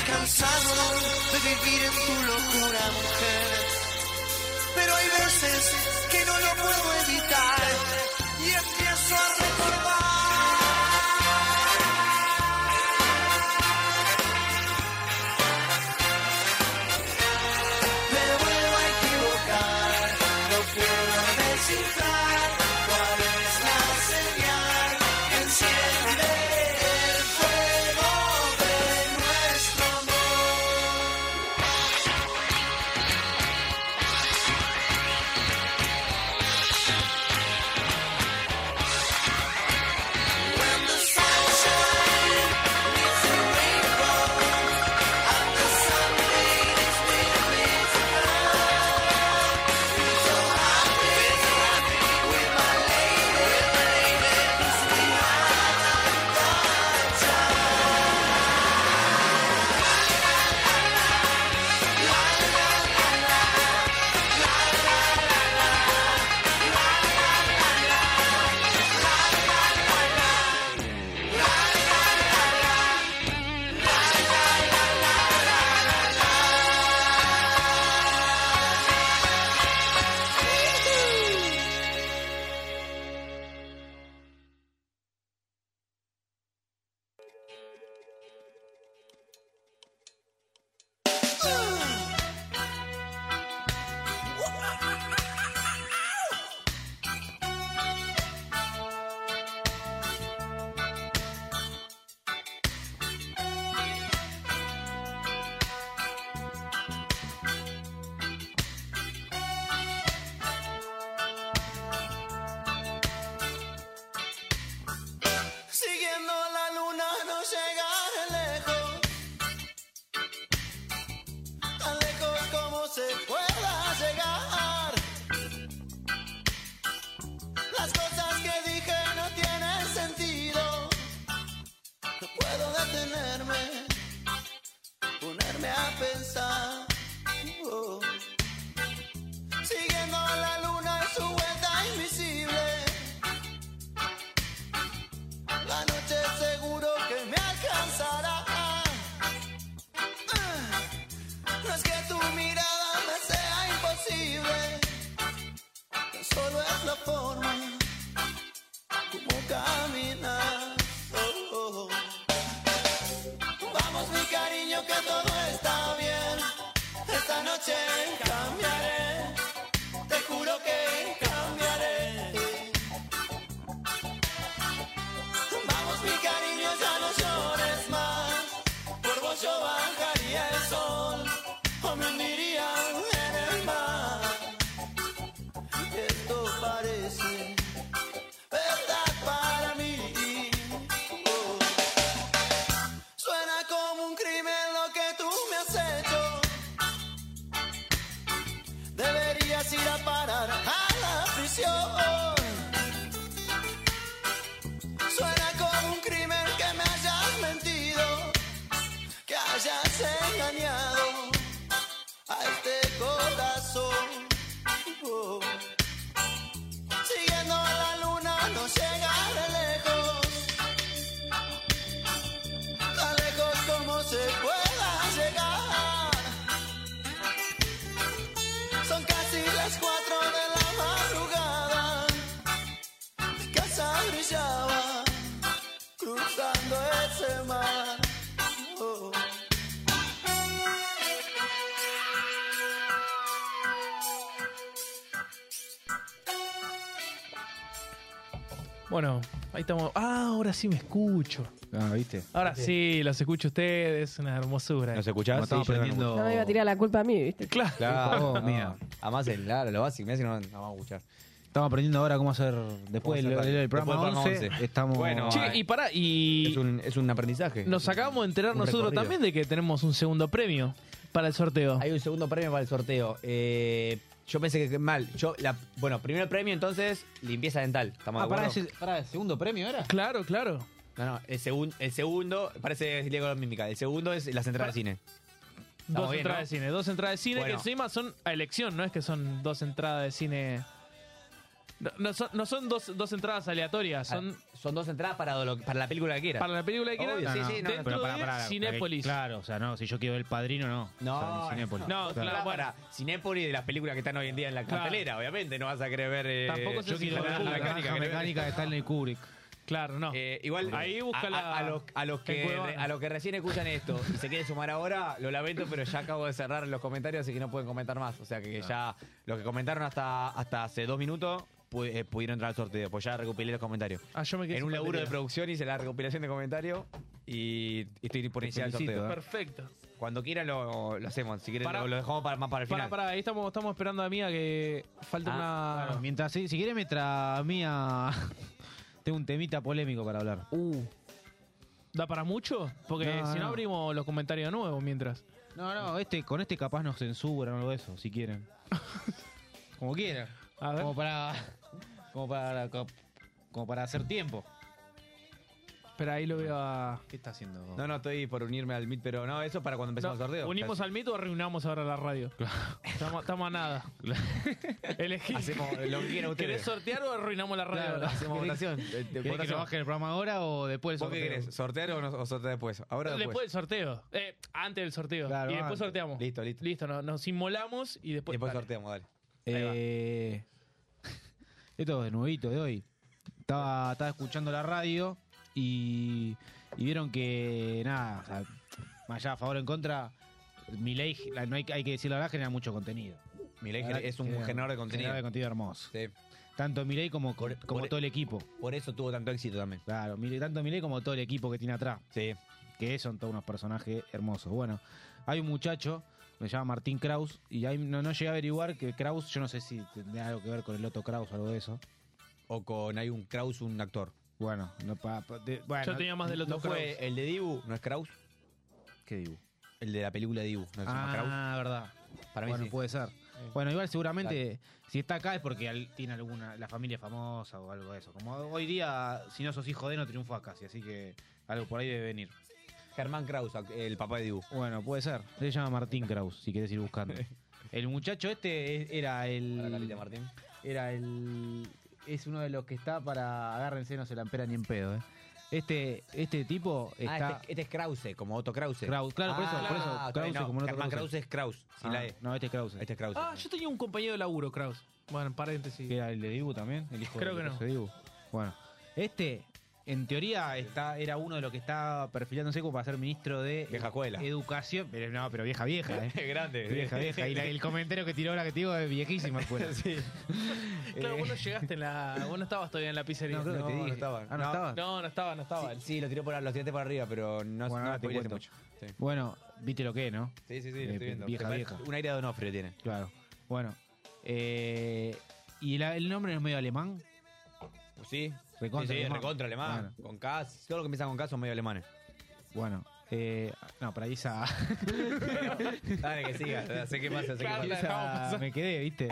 Speaker 7: de vivir en tu locura, mujer. Pero hay veces que no lo puedo evitar y empiezo a recordar. Me vuelvo a equivocar, no puedo descifrar cuál es la señal. Enciende el fuego de nuestro amor. When the sunshine meets the rainbow, and the sun beats with its love, we so happy, so happy with my lady, with my lady, it's the Siguiendo la luna no llegaré lejos. Tan lejos como se pueda llegar. Las cosas que dije no tienen sentido. No puedo detenerme, ponerme a pensar. Oh. Siguiendo la luna en su vuelta invisible. La noche seguro que me alcanzará. Ah, No es que tu mirada me sea imposible, tan solo es la forma como caminar. Oh, oh. Vamos mi cariño que todo está bien. Esta noche cambiaré, te juro que cambiaré. Vamos mi cariño, ya no llores más. Por vos yo bajaría el sol o me hundiría en el mar. Y esto parece verdad para mí. Oh. Suena como un crimen lo que tú me has hecho. Deberías ir a parar a la prisión. Suena como un crimen que me hayas mentido, que hayas engañado a este corazón. Oh. Siguiendo a la luna no llegaré lejos, tan lejos como se pueda llegar. Son casi las cuatro de la madrugada casa brillaba cruzando ese mar. Oh.
Speaker 5: Bueno, ahí estamos. Ah, ahora sí me escucho.
Speaker 3: Ah, ¿viste?
Speaker 5: Ahora sí, los escucho a ustedes. Una hermosura.
Speaker 4: ¿Nos escuchás?
Speaker 3: Como estamos
Speaker 4: Sí, yo-
Speaker 3: aprendiendo-
Speaker 8: No me iba a tirar la culpa a mí, ¿viste?
Speaker 5: Claro.
Speaker 4: Claro,
Speaker 3: Oh,
Speaker 4: no.
Speaker 3: mía.
Speaker 4: Además, el, claro, lo básico, me hace que no, no vamos a escuchar.
Speaker 3: Estamos aprendiendo ahora cómo hacer. Después
Speaker 4: Cómo
Speaker 3: del
Speaker 4: hacer radio.
Speaker 3: del- del
Speaker 4: Después
Speaker 3: programa
Speaker 4: del programa
Speaker 3: 11,
Speaker 4: 11.
Speaker 3: estamos.
Speaker 4: Bueno,
Speaker 5: Che, y pará, y
Speaker 4: Es un, es un aprendizaje.
Speaker 5: nos acabamos de enterar
Speaker 4: un
Speaker 5: nosotros
Speaker 4: recorrido.
Speaker 5: también de que tenemos un segundo premio para el sorteo.
Speaker 4: Hay un segundo premio para el sorteo. Eh, yo pensé que mal. Yo, la, bueno, primer premio entonces, limpieza dental. ¿Estamos de
Speaker 6: Ah, pará,
Speaker 4: acuerdo?
Speaker 6: ese- pará, ¿segundo premio era?
Speaker 5: Claro, claro.
Speaker 4: No, no, el, segun- el segundo, parece Diego la mímica. El segundo es las entradas de cine.
Speaker 5: Dos
Speaker 4: bien,
Speaker 5: entradas
Speaker 4: ¿no?
Speaker 5: de cine, dos entradas de cine
Speaker 4: Bueno.
Speaker 5: que encima son a elección, no es que son dos entradas de cine No, no son, no son dos, dos entradas aleatorias, son
Speaker 4: Ah, son dos entradas para, lo- para la película que quieras.
Speaker 5: para la película que quieran
Speaker 4: Obvio, sí,
Speaker 5: no,
Speaker 4: sí, no,
Speaker 5: dentro
Speaker 4: pero
Speaker 5: de Cinépolis.
Speaker 3: Claro, o sea, no, si yo quiero ver el padrino, no.
Speaker 4: No,
Speaker 3: O sea, en Cinépolis.
Speaker 5: No,
Speaker 4: Claro,
Speaker 5: claro, bueno.
Speaker 4: para Cinépolis de las películas que están hoy en día en la
Speaker 5: Claro.
Speaker 4: cartelera, obviamente. No vas a querer ver. eh,
Speaker 5: Tampoco sé
Speaker 4: yo
Speaker 5: si
Speaker 4: quiero
Speaker 5: la
Speaker 4: ver
Speaker 5: naranja
Speaker 4: mecánica.
Speaker 3: La
Speaker 4: que no-
Speaker 3: mecánica de Stanley Kubrick.
Speaker 5: Claro, no.
Speaker 4: Eh, igual
Speaker 5: Ahí busca
Speaker 4: a,
Speaker 5: la-
Speaker 4: a- a los, a los
Speaker 5: en
Speaker 4: que
Speaker 5: Cuevana.
Speaker 4: a los que recién escuchan esto y se quieren sumar ahora, lo lamento, pero ya acabo de cerrar los comentarios, así que no pueden comentar más. O sea que ya los que comentaron hasta, hasta hace dos minutos pu- eh, pudieron entrar al sorteo, pues ya recopilé los comentarios.
Speaker 5: Ah, yo me quedé
Speaker 4: en
Speaker 5: sin
Speaker 4: un laburo de
Speaker 5: batería.
Speaker 4: producción hice la recopilación de comentarios y estoy por iniciar el
Speaker 3: felicito,
Speaker 4: sorteo.
Speaker 5: Perfecto.
Speaker 4: Cuando quieran lo, lo hacemos, si quieren
Speaker 5: Para-
Speaker 4: lo, lo dejamos para, más para el
Speaker 5: Para,
Speaker 4: final. Ah,
Speaker 5: para, ahí estamos, estamos esperando a Mía que falta una.
Speaker 3: Claro, mientras, si, si quiere, mientras mía. Tengo un temita polémico para hablar.
Speaker 5: Uh. ¿Da para mucho? Porque
Speaker 3: No,
Speaker 5: si no,
Speaker 3: no.
Speaker 5: abrimos los comentarios nuevos mientras.
Speaker 3: No, no, este, con este capaz nos censuran o algo de eso, si quieren. Como quieran.
Speaker 5: A ver.
Speaker 3: Como para. Como para. co- Como para hacer tiempo.
Speaker 5: Pero ahí lo veo a.
Speaker 3: ¿Qué está haciendo?
Speaker 4: No, no, estoy por unirme al MIT, pero no, eso es para cuando
Speaker 5: No,
Speaker 4: empecemos el sorteo.
Speaker 5: ¿Unimos al mito o reunamos ahora la radio? Estamos, estamos a nada. Elegí.
Speaker 4: Hacemos lo que quieran
Speaker 5: ¿Querés
Speaker 4: ustedes.
Speaker 5: sortear o arruinamos la radio? ahora?
Speaker 4: Hacemos votación. eh, de-
Speaker 3: ¿Querés que
Speaker 4: votación.
Speaker 3: nos baje el programa ahora o después del
Speaker 4: ¿Vos qué
Speaker 3: sorteo?
Speaker 4: querés? ¿Sortear o, no, o sortear después? Ahora o
Speaker 5: después,
Speaker 4: después.
Speaker 5: del sorteo. Eh, antes del sorteo.
Speaker 3: Claro,
Speaker 5: y después
Speaker 3: antes.
Speaker 5: sorteamos.
Speaker 4: Listo, listo.
Speaker 5: Oh. Listo, no- nos inmolamos y después.
Speaker 4: después
Speaker 5: dale.
Speaker 4: sorteamos, dale.
Speaker 3: Eh, esto es nuevito de hoy. Estaba, estaba escuchando la radio y, y vieron que, nada, o sea, más allá a favor o en contra, mi ley, no hay, hay que decir la verdad, genera mucho contenido.
Speaker 4: Milei
Speaker 3: La verdad
Speaker 4: es
Speaker 3: que
Speaker 4: un
Speaker 3: genera-
Speaker 4: generador de contenido.
Speaker 3: Generador de contenido hermoso.
Speaker 4: Sí.
Speaker 3: Tanto Milei como,
Speaker 4: Por-
Speaker 3: como
Speaker 4: por-
Speaker 3: todo el equipo.
Speaker 4: Por eso tuvo tanto éxito también.
Speaker 3: Claro, Milei- tanto Milei como todo el equipo que tiene atrás.
Speaker 4: Sí.
Speaker 3: que son todos unos personajes hermosos. Bueno, hay un muchacho, se llama Martín Kraus, y ahí no, no llegué a averiguar que Kraus, yo no sé si tendrá algo que ver con el Loto Kraus o algo de eso.
Speaker 4: O con hay un Kraus, un actor.
Speaker 3: Bueno, no pa- pa- de- bueno,
Speaker 5: Yo tenía más del otro
Speaker 4: Ah, ¿No fue el de Dibu? ¿No es Kraus?
Speaker 3: ¿Qué digo?
Speaker 4: El de la película Dibu. ¿No se llama Kraus?
Speaker 3: Ah, verdad.
Speaker 4: Para mí
Speaker 3: bueno,
Speaker 4: sí.
Speaker 3: puede ser. Bueno, igual seguramente si está acá es porque al- tiene alguna la familia famosa o algo de eso. Como hoy día, si no sos hijo de no triunfás casi, así que algo por ahí debe venir.
Speaker 4: Germán Kraus, el papá de Dibu.
Speaker 3: Bueno, puede ser. Se llama Martín Kraus, si querés ir buscando. El muchacho este es- era
Speaker 4: Para Carlita
Speaker 3: el.
Speaker 4: Martín.
Speaker 3: Era el. Es uno de los que está para. Agárrense, no se la ampera ni en pedo, ¿eh? Este, este tipo está.
Speaker 4: Ah, este, este es Krause, como Otto Krause.
Speaker 3: Krause, claro, por eso,
Speaker 4: Ah,
Speaker 3: por eso,
Speaker 4: ok,
Speaker 3: Krause
Speaker 4: no,
Speaker 3: como Otto
Speaker 4: Germán
Speaker 3: Krause.
Speaker 4: Krause es Kraus, sin
Speaker 3: Ah,
Speaker 4: la E.
Speaker 3: No, este es Kraus.
Speaker 4: Este es Krause.
Speaker 5: Ah, yo tenía un compañero de laburo, Kraus. Bueno, paréntesis.
Speaker 3: Que era el de Dibu también, el hijo
Speaker 5: Creo
Speaker 3: de
Speaker 5: que no.
Speaker 3: de Dibu. Bueno, este, en teoría, está, era uno de los que estaba perfilándose como para ser ministro de eh,
Speaker 4: Vieja escuela.
Speaker 3: educación. Pero no, pero vieja vieja, ¿eh?
Speaker 4: Qué grande.
Speaker 3: Vieja, vieja. Y la- el comentario que tiró ahora que te digo es viejísima pues. Eh, escuela.
Speaker 5: Claro, vos no llegaste en la. Vos no estabas todavía en la pizzería.
Speaker 3: No, creo que te
Speaker 4: no
Speaker 3: dije.
Speaker 4: estaba.
Speaker 3: Ah, no,
Speaker 4: No.
Speaker 3: estaba.
Speaker 5: No, no estaba, no estaba.
Speaker 4: Sí, sí, lo tiró para, lo tiraste para arriba, pero no,
Speaker 3: Bueno,
Speaker 4: no
Speaker 3: ahora te
Speaker 4: spoileaste
Speaker 3: cuento.
Speaker 4: mucho. Sí,
Speaker 3: Bueno, viste lo que es, ¿no?
Speaker 4: sí, sí, sí,
Speaker 3: Eh,
Speaker 4: lo estoy viendo.
Speaker 3: vieja,
Speaker 4: Se parece-
Speaker 3: vieja.
Speaker 4: Un aire de Onofre tiene.
Speaker 3: Claro. Bueno. eh, y la- el nombre no es medio alemán.
Speaker 4: Sí,
Speaker 3: Recontra
Speaker 4: sí, sí,
Speaker 3: alemán.
Speaker 4: recontra alemán. Con K, todo lo que empieza con K son medio alemanes.
Speaker 3: Bueno. eh, no, para ahí esa,
Speaker 4: Dale, que siga. Sé qué pasa, sé qué
Speaker 3: esa
Speaker 4: pasa.
Speaker 3: me quedé, ¿viste?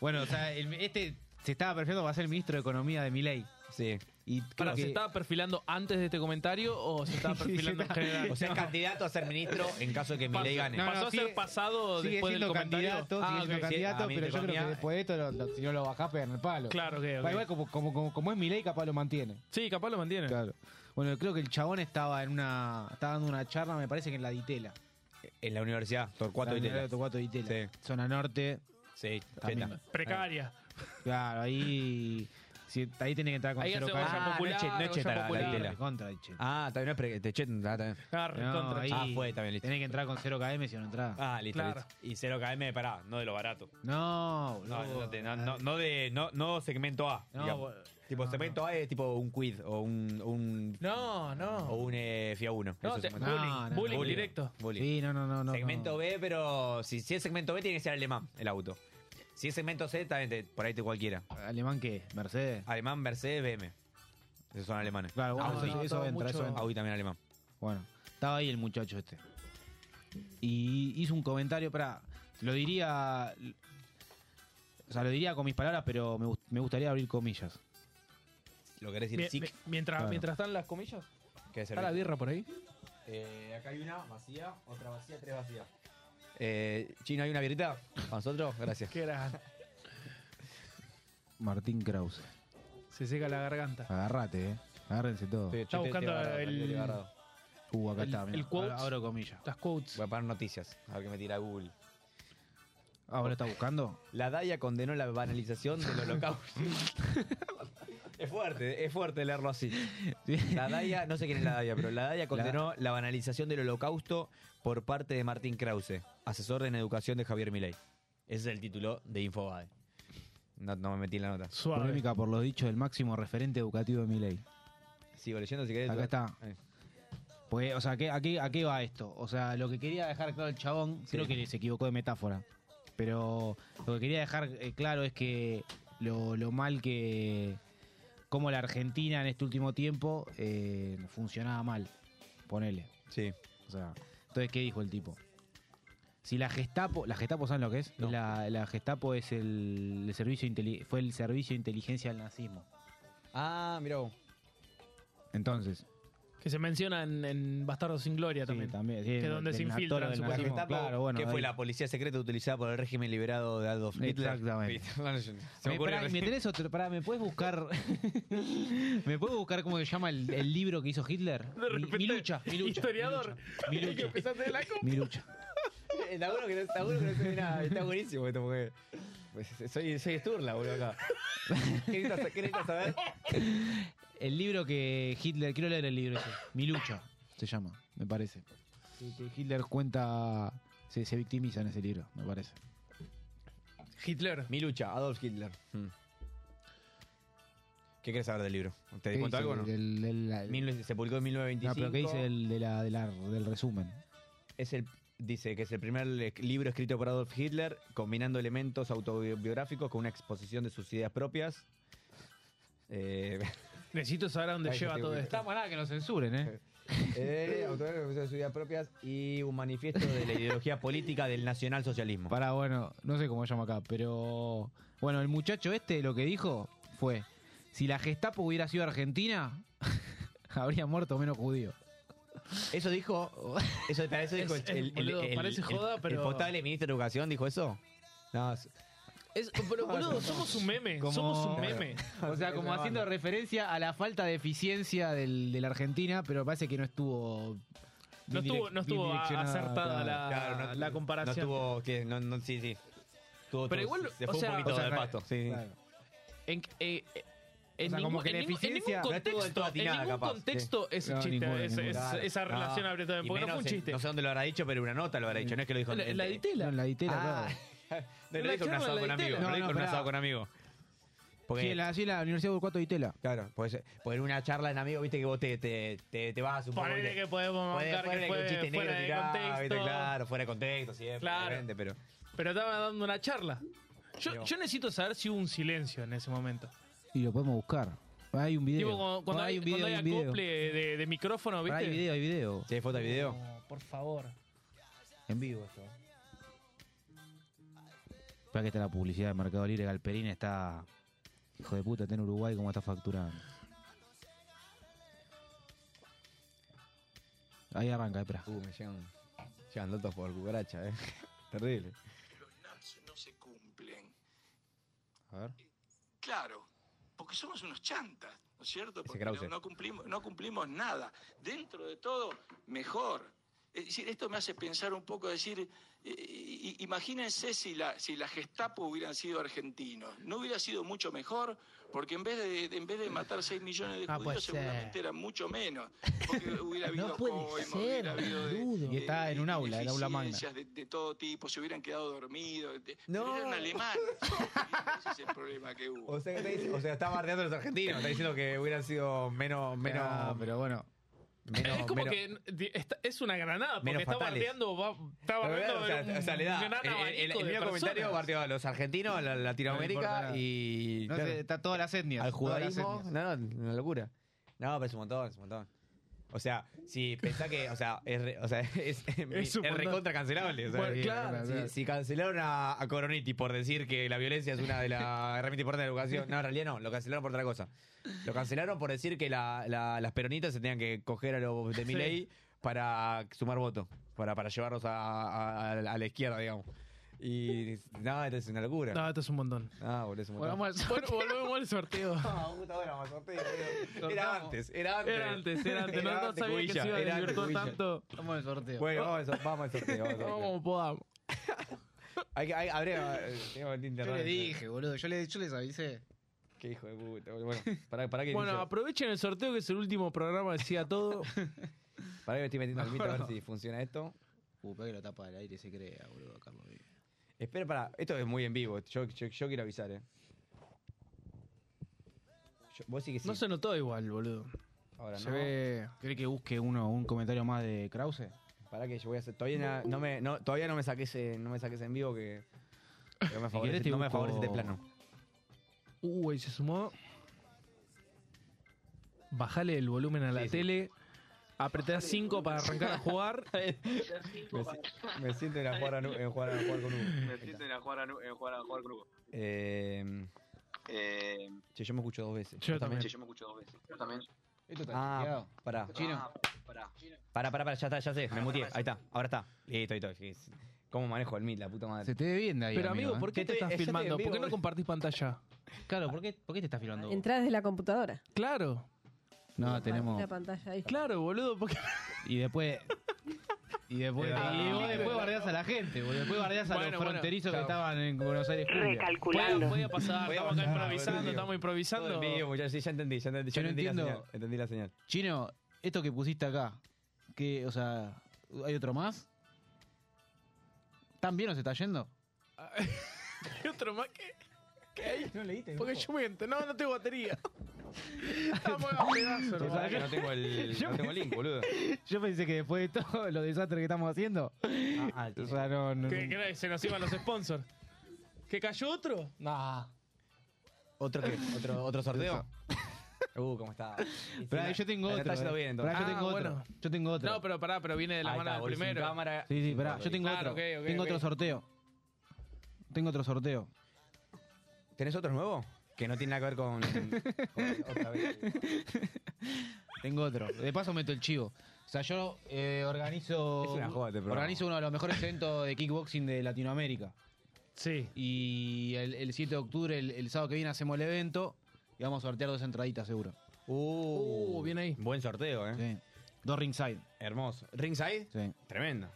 Speaker 3: bueno, o sea, el- este se estaba perfilando para ser el ministro de Economía de Milei.
Speaker 4: Sí.
Speaker 3: Y
Speaker 5: Pará,
Speaker 3: creo que-
Speaker 5: ¿Se estaba perfilando antes de este comentario o se estaba perfilando en general?
Speaker 4: O sea, es candidato a ser ministro en caso de que
Speaker 5: Pas-
Speaker 4: Milei gane.
Speaker 3: No,
Speaker 5: ¿Pasó a
Speaker 3: sigue-
Speaker 5: ser pasado
Speaker 3: sigue
Speaker 5: después del
Speaker 3: siendo
Speaker 5: comentario?
Speaker 3: candidato, sigue
Speaker 5: Ah,
Speaker 3: siendo
Speaker 5: ok.
Speaker 3: candidato,
Speaker 4: Ah,
Speaker 3: pero yo creo
Speaker 4: economía.
Speaker 3: que después de esto, lo- lo- si no lo bajás, pegan el palo.
Speaker 5: Claro, ok, ok.
Speaker 3: Va, Igual como, como, como, como es Milei, capaz lo mantiene.
Speaker 5: Sí, capaz lo mantiene.
Speaker 3: Claro. Bueno, creo que el chabón estaba en una. Estaba dando una charla, me parece que en la Ditela.
Speaker 4: En la universidad, Torcuato
Speaker 3: La
Speaker 4: y Tela.
Speaker 3: Universidad de Torcuato Ditela.
Speaker 4: Sí.
Speaker 3: Zona norte.
Speaker 4: Sí,
Speaker 3: También.
Speaker 4: cheta.
Speaker 5: Precaria.
Speaker 3: Claro, ahí. si- ahí tiene que entrar con
Speaker 5: Ahí
Speaker 3: cero
Speaker 5: hace
Speaker 3: ca-
Speaker 5: vaya
Speaker 4: Ah, no
Speaker 5: popular.
Speaker 4: es che- no es
Speaker 5: olla
Speaker 4: cheta la- la
Speaker 5: popular.
Speaker 4: Ditela.
Speaker 3: Recontra, che.
Speaker 4: Ah, también no es pre- te cheten, ah, también.
Speaker 5: Ah,
Speaker 3: No,
Speaker 5: recontra,
Speaker 3: ahí
Speaker 5: cheta.
Speaker 4: Ah, fue también, listo.
Speaker 3: Tenés que entrar con 0 km si no entrás.
Speaker 4: Ah, listo,
Speaker 5: Claro.
Speaker 4: listo. Y 0 KM, pará, no de lo barato.
Speaker 3: No,
Speaker 4: No,
Speaker 3: boludo.
Speaker 4: no, te- no, no- no de, no, no segmento A.
Speaker 3: No,
Speaker 4: digamos.
Speaker 3: bo-
Speaker 4: tipo,
Speaker 3: no,
Speaker 4: segmento A es tipo un quid o un. o un
Speaker 5: No, Oh, no.
Speaker 4: O un eh, FIA 1.
Speaker 5: No, te-
Speaker 3: No, no,
Speaker 5: bullying,
Speaker 3: no.
Speaker 5: bullying
Speaker 4: Bullying.
Speaker 5: directo.
Speaker 4: Bullying.
Speaker 3: Sí, no, no, no. no
Speaker 4: segmento
Speaker 3: no.
Speaker 4: B, pero si, si es segmento B, tiene que ser alemán el auto. Si es segmento C, también te- por ahí te cualquiera.
Speaker 3: ¿Alemán qué? ¿Mercedes?
Speaker 4: Alemán, Mercedes, BM. Esos son alemanes.
Speaker 3: Claro, bueno,
Speaker 4: Audi,
Speaker 3: eso, eso entra, eso entra.
Speaker 4: Audi también alemán.
Speaker 3: Bueno, estaba ahí el muchacho este. Y hizo un comentario para. Lo diría. O sea, lo diría con mis palabras, pero me, gust- me gustaría abrir comillas.
Speaker 4: Lo querés
Speaker 5: Mi-
Speaker 4: decir
Speaker 5: mi-
Speaker 4: SIC.
Speaker 5: mientras,
Speaker 3: Claro.
Speaker 5: mientras están las comillas,
Speaker 4: que es
Speaker 5: está la
Speaker 4: servicio.
Speaker 5: birra por ahí.
Speaker 4: Eh, acá hay una vacía, otra vacía, tres vacías. Eh, Chino, ¿hay una birrita? ¿Para nosotros? Gracias.
Speaker 5: ¿Qué era?
Speaker 3: Martín Krause.
Speaker 9: Se seca la garganta.
Speaker 5: Ah.
Speaker 3: Agarrate, eh. Agárrense todo.
Speaker 5: Estaba buscando el-
Speaker 3: Uh, acá
Speaker 5: el-
Speaker 3: está. mirá.
Speaker 5: el quote.
Speaker 3: Ahora- Abro comillas.
Speaker 4: Ah,
Speaker 5: Las quotes.
Speaker 4: Voy a poner noticias, a ver qué me tira Google.
Speaker 3: Ahora está buscando.
Speaker 4: La DAIA condenó la banalización del holocausto. es fuerte, es fuerte leerlo así. La DAIA, no sé quién es la DAIA, pero la DAIA condenó la, banalización del holocausto por parte de Martín Krause, asesor en educación de Javier Milei. Ese es el título de Infobae. No, no me metí en la nota.
Speaker 5: Suave.
Speaker 3: Polémica por los dichos del máximo referente educativo de mi ley.
Speaker 4: Sigo leyendo si querés.
Speaker 3: Acá está.
Speaker 4: Eh.
Speaker 3: Pues, o sea, ¿qué- a, qué, ¿a qué va esto? O sea, lo que quería dejar claro el chabón, creo que se equivocó de metáfora, pero lo que quería dejar eh, claro es que lo, lo mal que, como la Argentina en este último tiempo eh, funcionaba mal, ponele.
Speaker 4: Sí.
Speaker 3: O sea, entonces, ¿qué dijo el tipo? Si la Gestapo, la Gestapo, ¿saben lo que es? Es La, la Gestapo es el, el servicio inteli- fue el servicio de inteligencia del nazismo.
Speaker 4: Ah, mirá vos.
Speaker 3: Entonces,
Speaker 5: Que se menciona en, en Bastardos sin Gloria también.
Speaker 3: Sí, también. sí,
Speaker 5: que
Speaker 3: del-
Speaker 5: donde se
Speaker 3: del
Speaker 5: infiltran,
Speaker 3: actor, del
Speaker 5: supuestamente.
Speaker 3: nazismo, claro, bueno,
Speaker 4: ¿Qué fue
Speaker 3: ahí.
Speaker 4: la policía secreta utilizada por el régimen liberado de Adolf Hitler?
Speaker 3: Exactamente.
Speaker 4: Se me
Speaker 3: Me,
Speaker 4: ocurrió
Speaker 3: Eh, pará, ¿me
Speaker 4: recién.
Speaker 3: tenés otro? Pará, ¿me puedes buscar? ¿Me puedes buscar cómo se llama el, el libro que hizo Hitler?
Speaker 5: De
Speaker 3: Mi-
Speaker 5: repente,
Speaker 3: mi, lucha, mi lucha.
Speaker 5: Historiador.
Speaker 3: Mi lucha. Mi
Speaker 5: Que
Speaker 3: lucha.
Speaker 5: empezaste de la copa.
Speaker 3: mi lucha.
Speaker 4: Está bueno que no, está bueno que no se ve nada. Está buenísimo esto porque. pues, soy, soy esturla, boludo, acá. ¿Qué necesitas, qué necesitas saber?
Speaker 3: El libro que Hitler, quiero leer el libro ese. Mi lucha se llama, me parece. Que- que Hitler cuenta, se, se victimiza en ese libro, me parece.
Speaker 5: Hitler.
Speaker 4: Mi lucha, Adolf Hitler. Hmm. ¿Qué querés saber del libro? ¿Te di cuenta
Speaker 3: dice
Speaker 4: algo o no?
Speaker 3: del- del- la-
Speaker 4: Mil- se publicó en
Speaker 3: no,
Speaker 4: 1925.
Speaker 3: pero ¿qué dice el, de la, de la- del resumen?
Speaker 4: es el dice que es el primer le- libro escrito por Adolf Hitler combinando elementos autobiográficos con una exposición de sus ideas propias. Eh,
Speaker 5: Necesito saber a dónde
Speaker 4: Ahí
Speaker 5: lleva
Speaker 4: estoy,
Speaker 5: todo
Speaker 4: Will.
Speaker 5: esto.
Speaker 3: Está para que nos censuren, ¿eh?
Speaker 4: eh, autobiográficos con sus ideas propias y un manifiesto de la ideología política del nacionalsocialismo.
Speaker 3: Para, bueno, no sé cómo se llama acá, pero. Bueno, el muchacho este lo que dijo fue: si la Gestapo hubiera sido argentina, habría muerto menos judío.
Speaker 4: Eso dijo. Eso, para eso dijo
Speaker 5: Es- es,
Speaker 4: el, el-
Speaker 5: boludo,
Speaker 4: el-
Speaker 5: parece
Speaker 4: el-
Speaker 5: joda,
Speaker 4: el
Speaker 5: pero-
Speaker 4: potable ministro de Educación dijo eso. No, es-
Speaker 5: Es- pero, boludo, somos un meme.
Speaker 3: Como-
Speaker 5: Somos un meme.
Speaker 4: Ah,
Speaker 3: O sea, como haciendo referencia a la falta de eficiencia del, de la Argentina, pero parece que no estuvo. bien
Speaker 5: No estuvo,
Speaker 3: direc-
Speaker 5: no estuvo
Speaker 3: bien direccionada,
Speaker 5: acertada
Speaker 3: claro.
Speaker 5: la,
Speaker 4: claro, no-
Speaker 5: Ah, la comparación.
Speaker 4: No tuvo. Que, no, no, sí, sí. Tuvo-
Speaker 5: Pero
Speaker 4: tuvo-
Speaker 5: igual,
Speaker 4: Se
Speaker 5: o
Speaker 4: fue
Speaker 5: sea-
Speaker 4: un poquito
Speaker 5: o sea,
Speaker 4: del
Speaker 5: claro,
Speaker 4: pasto. Sí.
Speaker 3: Claro.
Speaker 5: En, eh, eh, en
Speaker 3: sea, como
Speaker 5: ningún-
Speaker 3: que la
Speaker 5: en ningún- en ningún
Speaker 3: eficiencia-
Speaker 4: No estuvo del todo
Speaker 5: contexto, en
Speaker 4: atinada,
Speaker 5: ningún
Speaker 4: capaz,
Speaker 5: contexto es
Speaker 3: No,
Speaker 5: chiste,
Speaker 3: ninguna,
Speaker 5: es- es-
Speaker 3: ninguna.
Speaker 4: Claro.
Speaker 5: esa relación
Speaker 4: No,
Speaker 5: abrió también,
Speaker 4: y
Speaker 5: porque no
Speaker 4: menos
Speaker 5: fue un
Speaker 4: en-
Speaker 5: chiste.
Speaker 4: No sé dónde lo habrá dicho, pero una nota lo habrá dicho. No es que lo dijo.
Speaker 5: La,
Speaker 4: en-
Speaker 5: la
Speaker 4: en-
Speaker 3: No,
Speaker 5: ditela.
Speaker 3: en la ditela,
Speaker 4: Ah,
Speaker 3: claro.
Speaker 4: no lo
Speaker 5: La
Speaker 4: dijo en un
Speaker 5: charla
Speaker 4: asado
Speaker 5: de
Speaker 4: con amigos. No
Speaker 3: No,
Speaker 4: lo dijo
Speaker 3: no,
Speaker 4: en un
Speaker 3: pará.
Speaker 4: asado con amigos. Porque-
Speaker 3: Sí, en la, sí, en la Universidad de Burcuato de Itela.
Speaker 4: Claro, pues, pues en una charla en amigos, viste que vos te, te, te, te vas un poco.
Speaker 5: Ponele
Speaker 4: te-
Speaker 5: que podemos
Speaker 4: puede-
Speaker 5: bancar
Speaker 4: puede
Speaker 5: que
Speaker 4: un
Speaker 5: fue
Speaker 4: chiste negro
Speaker 5: fuera de
Speaker 4: tirado,
Speaker 5: contexto.
Speaker 4: viste, Claro, fuera de contexto, siempre.
Speaker 5: Claro.
Speaker 4: obviamente, pero.
Speaker 5: Pero estaba dando una charla. Yo,
Speaker 4: Digo.
Speaker 5: yo necesito saber si hubo un silencio en ese momento.
Speaker 3: Y lo podemos buscar. Hay un video.
Speaker 5: Tipo, cuando, cuando
Speaker 3: Ah,
Speaker 5: hay,
Speaker 3: un video,
Speaker 5: cuando hay
Speaker 3: hay un video.
Speaker 5: acople de, de micrófono,
Speaker 3: Ah,
Speaker 5: ¿viste?
Speaker 3: Hay video, hay video.
Speaker 4: ¿Sí hay foto de video?
Speaker 5: No, por favor.
Speaker 3: En vivo esto. Para que está la publicidad de Mercado Libre, Galperín está. Hijo de puta, está en Uruguay cómo está facturando. Ahí arranca, espera.
Speaker 4: Uh, me llegan. Llegan notas por cucaracha, eh. Terrible.
Speaker 7: Los NAPS no se cumplen.
Speaker 4: A ver.
Speaker 7: Claro, porque somos unos chantas, ¿no es cierto? Porque no,
Speaker 4: Krause.
Speaker 7: no cumplimos, no cumplimos nada. Dentro de todo, mejor. Es decir, esto me hace pensar un poco, decir, eh, i- imagínense si la, si la Gestapo hubieran sido argentinos. No hubiera sido mucho mejor, porque en vez de, de- en vez de matar 6 millones de
Speaker 9: Ah,
Speaker 7: judíos,
Speaker 9: puede ser.
Speaker 7: seguramente eran mucho menos. Porque hubiera habido
Speaker 9: No puede
Speaker 7: coimas,
Speaker 9: ser,
Speaker 7: hubiera habido de-
Speaker 9: boludo.
Speaker 3: Y está en un aula, el aula magna.
Speaker 7: deficiencias De, de todo tipo, se hubieran quedado dormidos. de-
Speaker 4: No.
Speaker 7: Pero eran alemanes. Ese es el problema que hubo.
Speaker 4: O sea, que está dic- o sea, está bardeando a los argentinos. Está diciendo que hubieran sido menos. menos
Speaker 3: Ah, pero bueno.
Speaker 4: menos-
Speaker 5: es como
Speaker 4: menos-
Speaker 5: que di- está- es es una granada, porque
Speaker 4: Menos
Speaker 5: está
Speaker 4: fatales.
Speaker 5: bardeando, va, está
Speaker 4: La verdad,
Speaker 5: bardeando
Speaker 4: o sea,
Speaker 5: un
Speaker 4: o sea, le da.
Speaker 5: gran
Speaker 4: el- el- El,
Speaker 5: abanico
Speaker 4: el
Speaker 5: de
Speaker 4: mismo comentario
Speaker 5: personas.
Speaker 4: bardeó a los argentinos, a la
Speaker 3: No importa
Speaker 4: Latinoamérica
Speaker 3: nada.
Speaker 4: y.
Speaker 3: No
Speaker 4: claro,
Speaker 3: sé, está todas las etnias.
Speaker 4: al
Speaker 3: todas las
Speaker 4: judaísmo.
Speaker 3: etnias.
Speaker 4: No, no, una locura. No, pero es un montón, es un montón. O sea, si pensá que. O sea, es, re- o sea, es, es
Speaker 5: un montón.
Speaker 4: recontra cancelable. o sea,
Speaker 5: Bueno,
Speaker 4: si-
Speaker 5: claro,
Speaker 4: Si, si cancelaron a, a Coroniti por decir que la violencia es una de las herramientas importantes de la educación. No, en realidad no, lo cancelaron por otra cosa. Lo cancelaron por decir que la- la- las peronitas se tenían que coger a los de Milei para sumar votos, para, para llevarlos a, a- a la izquierda, digamos. Y no, esto es una locura.
Speaker 5: No, esto es un montón.
Speaker 4: Ah, boludo, es un montón.
Speaker 8: Volvamos al
Speaker 5: Bueno,
Speaker 8: sorteo.
Speaker 5: volvemos al sorteo.
Speaker 4: Ah, puta, bueno, vamos a sorteo, boludo. Era
Speaker 3: Sortamos.
Speaker 4: antes, era antes.
Speaker 5: Era antes, era antes. No, no sabía que
Speaker 4: cubilla,
Speaker 5: se iba a
Speaker 4: era antes,
Speaker 5: desvirtuar
Speaker 4: cubilla.
Speaker 5: tanto.
Speaker 6: Estamos en el sorteo.
Speaker 4: Bueno, vamos al sor- vamos al sorteo. Vamos al
Speaker 5: Vamos
Speaker 4: sorteo.
Speaker 5: como podamos.
Speaker 4: Hay que, hay, habría, tengo que
Speaker 6: yo
Speaker 4: interrogar.
Speaker 6: le dije, boludo. Yo, le- yo les avisé.
Speaker 4: Qué hijo de puta, boludo. Bueno, pará, pará que
Speaker 5: Bueno,
Speaker 4: inicio-
Speaker 5: aprovechen el sorteo que es el último programa de Sea Todo.
Speaker 4: pará que me estoy metiendo al mito a ver si funciona esto.
Speaker 6: Uh, pero que lo tapa del aire y se crea, boludo, Carlos.
Speaker 4: Espera, pará. Esto es muy en vivo. Yo, yo, yo quiero avisar, eh. Yo- vos sí que sí.
Speaker 5: No se notó igual, boludo.
Speaker 4: Ahora
Speaker 3: Se
Speaker 4: no.
Speaker 3: ve. ¿Cree que busque uno un comentario más de Krause?
Speaker 4: Pará que yo voy a hacer. Todavía na- no, me, no, todavía no me saques, eh, no me saques en vivo que. que No me favorece,
Speaker 3: querés te
Speaker 4: no me
Speaker 3: busco-
Speaker 4: favorece este plano.
Speaker 5: Uh, ahí se sumó. Bajale el volumen a la
Speaker 4: Sí, sí.
Speaker 5: tele. Apreté 5 para arrancar a jugar.
Speaker 4: Me, si- me siento en a jugar, a nu- en jugar, a jugar con Hugo.
Speaker 1: Me siento en a jugar a, nu- en jugar a jugar con Hugo.
Speaker 4: Eh,
Speaker 1: Eh,
Speaker 4: che, yo me escucho dos veces.
Speaker 5: Yo también.
Speaker 1: che, yo me escucho dos veces. Yo también.
Speaker 3: Esto está
Speaker 4: Ah,
Speaker 3: chequeado.
Speaker 4: pará.
Speaker 3: Chino.
Speaker 1: Ah, pará.
Speaker 4: Pará, pará, Ah, pará, ya está, ya sé. Me muteé. Ahí está, ahora está. Listo, listo. listo. ¿Cómo manejo el mid, la puta madre?
Speaker 3: Se te ve bien de ahí.
Speaker 5: Pero amigo,
Speaker 3: ¿eh?
Speaker 5: ¿por qué te
Speaker 4: Estoy-
Speaker 5: estás
Speaker 4: estoy en
Speaker 5: filmando?
Speaker 4: vivo,
Speaker 5: ¿Por qué no
Speaker 4: boludo.
Speaker 5: compartís pantalla?
Speaker 6: Claro, ¿por qué, ¿por qué te estás filmando? vos?
Speaker 10: Entrás de la computadora.
Speaker 5: Claro,
Speaker 3: No,
Speaker 10: Tenemos.
Speaker 3: tenemos.
Speaker 10: La pantalla ahí.
Speaker 5: claro, boludo. Porque...
Speaker 3: Y después. Y después,
Speaker 4: Era-
Speaker 3: y vos después bardeás a la gente, boludo. Después bardeás a
Speaker 5: Bueno,
Speaker 3: los
Speaker 5: bueno.
Speaker 3: fronterizos
Speaker 4: Chao.
Speaker 3: que estaban en Buenos Aires. Julia.
Speaker 5: Podía, podía pasar,
Speaker 4: Podía
Speaker 5: estamos acá
Speaker 4: pasar,
Speaker 5: improvisando,
Speaker 4: boludo.
Speaker 5: estamos
Speaker 4: Todo
Speaker 5: improvisando.
Speaker 4: en vivo, muchachos. Sí, ya entendí, ya entendí. Ya
Speaker 3: Yo no
Speaker 4: entendí la
Speaker 3: entiendo.
Speaker 4: señal. Entendí la señal.
Speaker 3: Chino, esto que pusiste acá, que, o sea, ¿hay otro más? ¿Tan bien nos está yendo?
Speaker 5: ¿Qué otro más que? Porque yo me ent- No, no tengo batería. Estamos a pedazos,
Speaker 4: Che,
Speaker 5: hermano.
Speaker 4: pará que no tengo el, no tengo el link, boludo.
Speaker 3: Yo pensé que después de todos los desastres que estamos haciendo.
Speaker 4: Ah,
Speaker 3: O sea, no, no-
Speaker 5: Que- que era- se nos iban los sponsors. ¿Que cayó otro? Nah.
Speaker 4: ¿Otro qué? ¿Otro, otro sorteo? Uh, ¿cómo está?
Speaker 3: Pero ahí yo tengo
Speaker 4: Ahí
Speaker 3: otro.
Speaker 4: Está yendo
Speaker 3: eh.
Speaker 4: bien, entonces.
Speaker 3: Pará, yo
Speaker 5: Ah,
Speaker 3: tengo otro.
Speaker 5: bueno.
Speaker 3: Yo tengo otro.
Speaker 5: No, pero pará, pero viene de la
Speaker 4: Ahí
Speaker 5: mano
Speaker 4: está,
Speaker 5: del
Speaker 4: boludo, sin
Speaker 5: primero.
Speaker 4: cámara.
Speaker 3: Sí, sí, pará, yo tengo
Speaker 5: Claro,
Speaker 3: otro.
Speaker 5: ok, ok,
Speaker 3: tengo
Speaker 5: ok.
Speaker 3: otro sorteo. Tengo otro sorteo.
Speaker 4: ¿Tenés otro nuevo? Que no tiene nada que ver con. con- otra vez.
Speaker 5: Uh,
Speaker 3: Tengo otro. De paso meto el chivo. O sea, yo eh, organizo.
Speaker 4: Es una joda este programa.
Speaker 3: Organizo uno de los mejores eventos de kickboxing de Latinoamérica.
Speaker 5: Sí.
Speaker 3: Y el, el 7 de octubre, el, el sábado que viene, hacemos el evento. Y vamos a sortear dos entraditas, seguro.
Speaker 4: Uh,
Speaker 5: Uh, bien ahí.
Speaker 4: Buen sorteo, ¿eh?
Speaker 3: Sí. Dos ringside.
Speaker 4: Hermoso. ¿Ringside?
Speaker 3: Sí.
Speaker 4: Tremendo.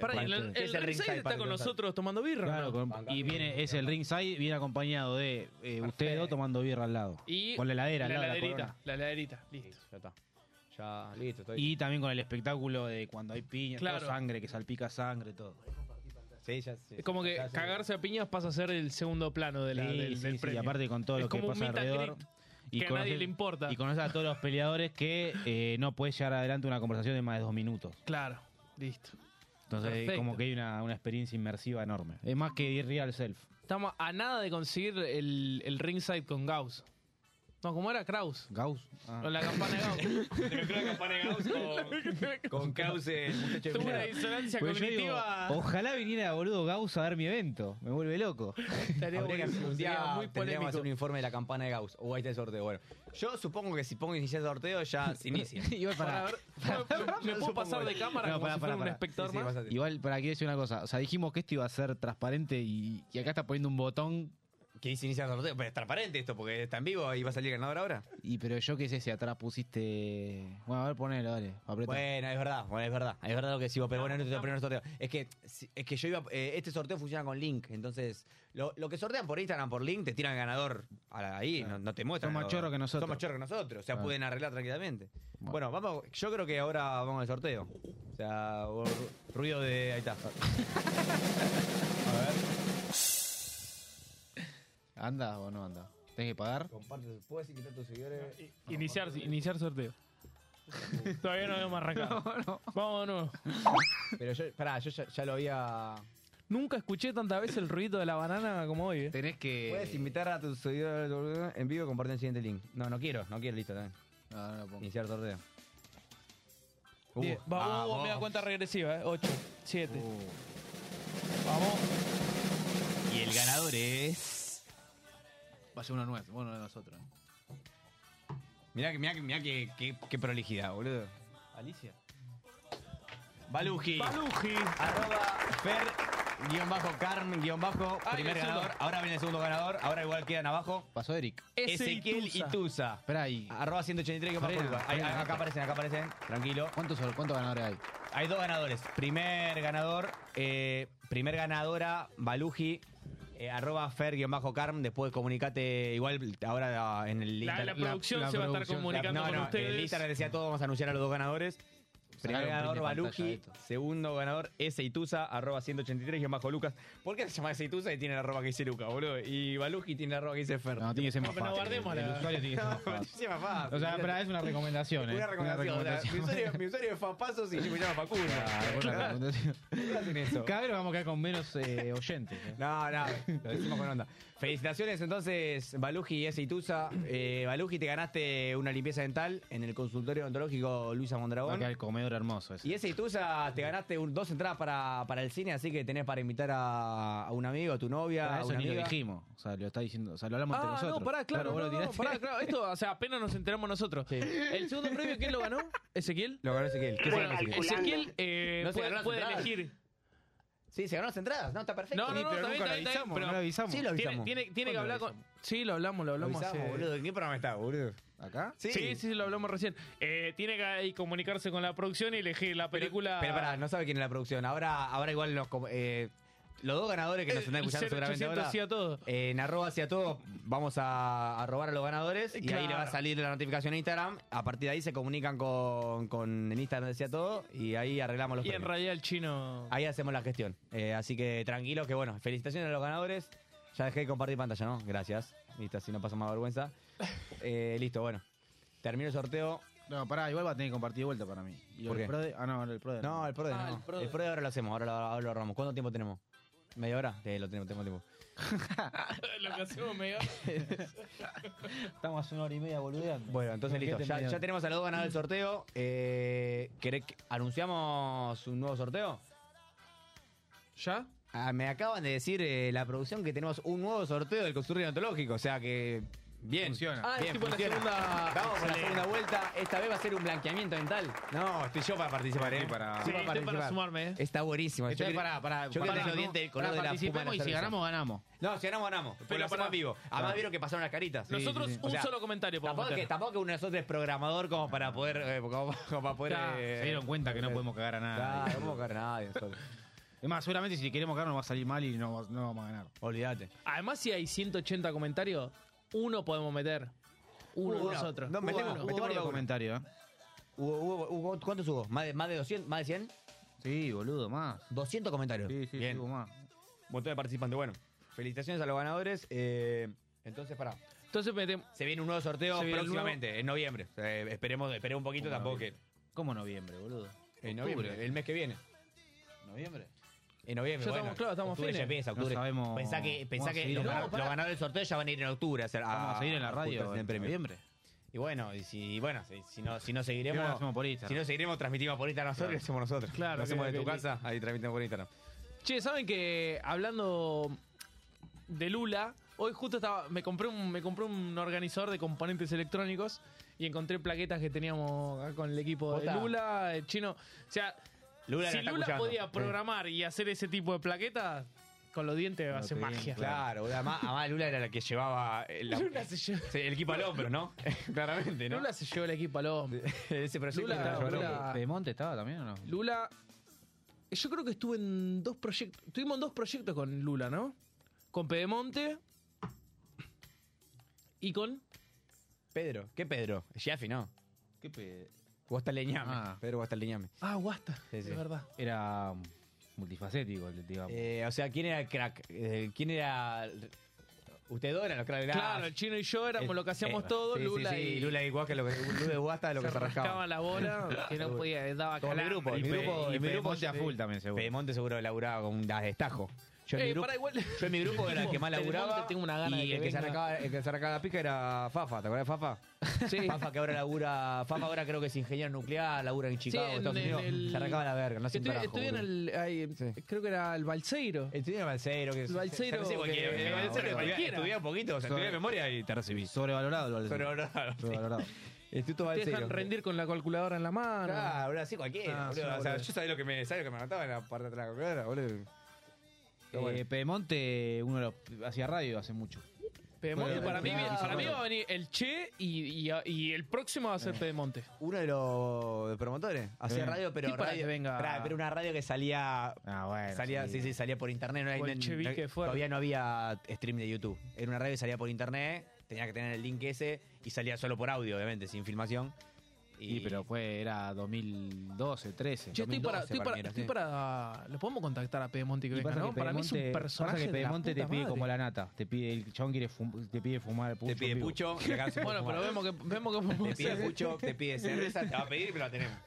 Speaker 5: Pará,
Speaker 4: Eh,
Speaker 5: el,
Speaker 4: parte-
Speaker 5: el,
Speaker 4: ¿Qué es
Speaker 5: el Ringside está
Speaker 4: parte
Speaker 5: con
Speaker 4: del side?
Speaker 5: nosotros tomando birra.
Speaker 3: Claro,
Speaker 5: ¿no?
Speaker 3: con- y viene, es el ringside, viene acompañado de eh, ustedes dos tomando birra al lado.
Speaker 5: Y
Speaker 3: con la heladera, al
Speaker 5: La
Speaker 3: lado de la
Speaker 5: laderita,
Speaker 3: corona.
Speaker 5: la laderita, listo.
Speaker 4: Ya está. Ya, listo, estoy.
Speaker 3: Y también con el espectáculo de cuando hay piña,
Speaker 5: Claro.
Speaker 3: todo sangre, que salpica sangre, todo.
Speaker 4: Sí, ya sí.
Speaker 5: Es como que
Speaker 4: Ya, sí.
Speaker 5: cagarse a piñas pasa a ser el segundo plano de la,
Speaker 3: Sí,
Speaker 5: del,
Speaker 3: sí,
Speaker 5: del
Speaker 3: sí,
Speaker 5: premio.
Speaker 3: Y aparte con todo
Speaker 5: Es
Speaker 3: lo que
Speaker 5: como un
Speaker 3: pasa
Speaker 5: meet and
Speaker 3: alrededor.
Speaker 5: greet que a nadie le importa.
Speaker 3: Y conoces a todos los peleadores que eh, no puedes llevar adelante una conversación de más de dos minutos.
Speaker 5: Claro, listo.
Speaker 3: Entonces,
Speaker 5: Perfecto.
Speaker 3: como que hay una, una experiencia inmersiva enorme. Es más que ir real self.
Speaker 5: Estamos a nada de conseguir el, el ringside con Gauss. No, ¿cómo era? Kraus.
Speaker 3: Gauss. Ah.
Speaker 5: Con la campana de Gauss.
Speaker 4: Con cauce. el muchacho de
Speaker 5: Tuve una
Speaker 4: mirada.
Speaker 5: disonancia
Speaker 3: Porque Pues yo digo,
Speaker 5: cognitiva.
Speaker 3: ojalá viniera boludo Gauss a ver mi evento. Me vuelve loco.
Speaker 5: Estaría
Speaker 4: Habría que hacer
Speaker 5: buenísimo,
Speaker 4: un
Speaker 5: sería
Speaker 4: día tendríamos
Speaker 5: muy
Speaker 4: que hacer
Speaker 5: polémico.
Speaker 4: un informe de la campana de Gauss. O ahí está el sorteo. Bueno, yo supongo que si pongo iniciar sorteo ya se inicia.
Speaker 3: Igual
Speaker 5: Para
Speaker 3: para,
Speaker 5: ver, ¿Me puedo pasar de cámara
Speaker 3: No,
Speaker 5: como
Speaker 3: pará,
Speaker 5: si fuera
Speaker 3: pará,
Speaker 5: un
Speaker 3: pará.
Speaker 5: espectador
Speaker 4: Sí, sí,
Speaker 5: más?
Speaker 4: vas a-
Speaker 3: igual para aquí decir una cosa. O sea, dijimos que esto iba a ser transparente y, y acá está poniendo un botón.
Speaker 4: Que dice iniciar sorteo. Pero es transparente esto porque está en vivo y va a salir ganador ahora.
Speaker 3: Y pero yo qué sé si atrás pusiste. Bueno, a ver, ponelo, dale. Apretá.
Speaker 4: Bueno, es verdad, bueno, es verdad, es verdad lo que decimos, pero
Speaker 3: Ah,
Speaker 4: bueno, no es el primer sorteo. Es que, si- es que yo iba, eh, este sorteo funciona con link, entonces lo, lo que sortean por Instagram, por link, te tiran ganador a la- ahí, no, no te muestran.
Speaker 3: Son más
Speaker 4: ganador.
Speaker 3: chorros que nosotros.
Speaker 4: Son más chorros que nosotros, o sea,
Speaker 3: Claro.
Speaker 4: pueden arreglar tranquilamente. Bueno.
Speaker 3: Bueno.
Speaker 4: vamos, yo creo que ahora vamos al sorteo. O sea, o- ruido de... Ahí está.
Speaker 3: ¿Anda o no anda? ¿Tenés que pagar?
Speaker 4: Comparte, ¿puedes invitar a tus seguidores?
Speaker 5: Iniciar, iniciar sorteo. Todavía no habíamos arrancado. Vamos de nuevo.
Speaker 4: Pero yo, pará, yo ya, ya lo había...
Speaker 5: Nunca escuché tantas veces el ruido de la banana como hoy. eh.
Speaker 3: Tenés que.
Speaker 4: Puedes invitar a tus seguidores en vivo, comparte el siguiente link. No, no quiero, no quiero, listo, también.
Speaker 3: No, no lo pongo.
Speaker 4: Iniciar sorteo. Uh,
Speaker 5: Bien, va, uh,
Speaker 4: vamos.
Speaker 5: me da cuenta regresiva, ¿eh? 8, 7.
Speaker 4: Uh.
Speaker 5: Vamos.
Speaker 4: Y el ganador es.
Speaker 3: Va a ser uno nuestro, uno de nosotros.
Speaker 4: Mirá, que- mirá, que- mirá que, que- que prolijidad, boludo.
Speaker 3: Alicia.
Speaker 4: Baluji.
Speaker 5: Baluji.
Speaker 4: Arroba Fer guión bajo, Carm, guión bajo,
Speaker 5: Ay,
Speaker 4: primer
Speaker 5: el segundo.
Speaker 4: ganador. Ahora viene el segundo ganador. Ahora igual quedan abajo.
Speaker 6: Pasó Eric.
Speaker 5: Ese
Speaker 4: Ezequiel
Speaker 5: Ituza.
Speaker 4: Ituza.
Speaker 6: Espera ahí.
Speaker 3: Ah.
Speaker 4: Arroba 183 guión bajo
Speaker 6: Frena,
Speaker 4: Uruguay. Ahí,
Speaker 6: frena,
Speaker 4: acá
Speaker 6: acá.
Speaker 4: aparecen, acá aparecen. Tranquilo.
Speaker 6: ¿Cuántos, cuántos ganadores hay?
Speaker 4: Hay dos ganadores. Primer ganador, eh, primer ganadora, Baluji. eh, arroba fer-carm, después comunicate igual ahora ah, en el
Speaker 5: La, la
Speaker 4: Instagram.
Speaker 5: producción se va a estar comunicando
Speaker 4: no,
Speaker 5: con
Speaker 4: no,
Speaker 5: ustedes.
Speaker 4: el Instagram decía todo, vamos a anunciar a los dos ganadores. Primer
Speaker 6: un
Speaker 4: ganador
Speaker 6: print de pantalla de
Speaker 4: Baluji,
Speaker 6: esto.
Speaker 4: segundo ganador es Ituza, arroba 183 y bajo Lucas. ¿Por qué se llama Ituza y tiene la arroba que dice Lucas, boludo? Y Baluji tiene la arroba que dice Fer.
Speaker 6: No, tiene que ser más
Speaker 5: pero no
Speaker 6: fácil.
Speaker 5: guardemos
Speaker 6: el
Speaker 5: la-
Speaker 6: usuario tiene que ser más fácil.
Speaker 4: Muchísimas fácil.
Speaker 6: O sea, pero es una recomendación, ¿eh?
Speaker 4: Una recomendación. o sea, mi,
Speaker 6: recomendación. Ah,
Speaker 4: usuario, mi usuario es Fapasos y yo me llamo Facundo.
Speaker 6: Una recomendación.
Speaker 4: ¿Por qué hacen eso?
Speaker 6: Cada vez nos vamos a quedar con menos eh, oyentes. ¿eh?
Speaker 4: No, no, lo decimos con onda. Felicitaciones entonces, Baluji y Ituza. Eh, Baluji, te ganaste una limpieza dental en el consultorio odontológico Luisa
Speaker 6: Va a
Speaker 4: Mondragón.
Speaker 6: quedar el comedor hermoso ese.
Speaker 4: Y ese Ituza, te ganaste un- dos entradas para, para el cine, así que tenés para invitar a, a un amigo, a tu novia,
Speaker 6: Para
Speaker 4: a
Speaker 6: eso
Speaker 4: una
Speaker 6: ni lo
Speaker 4: amiga.
Speaker 6: dijimos. O sea, lo está diciendo. O sea, lo hablamos entre
Speaker 5: Ah,
Speaker 6: nosotros.
Speaker 5: no, pará, claro,
Speaker 6: vos lo
Speaker 5: no, no,
Speaker 6: tiraste.
Speaker 5: pará, claro. Esto, o sea, apenas nos enteramos nosotros. El segundo premio, ¿quién lo ganó? ¿Ezequiel?
Speaker 4: Lo ganó Ezequiel. ¿Qué se
Speaker 5: Bueno,
Speaker 4: ganó Ezequiel?
Speaker 5: Ezequiel eh,
Speaker 4: No se ganó
Speaker 5: puede,
Speaker 4: las
Speaker 5: puede
Speaker 4: entradas.
Speaker 5: elegir.
Speaker 4: Sí, se ganó las entradas. No, está perfecto.
Speaker 5: No, no,
Speaker 4: Sí,
Speaker 5: no,
Speaker 4: pero
Speaker 5: está bien,
Speaker 4: nunca
Speaker 5: está
Speaker 4: lo
Speaker 5: bien, está
Speaker 4: avisamos.
Speaker 5: bien,
Speaker 6: No lo avisamos.
Speaker 4: Sí, lo
Speaker 5: Tiene,
Speaker 4: avisamos.
Speaker 5: tiene, tiene que hablar con. Sí, lo hablamos, lo
Speaker 4: Lo
Speaker 5: hablamos.
Speaker 4: avisamos,
Speaker 5: hace-
Speaker 4: boludo. ¿En qué programa está, boludo? ¿Acá?
Speaker 5: Sí. sí, sí, lo hablamos recién. Eh, tiene que ahí comunicarse con la producción y elegir la
Speaker 4: Pero-
Speaker 5: película.
Speaker 4: Pero, pará, no sabe quién es la producción. Ahora, ahora igual los, com- eh, los dos ganadores que nos están
Speaker 5: El
Speaker 4: escuchando
Speaker 5: 0800
Speaker 4: seguramente ahora.
Speaker 5: sí a todo.
Speaker 4: eh, en arroba hacia todos vamos a, a robar a los ganadores y ahí
Speaker 5: Claro.
Speaker 4: le va a salir la notificación en Instagram. A partir de ahí se comunican con, con el Instagram de hacia todo y ahí arreglamos los
Speaker 5: Y en
Speaker 4: premios.
Speaker 5: realidad el chino.
Speaker 4: Ahí hacemos la gestión. Eh, así que tranquilo, que bueno, felicitaciones a los ganadores. Ya dejé de compartir pantalla, ¿no? Gracias. Listo, así no pasa más vergüenza. Eh, listo, bueno. Termino el sorteo.
Speaker 6: No, pará, igual va a tener que compartir de vuelta para mí. Y
Speaker 4: ¿Por
Speaker 6: el
Speaker 4: qué?
Speaker 6: Prode- ah, no, el Prode.
Speaker 4: No, el Prode no. Ah, El Prode. ahora lo hacemos, ahora lo, ahora lo ahorramos. ¿Cuánto tiempo tenemos? ¿Media hora? Sí, lo tenemos, tenemos tiempo.
Speaker 5: lo que hacemos medio.
Speaker 6: Estamos hace una hora y media boludeando.
Speaker 4: Bueno, entonces
Speaker 6: Imagínate
Speaker 4: listo. Ya,
Speaker 6: media
Speaker 4: ya
Speaker 6: hora.
Speaker 4: tenemos a los dos ganadores del sorteo. Eh, ¿querés que- ¿Anunciamos un nuevo sorteo?
Speaker 5: ¿Ya?
Speaker 4: Ah, me acaban de decir eh, la producción que tenemos un nuevo sorteo del consultorio odontológico, o sea que. Bien.
Speaker 6: Funciona.
Speaker 4: Ah, es
Speaker 5: Bien,
Speaker 4: tipo la
Speaker 5: funciona.
Speaker 4: segunda. Vamos con la
Speaker 5: Excelente.
Speaker 4: segunda vuelta. Esta vez va a ser un blanqueamiento dental. No, estoy yo para participar, ¿eh?
Speaker 5: Sí,
Speaker 4: Yo para
Speaker 5: estoy para
Speaker 4: participar.
Speaker 5: sumarme, ¿eh?
Speaker 4: Está buenísimo. Yo
Speaker 6: Entonces,
Speaker 4: quiero-
Speaker 6: pará, pará.
Speaker 4: Yo quiero
Speaker 6: pará,
Speaker 4: tener los
Speaker 6: ¿no?
Speaker 4: dientes del color
Speaker 6: Pará,
Speaker 4: de la espuma de
Speaker 6: participemos
Speaker 4: la
Speaker 6: y si
Speaker 4: cerveza.
Speaker 6: ganamos, ganamos.
Speaker 4: No, si ganamos, ganamos. Pero lo
Speaker 5: Pero
Speaker 4: hacemos
Speaker 5: pará.
Speaker 4: en vivo. Además, vieron que pasaron las caritas.
Speaker 5: Nosotros
Speaker 4: O
Speaker 5: un
Speaker 4: sea,
Speaker 5: solo comentario podemos
Speaker 4: Tampoco que,
Speaker 5: meter.
Speaker 4: tampoco que uno de nosotros es programador como para poder. eh, como, como para poder
Speaker 5: Claro,
Speaker 4: eh,
Speaker 6: Se dieron cuenta que no podemos cagar a
Speaker 4: Claro,
Speaker 6: nada.
Speaker 4: no podemos cagar a nadie. nosotros.
Speaker 6: Es más, seguramente si queremos cagar nos va a salir mal y no, no vamos a ganar.
Speaker 4: Olvídate.
Speaker 5: Además, si hay 180 comentarios, uno podemos meter. Uno de
Speaker 4: Uno.
Speaker 5: nosotros.
Speaker 4: No, metemos-
Speaker 6: Bueno,
Speaker 4: hubo
Speaker 6: metemos
Speaker 4: varios
Speaker 6: los comentarios, ¿eh?
Speaker 4: Hubo- hubo- hubo- ¿Cuántos hubo? ¿Más de, ¿Más de 200? ¿Más de 100?
Speaker 6: Sí, boludo, más.
Speaker 4: 200 comentarios.
Speaker 6: Sí, sí,
Speaker 4: Bien.
Speaker 6: sí, hubo más.
Speaker 4: Un montón de participantes. Bueno, felicitaciones a los ganadores. Eh, entonces, pará.
Speaker 5: Entonces metemos.
Speaker 4: Se viene un nuevo sorteo
Speaker 5: Se viene el
Speaker 4: próximamente, en noviembre. Eh, esperemos, esperemos un poquito tampoco que.
Speaker 6: ¿Cómo noviembre, boludo?
Speaker 4: En noviembre, el mes que viene.
Speaker 6: ¿Noviembre?
Speaker 4: En noviembre,
Speaker 5: Ya
Speaker 4: bueno,
Speaker 5: estamos, claro, estamos
Speaker 4: octubre ya
Speaker 5: fines.
Speaker 4: empieza,
Speaker 6: No
Speaker 4: octubre.
Speaker 6: sabemos-
Speaker 4: Pensá que, pensá
Speaker 6: vamos a
Speaker 4: que
Speaker 6: seguir
Speaker 4: los,
Speaker 6: en la-
Speaker 4: gana- los ganadores del sorteo ya van a ir en octubre. A hacer,
Speaker 6: Vamos a seguir en la radio eh.
Speaker 4: ocultarse
Speaker 6: en
Speaker 4: el premio.
Speaker 6: noviembre.
Speaker 4: Y bueno, y si, bueno, si, si no, si no
Speaker 6: Primero
Speaker 4: seguiremos.
Speaker 6: lo hacemos por Instagram.
Speaker 4: Si no seguiremos, transmitimos por Instagram nosotros y lo hacemos nosotros.
Speaker 5: Claro,
Speaker 4: Lo hacemos
Speaker 5: ok,
Speaker 4: de tu
Speaker 5: ok,
Speaker 4: casa, ahí transmitimos por Instagram.
Speaker 5: Che, ¿saben que hablando de Lula, hoy justo estaba. Me compré un, me compré un organizador de componentes electrónicos y encontré plaquetas que teníamos acá con el equipo de
Speaker 4: Posta.
Speaker 5: Lula, el chino. O sea,
Speaker 4: Lula
Speaker 5: si
Speaker 4: la está
Speaker 5: Lula
Speaker 4: escuchando.
Speaker 5: podía programar y hacer ese tipo de plaquetas, con los dientes va a hacer
Speaker 6: te digo,
Speaker 5: magia.
Speaker 4: Claro, boludo, además, además Lula era la que llevaba el, la-
Speaker 5: Lula se llevó-
Speaker 4: sí, el equipo al hombro, ¿no? Claramente, ¿no?
Speaker 5: Lula se llevó el equipo al hombre.
Speaker 4: Ese proyecto
Speaker 5: Lula-
Speaker 4: estaba llevando-
Speaker 5: Lula- Ah.
Speaker 6: ¿Pemonte estaba también o no?
Speaker 5: Lula. Yo creo que estuve en dos proyectos. Estuvimos en dos proyectos con Lula, ¿no? Con Pedemonte. Y con.
Speaker 4: Pedro, ¿qué Pedro? Jaffe, ¿no?
Speaker 6: ¿Qué pe...
Speaker 4: Guastaleñame.
Speaker 6: Ah.
Speaker 4: Pedro Guastaleñame.
Speaker 5: Ah, Guasta.
Speaker 4: Sí, sí.
Speaker 5: Es verdad.
Speaker 6: Era
Speaker 4: um,
Speaker 6: mm, multifacético, digamos.
Speaker 4: Eh, o sea, ¿quién era el crack? Eh, ¿Quién era. Ustedes dos eran los crack de la-
Speaker 5: Claro, el chino y yo éramos
Speaker 4: Eh,
Speaker 5: lo que hacíamos
Speaker 4: eh,
Speaker 5: todo.
Speaker 4: sí,
Speaker 5: Lula
Speaker 4: sí, sí,
Speaker 5: y.
Speaker 4: Lula y Guasca, lo que, Lula y Guasta de lo que se,
Speaker 5: se rascaba
Speaker 4: rascaba.
Speaker 5: la bola. Que no podía. Daba
Speaker 4: Como mi
Speaker 5: calambre.
Speaker 4: grupo, mi
Speaker 6: Y Pe-
Speaker 4: grupo,
Speaker 6: y
Speaker 4: mi grupo
Speaker 6: Pedemonte a full también, seguro.
Speaker 4: Pedemonte seguro laburaba con un destajo. Yo en,
Speaker 5: Eh,
Speaker 4: mi grupo,
Speaker 5: pará, igual-
Speaker 4: yo en mi grupo era el que más
Speaker 5: Pedemonte
Speaker 4: laburaba
Speaker 5: tengo una gana de
Speaker 4: y
Speaker 5: que
Speaker 4: el, que se
Speaker 5: venga.
Speaker 4: arrancaba, el que se arrancaba la pica era Fafa, ¿te acuerdas de Fafa?
Speaker 5: Sí.
Speaker 4: Fafa que ahora labura, Fafa ahora creo que es ingeniero nuclear, labura en
Speaker 5: Sí,
Speaker 4: Chicago, Estados
Speaker 5: en
Speaker 4: Unidos.
Speaker 5: el-
Speaker 4: Se arrancaba la verga, no sé un
Speaker 5: Estuve,
Speaker 4: carajo.
Speaker 5: estuve en
Speaker 4: boludo.
Speaker 5: el. ahí,
Speaker 4: Sí.
Speaker 5: Creo que era el Balseiro.
Speaker 4: Estudié en el Balseiro. Que
Speaker 5: El Balseiro
Speaker 4: No sé, cualquiera.
Speaker 5: que-
Speaker 4: El Balseiro,
Speaker 5: boludo,
Speaker 4: estudiá-
Speaker 5: cualquiera.
Speaker 4: estudiá un poquito, o sea, estudié de memoria y te recibí.
Speaker 6: Sobrevalorado, lo
Speaker 4: Sobrevalorado, sí.
Speaker 6: Sobrevalorado.
Speaker 4: Instituto
Speaker 5: Te
Speaker 4: Balseiro.
Speaker 5: dejan rendir con la calculadora en la mano.
Speaker 4: Claro, boludo, así cualquiera.
Speaker 5: Ah,
Speaker 4: boludo.
Speaker 5: sí,
Speaker 4: O sea,
Speaker 5: boludo.
Speaker 4: yo sabía lo que me, sabía lo que me mataba en la parte de atrás de la calculadora, boludo.
Speaker 3: Eh, Pedemonte, uno de los- hacía radio hace mucho.
Speaker 5: Pedemonte,
Speaker 3: Bueno,
Speaker 5: para, mí,
Speaker 3: bueno,
Speaker 5: viene- para mí
Speaker 3: bueno.
Speaker 5: va a venir el Che y, y- y el próximo va a
Speaker 4: Eh.
Speaker 5: ser Pedemonte.
Speaker 4: Uno de los promotores. Hacía
Speaker 3: Sí.
Speaker 4: radio, pero
Speaker 5: Sí, para
Speaker 4: radio,
Speaker 5: que venga-
Speaker 4: Pará, pero una radio que salía.
Speaker 3: Ah, bueno.
Speaker 4: salía, sí. sí, salía por internet. No, hay- no-
Speaker 5: Bolchevique
Speaker 4: no-
Speaker 5: fuerte.
Speaker 4: todavía no había stream de YouTube. Era una radio que salía por internet, tenía que tener el link ese y salía solo por audio, obviamente, sin filmación.
Speaker 6: Y, pero fue, era 2012, 13.
Speaker 5: Che, estoy
Speaker 4: 2012
Speaker 5: para, estoy
Speaker 4: para
Speaker 5: para,
Speaker 4: mí era,
Speaker 5: estoy
Speaker 4: sí.
Speaker 5: para- Lo podemos contactar a Pedemonte y que
Speaker 3: Y
Speaker 5: venga,
Speaker 3: pasa
Speaker 5: ¿no?
Speaker 3: que
Speaker 5: Para mí es un
Speaker 3: Pedemonte-
Speaker 5: personaje.
Speaker 3: pasa
Speaker 5: de
Speaker 3: que
Speaker 5: la
Speaker 3: Pedemonte te
Speaker 5: puta
Speaker 3: pide
Speaker 5: madre.
Speaker 3: como la nata. Te pide, el chabón quiere fum- te pide fumar pucho.
Speaker 4: Te pide
Speaker 3: en vivo.
Speaker 4: pucho, y acá se
Speaker 5: Bueno,
Speaker 4: fuma.
Speaker 5: pero vemos que vemos que
Speaker 4: Te
Speaker 5: podemos
Speaker 4: pide
Speaker 5: hacer.
Speaker 4: pucho, te pide cerveza, te va a pedir, pero la tenemos. Lo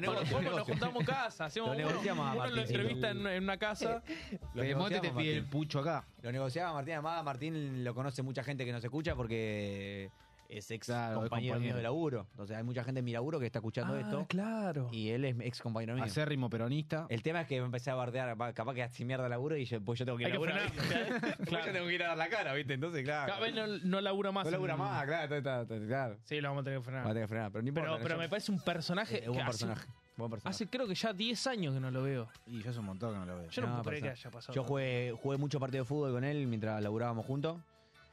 Speaker 4: negocio,
Speaker 5: podemos- nos
Speaker 4: negocio.
Speaker 5: juntamos en casa, hacemos
Speaker 4: Lo
Speaker 5: uno,
Speaker 4: negociamos a
Speaker 5: uno lo
Speaker 4: Martín.
Speaker 5: entrevista en, en una casa.
Speaker 4: Lo
Speaker 3: Pedemonte te
Speaker 4: negociamos,
Speaker 3: pide el
Speaker 4: Martín.
Speaker 3: pucho acá.
Speaker 4: Lo negociaba Martín Amada. Martín lo conoce mucha gente que nos escucha porque es ex
Speaker 3: Claro, es
Speaker 4: compañero, mío
Speaker 3: compañero.
Speaker 4: de laburo. Entonces hay mucha gente en mi laburo que está escuchando
Speaker 5: Ah,
Speaker 4: esto.
Speaker 5: claro.
Speaker 4: Y él es ex compañero mío.
Speaker 3: Acérrimo peronista.
Speaker 4: El tema es que me empecé a bardear, va, capaz que así mierda laburo y yo, pues yo tengo que ir a
Speaker 5: Hay que
Speaker 4: laburar.
Speaker 5: frenar.
Speaker 4: ¿viste? Pues yo tengo que ir a dar la cara, ¿viste? Entonces, claro.
Speaker 5: Cada vez no, no labura más.
Speaker 4: no labura
Speaker 5: en-
Speaker 4: más, claro, está- está- está- claro.
Speaker 5: Sí, lo vamos a tener que frenar.
Speaker 4: Va a tener que frenar, pero no importa.
Speaker 5: Pero, pero
Speaker 4: yo-
Speaker 5: me parece un personaje.
Speaker 4: es buen
Speaker 5: que hace-
Speaker 4: personaje. Buen personaje.
Speaker 5: Hace creo que ya 10 años que no lo veo.
Speaker 3: Y yo hace un montón que no lo veo.
Speaker 5: Yo no,
Speaker 4: No,
Speaker 5: puedo creer que
Speaker 4: pasa.
Speaker 5: haya pasado.
Speaker 4: Yo jugué, jugué mucho partido de fútbol con él mientras laburábamos juntos.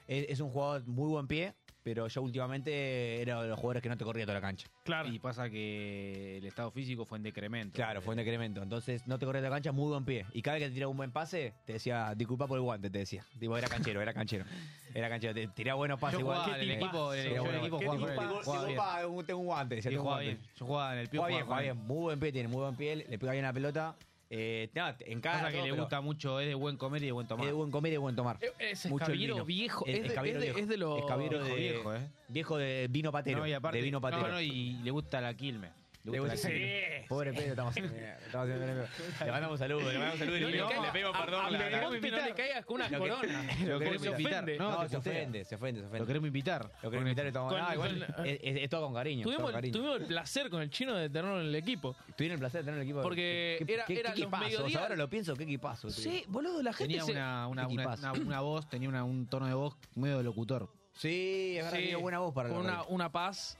Speaker 4: Es, es un jugador muy buen pie, pero yo últimamente era de los jugadores que no te corría toda la cancha.
Speaker 5: Claro.
Speaker 6: Y pasa que el estado físico fue en decremento.
Speaker 4: Claro, fue un decremento. Entonces no te corría toda la cancha, muy buen pie. Y cada vez que te tiraba un buen pase, te decía, disculpa por el guante, te decía. Tipo, era canchero, era canchero. Era canchero, te tiraba buenos pases.
Speaker 6: Yo
Speaker 4: igual.
Speaker 6: jugaba en el
Speaker 4: Era
Speaker 6: equipo, en el
Speaker 4: bueno.
Speaker 6: equipo
Speaker 4: ¿Qué
Speaker 6: jugaba con
Speaker 4: tipo?
Speaker 6: él, jugaba bien.
Speaker 4: Disculpa, un- tengo un guante, decía,
Speaker 6: Yo
Speaker 4: tengo un
Speaker 6: jugaba
Speaker 4: guante.
Speaker 6: bien. Yo jugaba en el pie.
Speaker 4: Juega bien,
Speaker 6: jugaba
Speaker 4: juega
Speaker 6: con él.
Speaker 4: bien. Muy buen pie tiene, muy buen pie. Le pega bien la pelota. Eh, nada, en casa.
Speaker 6: Pasa que le gusta mucho, es de buen comer y de buen tomar.
Speaker 4: Es de buen comer y de buen tomar.
Speaker 5: Eh, Es
Speaker 4: Mucho el
Speaker 5: escabiro
Speaker 4: vino.
Speaker 5: viejo.
Speaker 4: Es-
Speaker 5: Es, de-
Speaker 4: escabiro
Speaker 5: es de,
Speaker 4: viejo.
Speaker 5: es de los.
Speaker 4: Escabiro de-
Speaker 6: viejo, ¿eh?
Speaker 4: Viejo de vino patero.
Speaker 6: No, y aparte,
Speaker 4: de vino patero.
Speaker 6: no, no, y le gusta la quilme.
Speaker 4: Le gusta
Speaker 6: la
Speaker 4: ese
Speaker 6: quilme.
Speaker 4: vino. Pobre Pedro, estamos haciendo mierda, estamos haciendo mierda. Le mandamos saludos, le mandamos saludos. y
Speaker 5: No
Speaker 4: le
Speaker 5: le
Speaker 4: pedimos-
Speaker 5: caigas-
Speaker 4: le pedimos
Speaker 5: a-
Speaker 4: perdón.
Speaker 5: a
Speaker 4: la- la-
Speaker 5: Pedemonte no le caigas con una
Speaker 4: Lo que-
Speaker 5: corona.
Speaker 4: lo
Speaker 5: porque
Speaker 4: queremos
Speaker 5: se
Speaker 4: invitar.
Speaker 5: ofende.
Speaker 4: No,
Speaker 6: No,
Speaker 4: se
Speaker 6: te putea.
Speaker 4: ofende, se ofende, se
Speaker 6: Lo
Speaker 4: ofende.
Speaker 6: queremos invitar.
Speaker 4: Lo queremos invitar y estamos-
Speaker 5: Con-
Speaker 4: Ah, igual,
Speaker 5: con-
Speaker 4: es, es- es todo con cariño. todo
Speaker 5: Tuvimos,
Speaker 4: con cariño.
Speaker 5: tuvimos el placer con el chino de tenerlo en el equipo.
Speaker 4: Tuvieron el placer de tener el equipo.
Speaker 5: Porque
Speaker 4: ¿Qué-
Speaker 5: era-
Speaker 4: qué-
Speaker 5: era
Speaker 4: qué
Speaker 5: los
Speaker 4: equipazos?
Speaker 5: mediodías.
Speaker 4: Ahora lo pienso, qué equipazo.
Speaker 5: Sí, boludo, la gente
Speaker 6: Tenía
Speaker 5: se-
Speaker 6: una, una, una,
Speaker 4: Equipazo.
Speaker 6: una- una voz, tenía una- un tono de voz medio de locutor.
Speaker 4: Sí, es verdad,
Speaker 5: Sí,
Speaker 4: tiene buena voz para la
Speaker 5: con una,
Speaker 4: radio.
Speaker 5: una paz.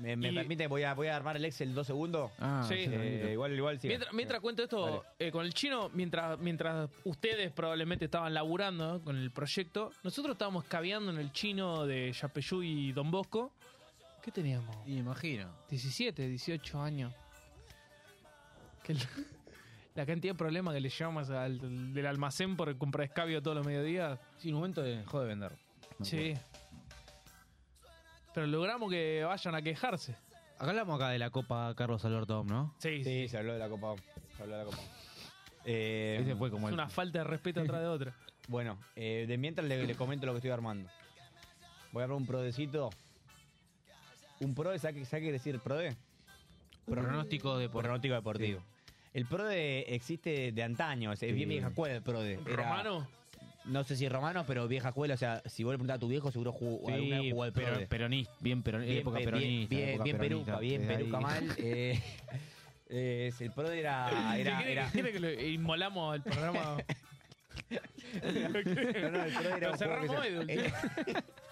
Speaker 4: Me, me
Speaker 5: y-
Speaker 4: permite, voy a, voy a armar el Excel dos segundos.
Speaker 6: Ah,
Speaker 5: Sí.
Speaker 6: sí,
Speaker 4: Eh,
Speaker 6: tranquilo.
Speaker 4: igual, igual, sí.
Speaker 5: mientras mientras cuento esto eh, con el chino, mientras, mientras ustedes probablemente estaban laburando ¿no? con el proyecto, nosotros estábamos caviando en el chino de Yapeyú y Don Bosco. ¿Qué teníamos?
Speaker 6: Y me imagino.
Speaker 5: 17, 18 años. Que el- la cantidad de problemas que le llevamos al, del almacén por comprar escabio todos los mediodías.
Speaker 6: Sí, en un momento dejó de vender.
Speaker 5: Sí. Pero logramos que vayan a quejarse.
Speaker 6: Acá hablamos acá de la Copa Carlos Alberto, ¿no?
Speaker 5: Sí,
Speaker 4: Sí, se habló de la Copa. Se habló de la Copa.
Speaker 6: Ese fue como
Speaker 5: Es
Speaker 6: el...
Speaker 5: una falta de respeto atrás de otra.
Speaker 4: bueno, eh, de mientras le, le comento lo que estoy armando. Voy a armar un prodecito. ¿Un prode? ¿Sabe qué sabe qué quiere decir prode?
Speaker 6: pronóstico de por...
Speaker 4: Pronóstico deportivo. El prode existe de antaño, es es bien vieja escuela el prode. Era-
Speaker 5: Romano.
Speaker 4: No sé si romano, pero vieja escuela. O sea, si vos le preguntás a tu viejo, seguro jugó, alguna vez jugó al prode.
Speaker 6: peronista, bien peronista,
Speaker 4: bien,
Speaker 6: época
Speaker 4: pe-
Speaker 6: peronista.
Speaker 4: bien,
Speaker 6: época
Speaker 4: bien
Speaker 6: peronista,
Speaker 4: peruca, bien
Speaker 6: desde ahí.
Speaker 4: peruca mal. eh, eh, es- el prode era... Ah, era,
Speaker 5: ¿Quiere,
Speaker 4: era-
Speaker 5: quiere que lo inmolamos el programa?
Speaker 4: no, no, el prode era
Speaker 5: Lo
Speaker 4: un juego que
Speaker 5: cerramos
Speaker 4: se-
Speaker 5: hoy, Dulce.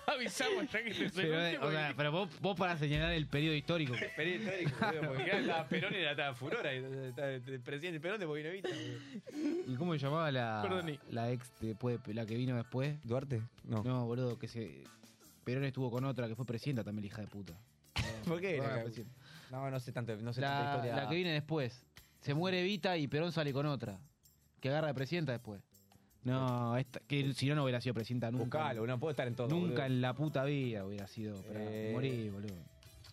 Speaker 5: Avisamos ya que te
Speaker 6: Pero, eh, o sea, pero vos, vos para señalar el periodo histórico.
Speaker 4: Periodo histórico, boludo, porque acá estaba Perón y era estaba furor ahí, estaba el presidente Perón de Bovinovita.
Speaker 6: ¿Y cómo se llamaba la,
Speaker 5: Perdoní.
Speaker 6: la ex después, la que vino después?
Speaker 4: ¿Duarte? No.
Speaker 6: No, boludo, que se. Perón estuvo con otra que fue presidenta también, la hija de puta.
Speaker 4: ¿Por qué?
Speaker 6: Bueno,
Speaker 4: No,
Speaker 6: pues sí.
Speaker 4: no, no sé tanto, no sé tanta
Speaker 6: La,
Speaker 4: historia.
Speaker 6: la que viene después. Se muere Evita y Perón sale con otra. Que agarra de presidenta después. No, esta, que si no, no hubiera sido presidenta nunca.
Speaker 4: Buscalo, no puedo estar en todo.
Speaker 6: nunca
Speaker 4: boludo.
Speaker 6: en la puta vida hubiera sido. Pero
Speaker 4: Eh.
Speaker 6: morí, boludo.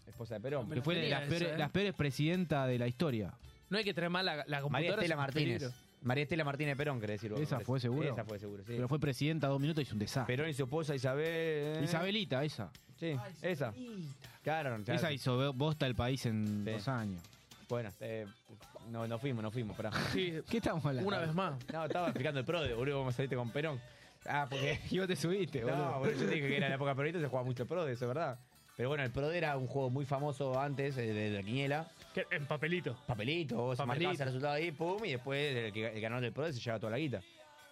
Speaker 4: Esposa de Perón.
Speaker 6: Que fue de
Speaker 5: tenía
Speaker 6: las
Speaker 5: esa,
Speaker 6: peores,
Speaker 5: eh.
Speaker 6: las peores presidentas de la historia.
Speaker 5: No hay que traer más la, la computadora.
Speaker 4: María
Speaker 5: es
Speaker 4: Estela
Speaker 5: un
Speaker 4: Martínez.
Speaker 5: peligro.
Speaker 4: María Estela Martínez Perón, querés decir vos,
Speaker 6: ¿Esa
Speaker 4: me parece.
Speaker 6: fue seguro?
Speaker 4: Esa fue seguro, sí.
Speaker 6: Pero fue presidenta dos minutos y es un desastre.
Speaker 4: Perón y su esposa Isabel.
Speaker 6: Isabelita, esa.
Speaker 4: Sí, esa. Claro, claro.
Speaker 6: Esa hizo bo- bosta el país en
Speaker 4: Sí.
Speaker 6: dos años.
Speaker 4: Bueno, eh, no, no fuimos, no fuimos, pará.
Speaker 5: Sí,
Speaker 6: ¿Qué estamos hablando?
Speaker 5: una vez más.
Speaker 4: No, estaba explicando el prode, boludo, cómo saliste con Perón. Ah, porque
Speaker 6: Y vos te subiste, boludo.
Speaker 4: No, boludo, yo te dije que era la época peronista, se jugaba mucho Prode, eso es verdad. Pero bueno, el Prode era un juego muy famoso antes, eh, de la quiniela.
Speaker 5: Que- En papelito.
Speaker 4: Papelito, vos
Speaker 5: Papelito.
Speaker 4: marcabas el resultado ahí, pum, y después el, que- el ganador del Prode se lleva toda la guita.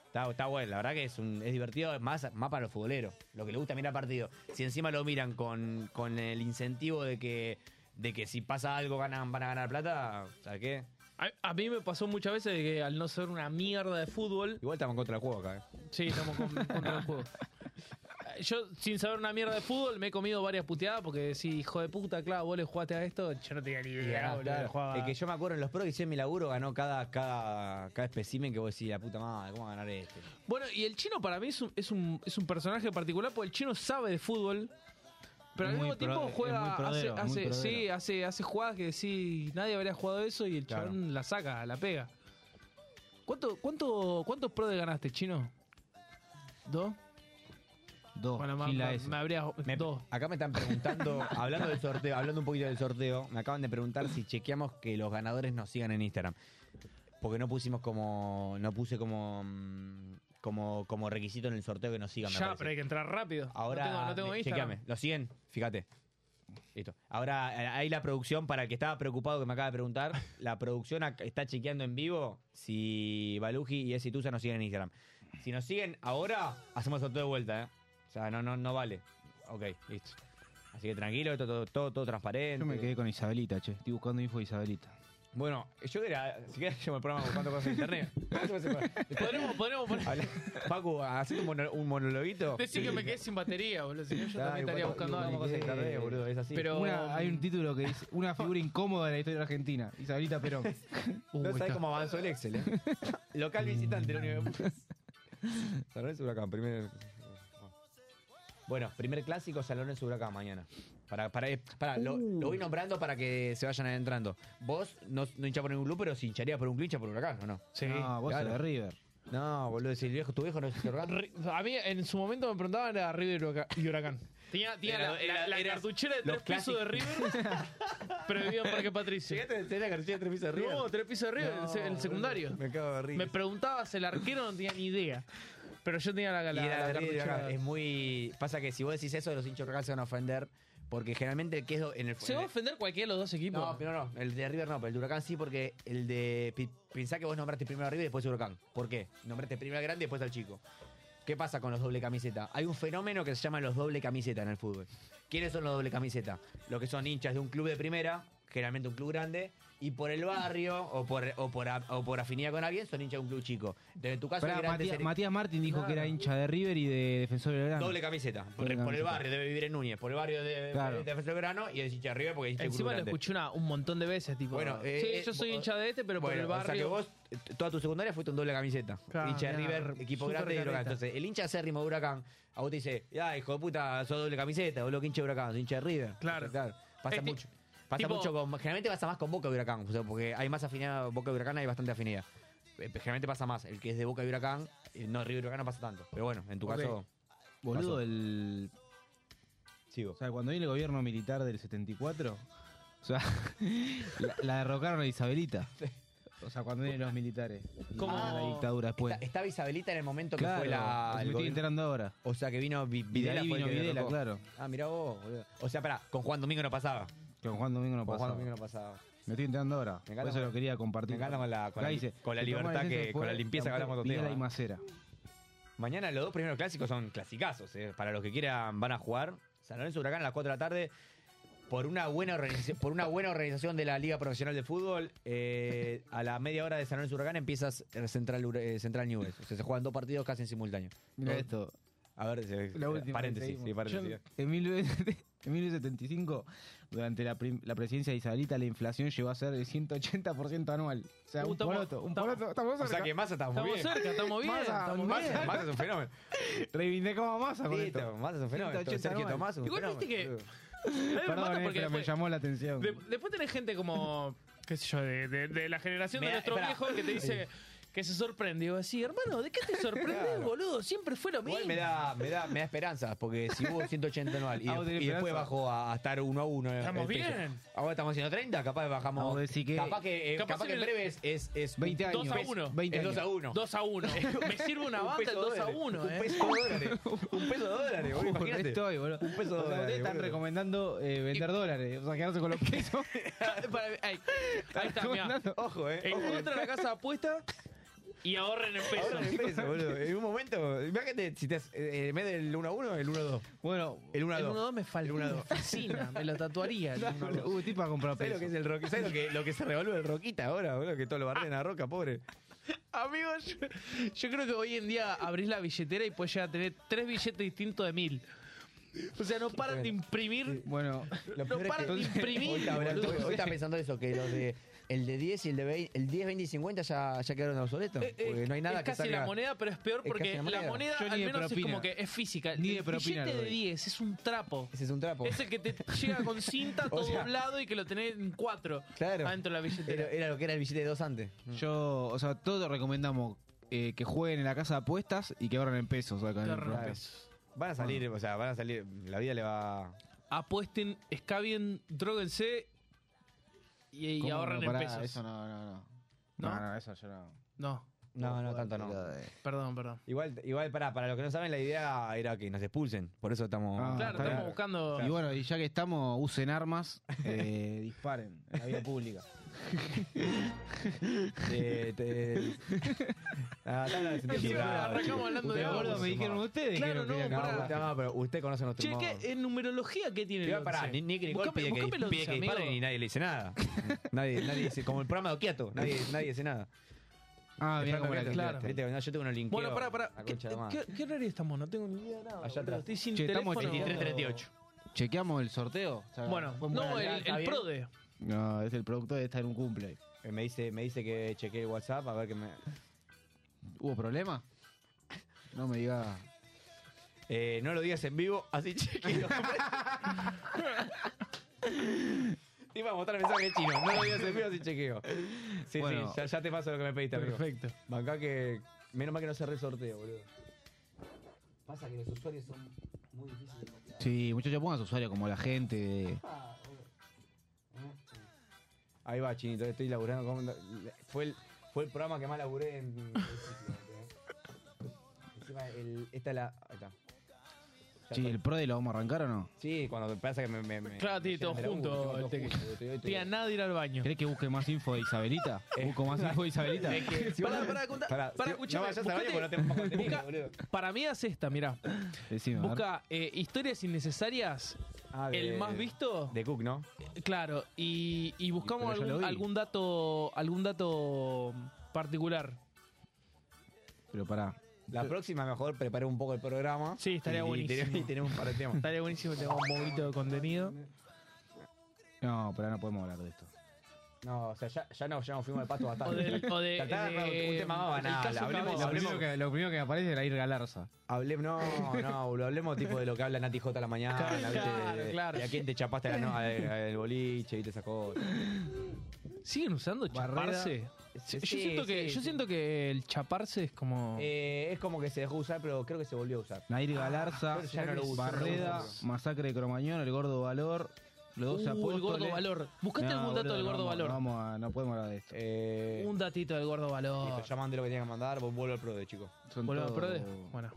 Speaker 4: Está, está bueno, la verdad que es, un, es divertido, es más, más para los futboleros. Lo que le gusta mirar partido. Si encima lo miran con, con el incentivo de que, de que si pasa algo ganan, van a ganar plata, ¿sabes qué?
Speaker 5: A, a mí me pasó muchas veces de que al no ser una mierda de fútbol,
Speaker 4: Igual estamos contra el juego acá. ¿eh?
Speaker 5: sí, estamos con- contra el juego. Yo, sin saber una mierda de fútbol, me he comido varias puteadas porque si hijo de puta, claro, vos le jugaste a esto, yo no tenía ni idea, boludo.
Speaker 4: El que yo me acuerdo en los pros que hice en mi laburo ganó cada, cada, cada espécimen que vos decís, la puta madre, ¿cómo va a ganar este?
Speaker 5: Bueno, y el chino para mí es un, es un, es un personaje particular porque el chino sabe de fútbol. Pero al
Speaker 3: Es muy
Speaker 5: mismo tiempo
Speaker 3: pro- es
Speaker 5: juega,
Speaker 3: muy prodero,
Speaker 5: hace, hace-
Speaker 3: muy prodero.
Speaker 5: sí, hace, hace jugadas que sí, nadie habría jugado eso y el
Speaker 4: Claro.
Speaker 5: chabón la saca, la pega. ¿Cuánto, cuánto, ¿Cuántos pro de ganaste, chino? ¿Dos?
Speaker 3: Dos.
Speaker 5: bueno, ma-
Speaker 3: sin la
Speaker 5: ma-
Speaker 3: S.
Speaker 5: me habría.
Speaker 4: Me-
Speaker 5: pues, dos.
Speaker 4: Acá me están preguntando, hablando del sorteo, hablando un poquito del sorteo, me acaban de preguntar si chequeamos que los ganadores nos sigan en Instagram. Porque no pusimos como. No puse como. mm, Como, como requisito en el sorteo que nos sigan. me
Speaker 5: Ya,
Speaker 4: parece.
Speaker 5: pero hay que entrar rápido.
Speaker 4: Ahora.
Speaker 5: no tengo, no tengo
Speaker 4: me-
Speaker 5: Instagram.
Speaker 4: chequeame, Los siguen, fíjate. Listo. Ahora, eh, ahí la producción, para el que estaba preocupado que me acaba de preguntar, la producción ac- está chequeando en vivo si Baluji y Esi Tusa nos siguen en Instagram. Si nos siguen ahora, hacemos sorteo de vuelta, ¿eh? O sea, no, no, no vale. Ok, listo. Así que tranquilo, todo, todo, todo, todo transparente.
Speaker 3: Yo me quedé con Isabelita, che. Estoy buscando info de Isabelita.
Speaker 4: Bueno, yo era, si querés, yo me programa buscando cosas en internet.
Speaker 5: Podremos, podremos poner.
Speaker 4: Habla- Paco, hacete un, mono- un monologuito.
Speaker 5: Decir que me quedé sin batería, boludo. Si no, yo
Speaker 4: Claro,
Speaker 5: también estaría
Speaker 4: igual-
Speaker 5: buscando
Speaker 4: igual
Speaker 5: algo.
Speaker 4: cosas en internet, boludo, es así.
Speaker 5: Pero. um,
Speaker 3: Una- hay un título que dice Una figura incómoda de la historia argentina. Isabelita Perón.
Speaker 5: Uh,
Speaker 4: No sabes
Speaker 5: está-
Speaker 4: cómo avanzó el Excel, ¿eh? Local visitante, lo único que puse. San Lorenzo Huracán, primer. Bueno, primer clásico San Lorenzo Huracán mañana. Para, para, para, lo, lo voy nombrando para que se vayan adentrando. Vos no, no hinchás por ningún club, pero si hincharías por un club, hinchás por Huracán, ¿o no?
Speaker 5: Sí.
Speaker 3: no, vos sos
Speaker 4: claro.
Speaker 3: de River.
Speaker 4: No, boludo, si el viejo, tu viejo no es de Huracán.
Speaker 5: Ri- A mí en su momento me preguntaban era River y Huraca- y Huracán. Tenía, tenía
Speaker 4: Era-
Speaker 5: la, la-
Speaker 4: era-
Speaker 5: la
Speaker 4: era-
Speaker 5: cartuchera de
Speaker 4: los
Speaker 5: tres pisos de River, pero vivía en Parque Patricio.
Speaker 4: Llegaste a tener la cartilla de tres pisos arriba.
Speaker 5: No, tres pisos de River, en se- en el secundario.
Speaker 4: Me cago de
Speaker 5: Me
Speaker 4: risa.
Speaker 5: preguntabas el arquero, no tenía ni idea. Pero yo tenía la, la,
Speaker 4: Y era
Speaker 5: la
Speaker 4: de River,
Speaker 5: cartuchera.
Speaker 4: acá, Es muy. Pasa que si vos decís eso, los hinchas de Huracán se van a ofender. Porque generalmente el que es do- en el
Speaker 5: Se va a ofender cualquiera de los dos equipos.
Speaker 4: No, pero no, el de River no, pero el de Huracán sí, porque el de. pi- Pensá que vos nombraste primero a River y después a Huracán. ¿Por qué? Nombraste primero al grande y después al chico. ¿Qué pasa con los doble camiseta? Hay un fenómeno que se llama los doble camiseta en el fútbol. ¿Quiénes son los doble camiseta? Los que son hinchas de un club de primera, generalmente un club grande, y por el barrio o por, o por, a- o por afinidad con alguien son hinchas de un club chico. Desde tu caso,
Speaker 3: Pará,
Speaker 4: el grande
Speaker 3: Matías,
Speaker 4: sería-
Speaker 3: Matías Martín dijo que era
Speaker 4: Claro.
Speaker 3: hincha de River y de Defensor del Grano.
Speaker 4: Doble camiseta. Por, por
Speaker 3: Doble
Speaker 4: el
Speaker 3: camiseta.
Speaker 4: barrio debe vivir en Núñez, por el barrio de,
Speaker 3: Claro.
Speaker 4: de Defensor Grano y es hincha de River porque es hincha de un club
Speaker 5: Encima lo
Speaker 4: grande.
Speaker 5: escuché una- un montón de veces, tipo.
Speaker 4: Bueno, eh,
Speaker 5: sí, yo soy
Speaker 4: eh,
Speaker 5: hincha de este, pero por
Speaker 4: Bueno,
Speaker 5: el barrio.
Speaker 4: O sea que vos, eh, toda tu secundaria fuiste un doble camiseta.
Speaker 5: Claro,
Speaker 4: hincha de
Speaker 5: mirá,
Speaker 4: River, equipo
Speaker 5: súper
Speaker 4: grande y Huracán.
Speaker 5: careta.
Speaker 4: Entonces, el hincha acérrimo de Huracán, a vos te dice, ya, hijo de puta, sos doble camiseta, vos lo que hincha de Huracán, sos hincha de River.
Speaker 5: Claro.
Speaker 4: O sea, Pasa
Speaker 5: Este-
Speaker 4: mucho. Pasa
Speaker 5: tipo-
Speaker 4: mucho con. Generalmente pasa más con Boca y Huracán, o sea, porque hay más afinidad. Boca y Huracán hay bastante afinidad. Eh, Generalmente pasa más. El que es de Boca y Huracán, eh, no, River y Huracán no pasa tanto. Pero bueno, en tu
Speaker 3: Ok.
Speaker 4: caso,
Speaker 3: Boludo,
Speaker 4: Pasó.
Speaker 3: el.
Speaker 4: sigo.
Speaker 3: O sea, cuando viene el gobierno militar del 74, o sea, la, la derrocaron a Isabelita. O sea, cuando vienen los militares. y
Speaker 5: ¿Cómo?
Speaker 3: viene La dictadura después.
Speaker 4: Está- Estaba Isabelita en el momento que
Speaker 3: claro, pues
Speaker 4: fue la.
Speaker 3: me
Speaker 4: el
Speaker 3: estoy
Speaker 4: gobierno-
Speaker 3: enterando ahora.
Speaker 4: O sea que vino Vi- Videla.
Speaker 3: ahí
Speaker 4: fue el
Speaker 3: vino
Speaker 4: que
Speaker 3: Videla,
Speaker 4: derrocó.
Speaker 3: claro.
Speaker 4: Ah, mirá vos, boludo. O sea, pará, con Juan Domingo no pasaba.
Speaker 3: Con Juan Domingo no
Speaker 4: Con
Speaker 3: pasó.
Speaker 4: Juan Domingo no pasaba.
Speaker 3: Me estoy enterando ahora.
Speaker 4: Me
Speaker 3: Por
Speaker 4: encanta
Speaker 3: eso
Speaker 4: con-
Speaker 3: lo quería compartir.
Speaker 4: me encanta con la- con la-
Speaker 3: Acá
Speaker 4: con la
Speaker 3: se tomó
Speaker 4: libertad que-
Speaker 3: licencia
Speaker 4: con la
Speaker 3: después,
Speaker 4: limpieza que hablamos otro
Speaker 3: Videla
Speaker 4: tema.
Speaker 3: y Macera.
Speaker 4: Mañana los dos primeros clásicos son clasicazos, eh. Para los que quieran van a jugar. San Lorenzo Huracán a las 4 de la tarde. Por una buena organización, por una buena organización de la Liga Profesional de Fútbol, eh, a la media hora de San Lorenzo Huracán empiezas el Central, Ur- eh, Central Newell's. O sea, se juegan dos partidos casi en simultáneo.
Speaker 3: Mira
Speaker 4: Dos-
Speaker 3: esto.
Speaker 4: A ver, se-
Speaker 3: La última.
Speaker 4: eh, paréntesis,
Speaker 3: seguimos.
Speaker 4: sí, paréntesis.
Speaker 3: Yo, en, 1970 en 1975, durante la, prim- la presidencia de Isabelita, la inflación llegó a ser del 180% anual. O sea,
Speaker 5: Uh,
Speaker 3: un
Speaker 5: estamos-
Speaker 3: poroto, un
Speaker 5: estamos-
Speaker 3: poroto. Estamos
Speaker 4: O sea
Speaker 3: cerca.
Speaker 4: que Massa está muy
Speaker 5: estamos
Speaker 4: bien.
Speaker 5: cerca, estamos bien.
Speaker 3: Massa,
Speaker 5: estamos
Speaker 3: Massa.
Speaker 5: bien.
Speaker 4: Massa Massa es un fenómeno.
Speaker 3: Reivindicamos a Massa con
Speaker 4: Sí,
Speaker 3: esto.
Speaker 4: Massa es un fenómeno.
Speaker 3: 180
Speaker 4: Sergio
Speaker 3: anual.
Speaker 4: Tomás es un
Speaker 5: Igual viste que-
Speaker 4: fenómeno.
Speaker 5: Nadie me mata
Speaker 3: Perdón, eh,
Speaker 5: porque
Speaker 3: pero me
Speaker 5: después-
Speaker 3: llamó la atención.
Speaker 5: De- después tenés gente como, qué sé yo, de, de- de la generación
Speaker 4: Me
Speaker 5: de
Speaker 4: da-
Speaker 5: nuestros
Speaker 4: pará.
Speaker 5: viejos que te dice que se sorprende. Y vos decís, hermano, ¿de qué te sorprendes,
Speaker 4: Claro.
Speaker 5: boludo? Siempre fue lo mismo.
Speaker 4: Igual me da, me da, me da esperanzas, porque si hubo 180 anual y,
Speaker 3: Ah, vos tenés
Speaker 4: y después
Speaker 3: esperanza.
Speaker 4: bajó a, a estar uno a uno. el-
Speaker 5: Estamos
Speaker 4: el peso.
Speaker 5: bien.
Speaker 4: Ahora estamos haciendo 30, capaz bajamos.
Speaker 3: Ah, vos decís que-
Speaker 4: capaz que, eh,
Speaker 5: Capaz
Speaker 4: capaz que
Speaker 5: en
Speaker 4: en
Speaker 5: el-
Speaker 4: breve es, es, es
Speaker 3: 20
Speaker 4: un
Speaker 3: años.
Speaker 4: peso-
Speaker 5: 2 a 1.
Speaker 4: es
Speaker 3: 20
Speaker 4: 2 a 1.
Speaker 5: 2 a 1. Me sirve una
Speaker 4: Un
Speaker 5: banda
Speaker 4: peso
Speaker 5: el 2 a
Speaker 4: dólares.
Speaker 5: 1,
Speaker 4: Un
Speaker 5: eh.
Speaker 4: peso dólares. Un peso dólares, boludo.
Speaker 3: Uy,
Speaker 4: Imagínate.
Speaker 3: estoy, boludo.
Speaker 4: Un peso
Speaker 3: O sea,
Speaker 4: dólares,
Speaker 3: ustedes están
Speaker 4: boludo.
Speaker 3: recomendando eh, vender dólares, o sea, quedarse con los pesos.
Speaker 5: Para- ahí, ahí está, mirá.
Speaker 3: Recomendando-
Speaker 4: Ojo, eh.
Speaker 5: En contra de la casa de apuesta, Y ahorren en pesos.
Speaker 4: Ahora en peso, boludo. En un momento, imagínate, si te, has- eh, en vez del 1 a 1, el 1 a 2.
Speaker 3: Bueno,
Speaker 4: El 1 a
Speaker 11: El
Speaker 4: 2.
Speaker 11: 1-2 me falta.
Speaker 4: El 1-2.
Speaker 11: Me fascina, me lo tatuaría. el 1-2.
Speaker 3: uh, tipa compró
Speaker 4: ¿Sabes lo que es el Rocky? ¿Sabes lo que, lo que se revalúa el Roquita ahora, boludo? Que todo lo barren a Roca, pobre.
Speaker 11: Amigo, yo, yo creo que hoy en día abrís la billetera y puedes llegar a tener tres billetes distintos de mil. O sea, no paran de imprimir.
Speaker 3: Bueno,
Speaker 4: Lo peor es
Speaker 11: paran
Speaker 4: que-
Speaker 11: de imprimir,
Speaker 4: Hoy está, hablando-
Speaker 11: boludo.
Speaker 4: hoy está pensando eso, que los de, el de 10 y el de 20, el 10, 20 y 50 ya, ya quedaron obsoletos.
Speaker 11: Eh, eh,
Speaker 4: Porque no hay nada
Speaker 11: es
Speaker 4: que
Speaker 11: casi
Speaker 4: salga.
Speaker 11: la moneda, pero es peor
Speaker 4: es
Speaker 11: porque
Speaker 4: casi la
Speaker 11: la
Speaker 4: moneda.
Speaker 11: moneda
Speaker 3: Yo
Speaker 11: al
Speaker 3: ni de
Speaker 11: menos es
Speaker 3: propina.
Speaker 11: como que es física.
Speaker 3: Ni de
Speaker 11: el
Speaker 3: propina
Speaker 11: billete
Speaker 3: le
Speaker 11: de
Speaker 3: doy.
Speaker 11: 10 es un trapo.
Speaker 4: Ese es un trapo.
Speaker 11: Es el que te llega con cinta todo
Speaker 4: sea-
Speaker 11: doblado y que lo tenés en cuatro
Speaker 4: Claro. eh,
Speaker 11: adentro de la billetera.
Speaker 4: Era, era lo que era el billete de 2 antes. Mm.
Speaker 3: Mm. yo, o sea, todos recomendamos eh, que jueguen en la casa de apuestas y que ahorren en pesos acá en
Speaker 11: Que
Speaker 3: el
Speaker 11: ahorren en
Speaker 3: Rock.
Speaker 11: pesos.
Speaker 4: Van a salir, o sea, van a salir. La vida le va.
Speaker 5: Apuesten, escabien, droguense y, y
Speaker 3: ¿Cómo?
Speaker 5: ahorren
Speaker 3: No,
Speaker 5: en
Speaker 3: pará,
Speaker 5: pesos.
Speaker 3: Eso no, no, no.
Speaker 5: ¿No?
Speaker 3: eso yo no.
Speaker 5: No,
Speaker 4: No, no, tanto no.
Speaker 5: perdón, perdón.
Speaker 4: Igual, igual para, para los que no saben, la idea era que nos expulsen. Por eso estamos.
Speaker 3: Ah,
Speaker 5: Claro,
Speaker 3: está
Speaker 5: estamos
Speaker 3: bien.
Speaker 5: buscando.
Speaker 3: Y bueno, y ya que estamos, usen armas, eh, disparen en la vía pública.
Speaker 4: Eh, te- Ah, está bien,
Speaker 5: Encima
Speaker 4: está bien.
Speaker 5: arrancamos hablando de
Speaker 4: Ustedes
Speaker 5: vos.
Speaker 4: gordos me dijeron
Speaker 3: ustedes.
Speaker 5: Claro, no,
Speaker 4: No,
Speaker 5: pará.
Speaker 4: usted- no, pero usted conoce nuestro
Speaker 5: Che,
Speaker 4: humor.
Speaker 5: ¿qué, ¿en numerología qué
Speaker 4: Te
Speaker 5: tiene el
Speaker 4: iba a parar,
Speaker 5: once?
Speaker 4: ni- ni Grigol
Speaker 5: Buscame-
Speaker 4: pide que,
Speaker 5: buscame el
Speaker 4: pide
Speaker 5: once,
Speaker 4: que disparen
Speaker 5: amigo.
Speaker 4: y nadie le dice nada. nadie, nadie dice, como el programa de Okiato, nadie, nadie dice nada.
Speaker 3: Ah, mira
Speaker 4: El
Speaker 3: cómo
Speaker 4: programa
Speaker 3: la
Speaker 4: de Occhiato,
Speaker 3: claro.
Speaker 4: viste, no, yo tengo unos linkeos.
Speaker 5: Bueno, pará, pará.
Speaker 4: la
Speaker 5: ¿Qué,
Speaker 4: concha de la madre.
Speaker 5: qué- qué horario estamos? No tengo ni idea.
Speaker 4: Allá atrás.
Speaker 5: Estoy sin
Speaker 3: Che, estamos
Speaker 5: teléfono.
Speaker 4: 23.38.
Speaker 3: Chequeamos el sorteo. O sea,
Speaker 5: Bueno,
Speaker 3: fue
Speaker 5: no,
Speaker 3: buena-
Speaker 5: el,
Speaker 4: ¿está
Speaker 5: el
Speaker 4: bien?
Speaker 5: PRODE.
Speaker 3: No, es el productor de estar en un cumple.
Speaker 4: Eh, Me dice, me dice que chequee WhatsApp a ver que me.
Speaker 3: ¿Hubo problema? No me diga.
Speaker 4: Eh, no lo digas en vivo, así chequeo. Te Iba a mostrar el mensaje chino. No lo digas en vivo, así chequeo. Sí,
Speaker 3: Bueno.
Speaker 4: sí, ya, ya te paso lo que me pediste, amigo.
Speaker 11: Perfecto.
Speaker 4: Acá que. Menos mal que no cerré el sorteo, boludo. Pasa que los usuarios son muy difíciles de bloquear.
Speaker 3: Sí, muchachos, pongan su usuario como la gente. de-
Speaker 4: Ahí va, chinito, estoy laburando. como- Fue el, fue el programa que más laburé en. en el ciclo, ¿eh? Encima, el, esta es la. Ahí está. Ya
Speaker 3: Sí,
Speaker 4: está.
Speaker 3: el pro de lo vamos a arrancar o no?
Speaker 4: Sí, cuando pasa que me. me, me-
Speaker 5: Claro,
Speaker 4: me
Speaker 5: tiene todo
Speaker 4: llenan de laburo,
Speaker 5: junto,
Speaker 4: tengo todo
Speaker 5: este que-
Speaker 4: junto, boludo, te digo, te
Speaker 5: Tía,
Speaker 4: digo.
Speaker 5: nada de ir al baño.
Speaker 3: ¿Crees que busque más info de Isabelita? ¿Busco más info de Isabelita?
Speaker 4: Si
Speaker 5: Pará,
Speaker 4: vos-
Speaker 5: pará, contá- pará,
Speaker 4: si-
Speaker 5: escuchame,
Speaker 4: No vayas al baño
Speaker 5: buscate-
Speaker 4: porque no tenemos más contenido,
Speaker 5: busca-
Speaker 4: boludo.
Speaker 5: Para mí hace esta, mirá.
Speaker 3: Decime, a ver.
Speaker 5: Busca eh, historias innecesarias,
Speaker 4: Ah, de-
Speaker 5: el más visto.
Speaker 4: De Cook, ¿no?
Speaker 5: Claro, y, y buscamos
Speaker 3: Pero ya lo
Speaker 5: algún,
Speaker 3: vi.
Speaker 5: algún dato algún dato particular.
Speaker 3: Pero pará.
Speaker 4: La próxima mejor preparé un poco el programa.
Speaker 5: Sí, estaría
Speaker 4: y- y
Speaker 5: buenísimo.
Speaker 4: tenemos- Y tenemos un par de temas.
Speaker 5: Estaría buenísimo tener un poquito de contenido.
Speaker 3: No, pará, no podemos hablar de esto.
Speaker 4: No, o sea, ya, ya no, ya nos fuimos de pato
Speaker 5: O
Speaker 4: bastante.
Speaker 5: de, o de-
Speaker 4: Tratá de
Speaker 5: de-
Speaker 4: un tema más
Speaker 5: el
Speaker 4: banal.
Speaker 5: caso
Speaker 4: Hablemos,
Speaker 5: Cavani.
Speaker 4: hablemos,
Speaker 3: que me aparece era ir Galarza.
Speaker 4: hablemos, no, no, boludo, hablemos tipo de lo que habla Nati J a la mañana. ¿viste?
Speaker 5: Claro, claro.
Speaker 4: Y a quién te chapaste la no- al- al boliche, viste esas cosas.
Speaker 5: ¿Siguen usando chaparse?
Speaker 4: Sí,
Speaker 5: yo siento que
Speaker 4: sí,
Speaker 5: yo
Speaker 4: sí.
Speaker 5: siento que el chaparse es como
Speaker 4: Eh, es como que se dejó usar, pero creo que se volvió a usar.
Speaker 3: Nair Galarza,
Speaker 4: pero ya no lo uso, no
Speaker 3: Barreda,
Speaker 4: lo uso.
Speaker 3: Masacre de Cromañón, El Gordo Valor, los 12
Speaker 5: Uh, el
Speaker 3: apóstoles.
Speaker 5: gordo valor. Buscate
Speaker 3: No,
Speaker 5: algún dato
Speaker 3: boludo,
Speaker 5: del
Speaker 3: no
Speaker 5: gordo
Speaker 3: vamos-
Speaker 5: valor.
Speaker 3: No, vamos a- no podemos hablar de esto.
Speaker 4: Eh,
Speaker 5: Un datito del gordo valor.
Speaker 4: listo, ya mandé lo que tenía que mandar, vos vuelvo al pro de chico.
Speaker 3: Son
Speaker 5: Volvemos al
Speaker 3: todo-
Speaker 5: Prode. Bueno.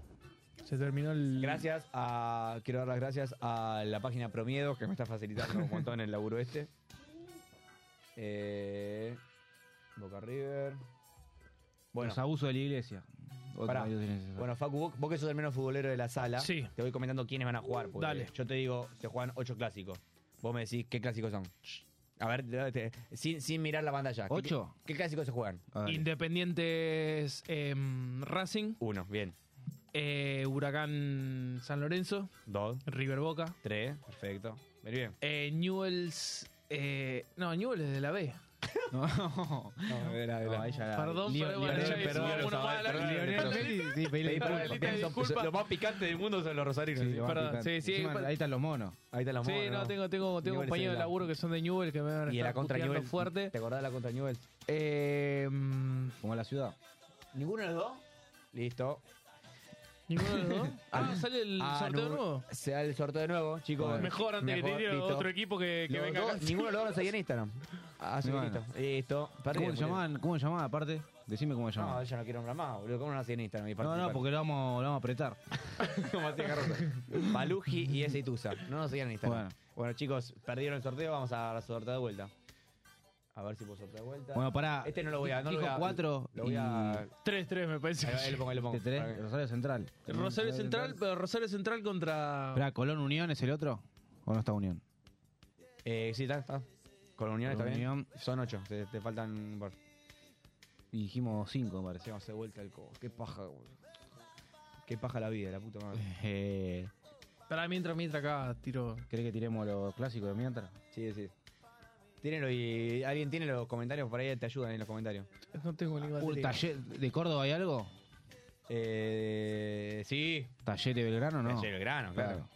Speaker 5: Se terminó el
Speaker 4: Gracias a. Quiero dar las gracias a la página Promiedo, que me está facilitando un montón el laburo este. Eh, Boca River. Bueno,
Speaker 3: Los abusos de la iglesia. Otro
Speaker 4: pará.
Speaker 3: abuso innecesario.
Speaker 4: bueno, Facu, vos, vos que sos el menos futbolero de la sala,
Speaker 5: Sí.
Speaker 4: te voy comentando quiénes van a jugar. porque
Speaker 5: Dale.
Speaker 4: Yo te digo, se juegan ocho clásicos. Vos me decís qué clásicos son. A ver, te- te- sin, sin mirar la pantalla. ¿Qué-
Speaker 3: ¿Ocho?
Speaker 4: ¿Qué, clásicos se juegan?
Speaker 3: A ver.
Speaker 5: Independientes em, Racing,
Speaker 4: Uno, bien.
Speaker 5: eh, Huracán San Lorenzo,
Speaker 4: Dos,
Speaker 5: River Boca,
Speaker 4: tres, perfecto. Vení bien.
Speaker 5: eh, Newells. eh, no, Newells es de la B.
Speaker 3: No, no, ahí ya la-
Speaker 5: Perdón,
Speaker 3: Lio-
Speaker 5: pero bueno,
Speaker 3: Lionel-
Speaker 5: ya que
Speaker 4: perdón,
Speaker 5: sumamos uno más a la-
Speaker 4: perdón,
Speaker 3: Lionel
Speaker 5: Perdón,
Speaker 3: Messi, sí, pedile
Speaker 4: Pedí
Speaker 3: disculpas.
Speaker 5: Lolita,
Speaker 4: disculpas.
Speaker 5: disculpa.
Speaker 4: Los más picantes del mundo son los rosarinos.
Speaker 3: Sí, lo van
Speaker 5: Perdón,
Speaker 3: picando.
Speaker 5: sí, sí,
Speaker 3: Encima,
Speaker 5: perdón.
Speaker 3: ahí están los monos.
Speaker 4: Ahí está la
Speaker 5: Sí, no, tengo, tengo, tengo
Speaker 4: Newell's
Speaker 5: compañeros
Speaker 4: es
Speaker 5: de
Speaker 4: la-
Speaker 5: laburo que son de Newell que me van a
Speaker 4: Y de
Speaker 5: estar
Speaker 4: la contra
Speaker 5: puteando
Speaker 4: Newell.
Speaker 5: fuerte.
Speaker 4: ¿Te acordás de la contra Newell?
Speaker 5: Eh, mm,
Speaker 3: Como la ciudad.
Speaker 4: ¿Ninguno de los dos? Listo.
Speaker 5: ¿Ninguno de los dos? Ah, ¿sale el
Speaker 4: Ah, no,
Speaker 5: sorteo nuevo?
Speaker 4: Se da el sorteo de nuevo, chicos.
Speaker 5: Mejor antes que
Speaker 4: Mejor,
Speaker 5: te diera
Speaker 4: listo.
Speaker 5: otro equipo que, que
Speaker 4: Los
Speaker 5: venga
Speaker 4: dos-
Speaker 5: acá.
Speaker 4: Ninguno de los dos lo seguía en Instagram. Así que
Speaker 3: Bueno.
Speaker 4: listo. Listo. Perdí,
Speaker 3: ¿Cómo se
Speaker 4: boludo.
Speaker 3: llamaban? ¿Cómo se llamaban aparte? Decime cómo se
Speaker 4: No,
Speaker 3: llamaban.
Speaker 4: yo no quiero nombrar más, boludo. ¿Cómo no la seguía en Instagram? Y
Speaker 3: No, no,
Speaker 4: participan?
Speaker 3: porque lo vamos, lo vamos a apretar.
Speaker 4: Como hacía Carrota. Paluji y ese Ituza. No nos seguían en Instagram. Bueno.
Speaker 3: Bueno.
Speaker 4: chicos, perdieron el sorteo, vamos a la sorteo de vuelta. A ver si puso otra vuelta.
Speaker 3: Bueno, pará.
Speaker 4: Este no lo voy a. No lo
Speaker 3: Dijo
Speaker 4: voy a-
Speaker 3: cuatro
Speaker 4: Lo voy a.
Speaker 5: 3-3 me parece.
Speaker 4: Ahí lo pongo, ahí lo pongo.
Speaker 3: Este tres, Rosario Central.
Speaker 5: Rosario Central, pero Rosario Central contra.
Speaker 3: Pará, Colón Unión es el otro. ¿O no está Unión?
Speaker 4: Eh, sí, está, está. Con la Unión está
Speaker 3: Con
Speaker 4: bien.
Speaker 3: Unión.
Speaker 4: Son ocho. Te, te faltan un par.
Speaker 3: Y dijimos cinco, me parece.
Speaker 4: Se va a hacer vuelta el cobo. Qué paja, boludo. Qué paja la vida, la puta madre.
Speaker 3: Eh,
Speaker 5: Para mientras, mientras acá tiro.
Speaker 3: ¿Querés que tiremos los clásicos de mientras?
Speaker 4: Sí, sí. Tírenlo y alguien tiene los comentarios por ahí, te ayudan en los comentarios.
Speaker 5: No tengo ni
Speaker 3: Uh,
Speaker 5: batería.
Speaker 3: taller- ¿De Córdoba hay algo?
Speaker 4: Eh, sí,
Speaker 3: ¿Taller de Belgrano no?
Speaker 4: el grano, claro.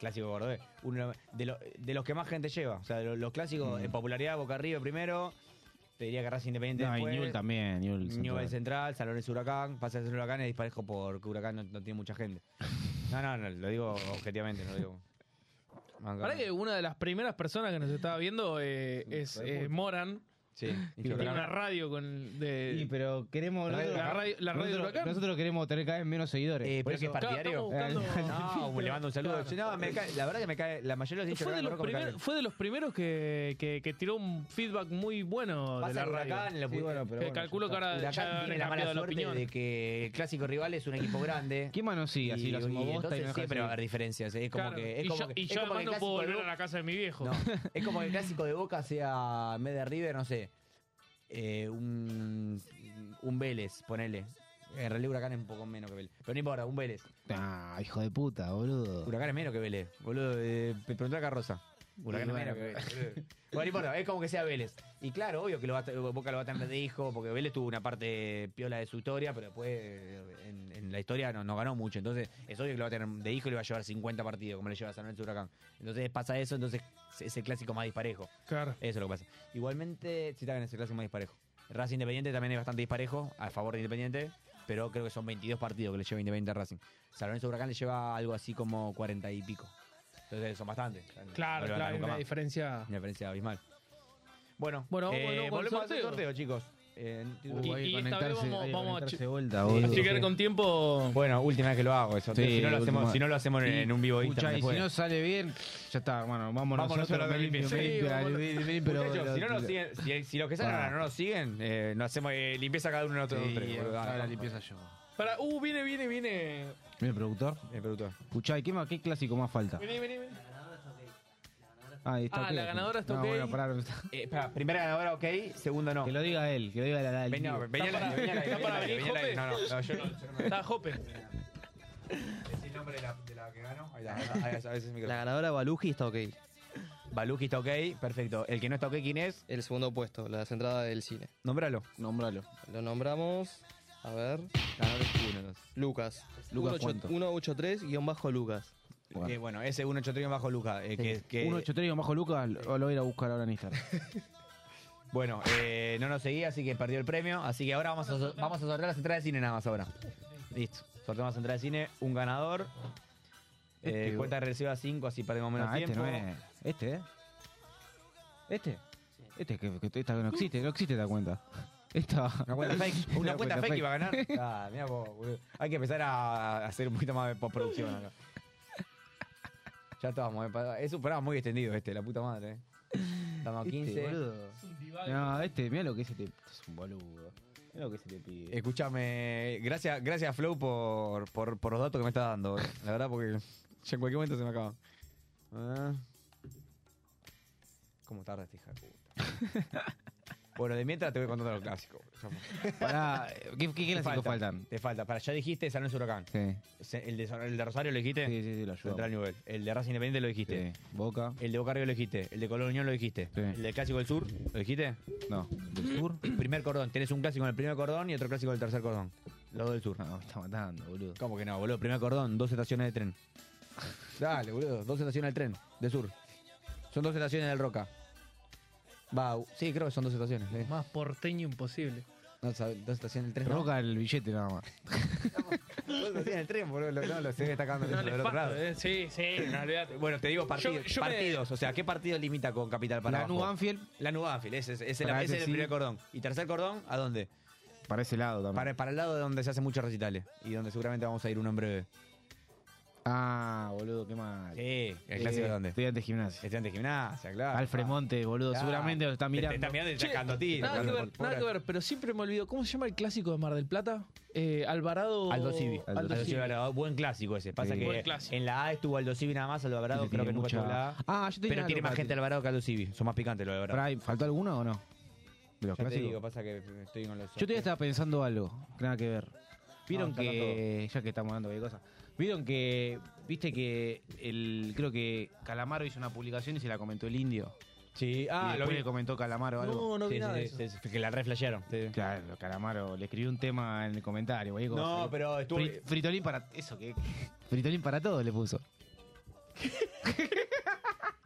Speaker 4: Clásico cordobés. Uno de, lo- de los que más gente lleva. O sea, de lo- los, clásicos
Speaker 3: Mm.
Speaker 4: en popularidad, Boca Arriba primero. Te diría que Racing Independiente
Speaker 3: No, y
Speaker 4: después.
Speaker 3: Newell también. Newell Central.
Speaker 4: Newell Central, Salones Huracán. Pasa a ser Huracán es disparejo porque Huracán no, no tiene mucha gente. No, no, no, lo digo objetivamente, no lo digo. Manga.
Speaker 5: Pará que una de las primeras personas que nos estaba viendo eh, es eh, Moran.
Speaker 4: Sí, Eh, y
Speaker 5: Que tiene
Speaker 4: Huracán.
Speaker 5: una radio con. De,
Speaker 3: Sí, pero queremos.
Speaker 5: La radio- la radio- la radio
Speaker 3: nosotros,
Speaker 5: Huracán.
Speaker 3: nosotros queremos tener cada vez menos seguidores.
Speaker 4: Eh,
Speaker 3: Por
Speaker 4: pero que es
Speaker 3: eso-
Speaker 5: Claro,
Speaker 4: partidario. Ah,
Speaker 5: estamos buscando-
Speaker 4: No, pues le mando un saludo. No, me cae- la verdad que me cae. La mayoría de los hinchas
Speaker 5: fue,
Speaker 4: de
Speaker 5: de los
Speaker 4: Huracán me
Speaker 5: primer-
Speaker 4: caen.
Speaker 5: fue de los primeros que, que- que tiró un feedback muy bueno de
Speaker 4: Pasa
Speaker 5: la
Speaker 4: el
Speaker 5: radio.
Speaker 4: Huracán, lo
Speaker 3: Sí,
Speaker 4: pu-
Speaker 3: bueno, pero
Speaker 5: que
Speaker 3: bueno,
Speaker 5: calculo
Speaker 3: ya
Speaker 5: que
Speaker 3: está.
Speaker 5: ahora ya
Speaker 4: Huracán
Speaker 5: han
Speaker 4: tiene la mala
Speaker 5: cambiado la
Speaker 4: suerte
Speaker 5: opinión.
Speaker 4: de que el clásico rival es un equipo grande.
Speaker 3: ¿Quién
Speaker 4: Y,
Speaker 3: manosía si lo hacemos
Speaker 4: y
Speaker 3: bosta y
Speaker 4: entonces
Speaker 3: no deja de
Speaker 4: siempre va a haber
Speaker 3: seguir?
Speaker 4: diferencias. ¿eh? Es como
Speaker 5: Claro,
Speaker 4: que. Es
Speaker 5: y
Speaker 4: como
Speaker 5: yo,
Speaker 4: que-
Speaker 5: y
Speaker 4: es
Speaker 5: yo
Speaker 4: como que
Speaker 5: además
Speaker 4: el
Speaker 5: no puedo
Speaker 4: clásico de
Speaker 5: volver a
Speaker 4: Boca-
Speaker 5: la casa de mi viejo.
Speaker 4: No, es como que el clásico de Boca sea en vez de River, no sé. eh, un, un Vélez, ponele. En realidad Huracán es un poco menos que Vélez. Pero no importa, un Vélez.
Speaker 3: Ah, hijo de puta, boludo.
Speaker 4: Huracán es menos que Vélez, boludo. Eh, preguntó a Carroza. Huracán es menos que Vélez. boludo. Bueno, no importa, es como que sea Vélez. Y claro, obvio que lo va a t- Boca lo va a tener de hijo, porque Vélez tuvo una parte piola de su historia, pero después eh, en, en la historia no, no ganó mucho. Entonces es obvio que lo va a tener de hijo y le va a llevar 50 partidos, como le lleva a San Lorenzo Huracán. Entonces pasa eso, entonces es el clásico más disparejo.
Speaker 5: Claro.
Speaker 4: Eso es lo que pasa. Igualmente, sí, también es el clásico más disparejo. Racing Independiente también es bastante disparejo, a favor de Independiente, pero creo que son 22 partidos que le lleva Independiente a Racing. San Lorenzo Huracán le lleva algo así como 40 y pico. Entonces son bastantes.
Speaker 5: Claro,
Speaker 4: No levanta
Speaker 5: claro, hay
Speaker 4: nunca
Speaker 5: una
Speaker 4: más.
Speaker 5: diferencia.
Speaker 4: Una diferencia abismal. Bueno,
Speaker 5: Bueno,
Speaker 4: eh,
Speaker 5: bueno, con el
Speaker 4: volvemos a hacer
Speaker 5: sorteo.
Speaker 4: sorteo,
Speaker 5: Uh.
Speaker 4: chicos. Eh,
Speaker 5: Y-
Speaker 3: hay que
Speaker 5: y esta vez
Speaker 3: conectarse-
Speaker 5: vamos-
Speaker 3: hay que
Speaker 5: vamos a
Speaker 3: conectarse
Speaker 5: che-
Speaker 3: de vuelta,
Speaker 4: Sí,
Speaker 3: boludo.
Speaker 4: sí,
Speaker 5: Chequear con tiempo.
Speaker 4: bueno, última vez que lo hago eso.
Speaker 3: Sí,
Speaker 4: si, no lo
Speaker 3: última
Speaker 4: hacemos,
Speaker 3: vez.
Speaker 4: si no lo hacemos en,
Speaker 3: Y,
Speaker 4: en un vivo Instagram.
Speaker 3: escuchá, y
Speaker 4: después.
Speaker 3: si no sale bien, ya está, hermano. Vamos,
Speaker 4: Vamos nosotros
Speaker 3: nosotros,
Speaker 4: que limpio.
Speaker 3: limpio,
Speaker 4: Sí,
Speaker 3: limpio,
Speaker 4: vamos
Speaker 3: limpio, limpio,
Speaker 4: Muchachos,
Speaker 3: pero-
Speaker 4: si no nos siguen, si, si los que salen
Speaker 5: Ah.
Speaker 3: Pará.
Speaker 4: ahora no nos siguen, eh, no hacemos eh, limpieza cada uno en otro.
Speaker 3: Sí,
Speaker 4: tres,
Speaker 5: eh,
Speaker 4: boludo.
Speaker 3: ahora
Speaker 4: Dale,
Speaker 3: la
Speaker 4: vamos.
Speaker 3: limpieza yo.
Speaker 5: Para, uh, viene, viene, viene.
Speaker 3: Mira, productor.
Speaker 4: El productor.
Speaker 3: Escuchá, ¿y ¿qué, más- ¿qué clásico más falta?
Speaker 5: Vení, vení, vení.
Speaker 3: Ah, ahí está
Speaker 5: Ah,
Speaker 3: ok,
Speaker 5: la
Speaker 3: ok.
Speaker 5: ganadora está
Speaker 3: No,
Speaker 5: ok.
Speaker 3: bueno, pará, no está.
Speaker 4: Eh, espera, primera ganadora, ok. Segunda, no.
Speaker 3: Que lo diga él, que lo diga la, la- el
Speaker 4: Ven, no,
Speaker 3: tío.
Speaker 4: venía la- venía la-
Speaker 5: está
Speaker 4: venía
Speaker 5: para
Speaker 4: la-
Speaker 5: venir,
Speaker 4: venía la- No, no, no, yo no.
Speaker 5: Está Jope.
Speaker 4: Es el nombre de la, que ganó. Ahí está, ahí está, ese es mi
Speaker 7: La ganadora Baluji está ok.
Speaker 4: Baluki está ok, perfecto. El que no está ok, ¿quién es?
Speaker 7: El segundo puesto, las entradas del cine.
Speaker 4: Nómbralo.
Speaker 3: Nombralo.
Speaker 7: Lo nombramos. A ver.
Speaker 4: Ganador es uno, entonces.
Speaker 7: Lucas.
Speaker 3: Lucas,
Speaker 7: 18-
Speaker 3: ¿cuánto?
Speaker 7: 183 guión bajo Lucas.
Speaker 3: Bueno.
Speaker 4: Eh, bueno, ese 183 bajo Luca. eh, que, que-
Speaker 3: 183 bajo Lucas, lo, lo voy a ir a buscar ahora en Instagram.
Speaker 4: Bueno, eh, no nos seguía, así que perdió el premio. Así que ahora vamos a, so- vamos a sortear las entradas de cine nada más ahora. Listo. Sorteamos las entradas de cine, un ganador. Eh,
Speaker 3: Este,
Speaker 4: cuenta regresiva 5, así perdemos menos
Speaker 3: Ah, este
Speaker 4: tiempo.
Speaker 3: no es. Este, ¿eh? Este. Este que, que esta no existe, no existe esta cuenta. Esta.
Speaker 4: Una cuenta fake. Una, cuenta,
Speaker 3: cuenta
Speaker 4: fake,
Speaker 3: fake.
Speaker 4: iba a ganar. Ah, mirá vos, boludo. Hay que empezar a hacer un poquito más de postproducción acá. Ya estábamos. eh, pa- Es un programa muy extendido este, la puta madre. eh. Estamos a 15.
Speaker 3: Este, boludo. No, este, mira lo que es este. Es un boludo. Mira lo que este se te pide.
Speaker 4: Escúchame, gracias, gracias Flow por, por, por los datos que me estás dando. boludo. La verdad, porque ya en cualquier momento se me acaba. Ah. ¿Cómo tarda este hija de puta? bueno, de mientras te voy contando los clásicos. Ya fue.
Speaker 3: Pará, ¿qué, qué
Speaker 4: Te
Speaker 3: clásicos
Speaker 4: falta,
Speaker 3: faltan?
Speaker 4: Te falta. Para, ya dijiste San Lorenzo Huracán.
Speaker 3: Sí.
Speaker 4: Se- El de, el de Rosario lo dijiste.
Speaker 3: Sí, sí, sí, lo ayudo.
Speaker 4: Central Newell. El de Racing Independiente lo dijiste.
Speaker 3: Sí. Boca.
Speaker 4: El de Boca River lo dijiste. El de Colón Unión lo dijiste.
Speaker 3: Sí.
Speaker 4: El del Clásico del Sur lo dijiste.
Speaker 3: No. ¿Del sur?
Speaker 4: Primer cordón. Tenés un clásico en el primer cordón y otro clásico en el tercer cordón. Los dos del sur.
Speaker 3: No, me está matando, boludo.
Speaker 4: ¿Cómo que no, boludo? Primer cordón, dos estaciones de tren. Dale, boludo. Dos estaciones del tren, de sur. Son dos estaciones del Roca. Va, u- sí, creo que son dos estaciones. eh.
Speaker 5: Más porteño imposible.
Speaker 4: No, sabe- dos estaciones del tren. no.
Speaker 3: Roca el billete nada más.
Speaker 4: Dos estaciones del tren, boludo. No, lo sé, está cagando
Speaker 5: No
Speaker 4: del
Speaker 5: les
Speaker 4: otro lado.
Speaker 5: paso, eh. Sí, sí, no olvidate.
Speaker 4: Bueno, te digo partidos.
Speaker 5: yo me-
Speaker 4: partidos. O sea, ¿qué partido limita con Capital para
Speaker 3: La Anfield
Speaker 4: La Nubanfield, ese, ese, ese,
Speaker 3: Para
Speaker 4: ese
Speaker 3: ese
Speaker 4: es el
Speaker 3: sí.
Speaker 4: primer cordón. ¿Y tercer cordón? ¿A dónde?
Speaker 3: para ese lado también.
Speaker 4: Para, para el lado de donde se hacen muchos recitales y donde seguramente vamos a ir uno en breve.
Speaker 3: Ah, boludo, qué mal.
Speaker 4: Sí, el clásico de dónde.
Speaker 3: Estudiante de gimnasia.
Speaker 4: Eh, Estudiante de gimnasia, claro. Ah,
Speaker 3: Alfred Monte, boludo,
Speaker 4: Claro.
Speaker 3: seguramente lo Ah, está
Speaker 4: Te-
Speaker 3: mirando.
Speaker 4: Te está mirando y sacando tiros.
Speaker 12: Nada que
Speaker 4: Sacando
Speaker 12: ver,
Speaker 4: por-
Speaker 12: nada que ver, pero siempre me olvido. ¿Cómo se llama el clásico de Mar del Plata? Eh, Alvarado.
Speaker 4: Aldo Civi.
Speaker 12: Aldo
Speaker 4: Aldo
Speaker 12: Civi.
Speaker 4: Civi, Alvarado. Buen clásico ese. Pasa
Speaker 3: Sí.
Speaker 4: que
Speaker 12: Buen clásico.
Speaker 4: en la A estuvo Aldo Civi nada más, Aldo Alvarado
Speaker 3: Este Tiene
Speaker 4: creo que nunca
Speaker 3: mucha-
Speaker 4: estuvo en la A.
Speaker 3: Ah, yo tenía
Speaker 4: Pero tiene
Speaker 3: algo
Speaker 4: más
Speaker 3: para
Speaker 4: gente
Speaker 3: ti.
Speaker 4: Alvarado que Aldo Civi. Son más picantes los de Alvarado.
Speaker 3: Pará, ¿y ¿Faltó alguno o no? De los
Speaker 4: Ya te
Speaker 3: clásicos.
Speaker 4: digo, pasa que estoy con los... eh,
Speaker 3: Yo todavía estaba pensando algo, que nada que ver. Vieron
Speaker 4: No, está
Speaker 3: que, ya que estamos hablando de cosas, vieron que, viste que el, creo que Calamaro hizo una publicación y se la comentó el indio.
Speaker 4: Sí,
Speaker 3: y
Speaker 4: ah,
Speaker 3: después
Speaker 4: lo vi.
Speaker 3: le comentó Calamaro algo.
Speaker 4: no vi nada Que la reflejaron.
Speaker 3: Claro, Calamaro le escribió un tema en el comentario, cualquier cosa. eh.
Speaker 4: No, pero estuvo...
Speaker 3: Fri- fritolín para eso que fritolín para todo le puso.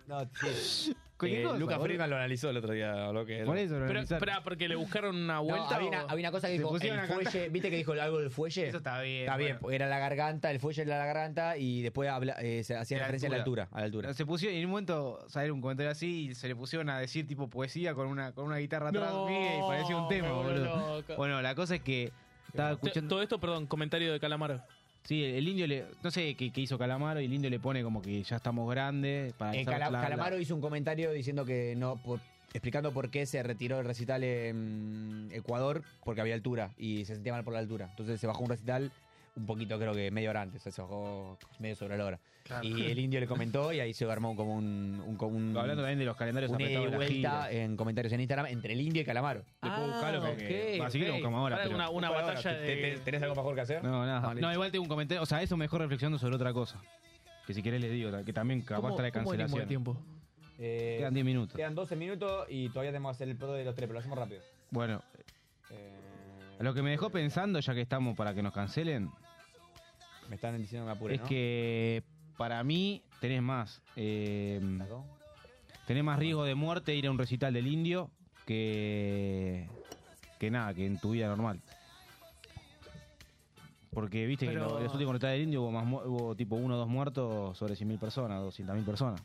Speaker 4: No, sí.
Speaker 3: Cualquier
Speaker 4: Eh,
Speaker 3: cosa,
Speaker 4: Lucas
Speaker 3: boludo.
Speaker 4: Friedman lo analizó el otro día. Lo que
Speaker 3: Por eso lo
Speaker 5: Pero,
Speaker 3: analizaron.
Speaker 5: espera, porque le buscaron una
Speaker 4: No,
Speaker 5: vuelta.
Speaker 4: había,
Speaker 5: o-
Speaker 4: una, había una cosa que
Speaker 3: Se
Speaker 4: dijo
Speaker 3: pusieron
Speaker 4: el
Speaker 3: a cantar.
Speaker 4: fuelle, ¿viste que dijo algo del fuelle?
Speaker 3: Eso está bien.
Speaker 4: Eh, Está bien, pues,
Speaker 3: bueno.
Speaker 4: porque era la garganta, el fuelle era la garganta y después habla- eh, se hacía
Speaker 3: La
Speaker 4: referencia a la altura. A la altura.
Speaker 3: Se pusieron, en un momento salió un comentario así y se le pusieron a decir tipo poesía con una, con una guitarra atrás mía y parecía un tema,
Speaker 5: me vuelvo
Speaker 3: boludo.
Speaker 5: loco.
Speaker 3: Bueno, la cosa es que estaba
Speaker 5: Te-
Speaker 3: escuchando.
Speaker 5: Todo esto, perdón, comentario de Calamaro.
Speaker 3: Sí, el, el indio le. No sé qué, qué hizo Calamaro y el indio le pone como que ya estamos grandes. Para
Speaker 4: Eh,
Speaker 3: hacer
Speaker 4: Cala-
Speaker 3: la- la-
Speaker 4: Calamaro hizo un comentario diciendo que no, por- explicando por qué se retiró el recital en Ecuador, porque había altura y se sentía mal por la altura. Entonces se bajó un recital un poquito, creo que media hora antes, o sea, se bajó medio sobre la hora. Y el indio le comentó y ahí se armó como un... un, como un
Speaker 3: Mm. Hablando también de los calendarios
Speaker 4: un ida y
Speaker 3: apretados de la
Speaker 4: vuelta eh.
Speaker 3: gira.
Speaker 4: en comentarios en Instagram entre el indio y Calamaro.
Speaker 3: Después buscalo porque.
Speaker 5: Ah, ok,
Speaker 3: va, si querés
Speaker 5: ok.
Speaker 3: buscamos ahora,
Speaker 5: Pará,
Speaker 3: pero-
Speaker 5: una, una
Speaker 4: Ahora,
Speaker 5: batalla
Speaker 4: ¿te- te-
Speaker 5: de.
Speaker 4: ¿Tenés algo mejor que hacer?
Speaker 3: No, nada. No, igual tengo un comentario. O sea, eso mejor reflexionando sobre otra cosa. Que si querés les digo, que también capaz
Speaker 12: ¿Cómo-
Speaker 3: está la
Speaker 12: cómo venimos de
Speaker 3: cancelación.
Speaker 12: tiempo?
Speaker 4: Eh,
Speaker 3: Quedan 10 minutos.
Speaker 4: Quedan 12 minutos y todavía tenemos que hacer el pro de los tres, pero lo hacemos rápido.
Speaker 3: Bueno,
Speaker 4: Eh,
Speaker 3: lo que me dejó pensando, ya que estamos para que nos cancelen,
Speaker 4: Me están diciendo que me apure,
Speaker 3: es
Speaker 4: ¿no?
Speaker 3: que para mí tenés más. eh,
Speaker 4: ¿Sacó?
Speaker 3: tenés más riesgo de muerte ir a un recital del indio que. que nada, que en tu vida normal. Porque viste que
Speaker 12: Pero-
Speaker 3: lo- los últimos recitales del indio hubo, más, mu- hubo tipo uno o dos muertos sobre 100.000 personas, 200.000 personas.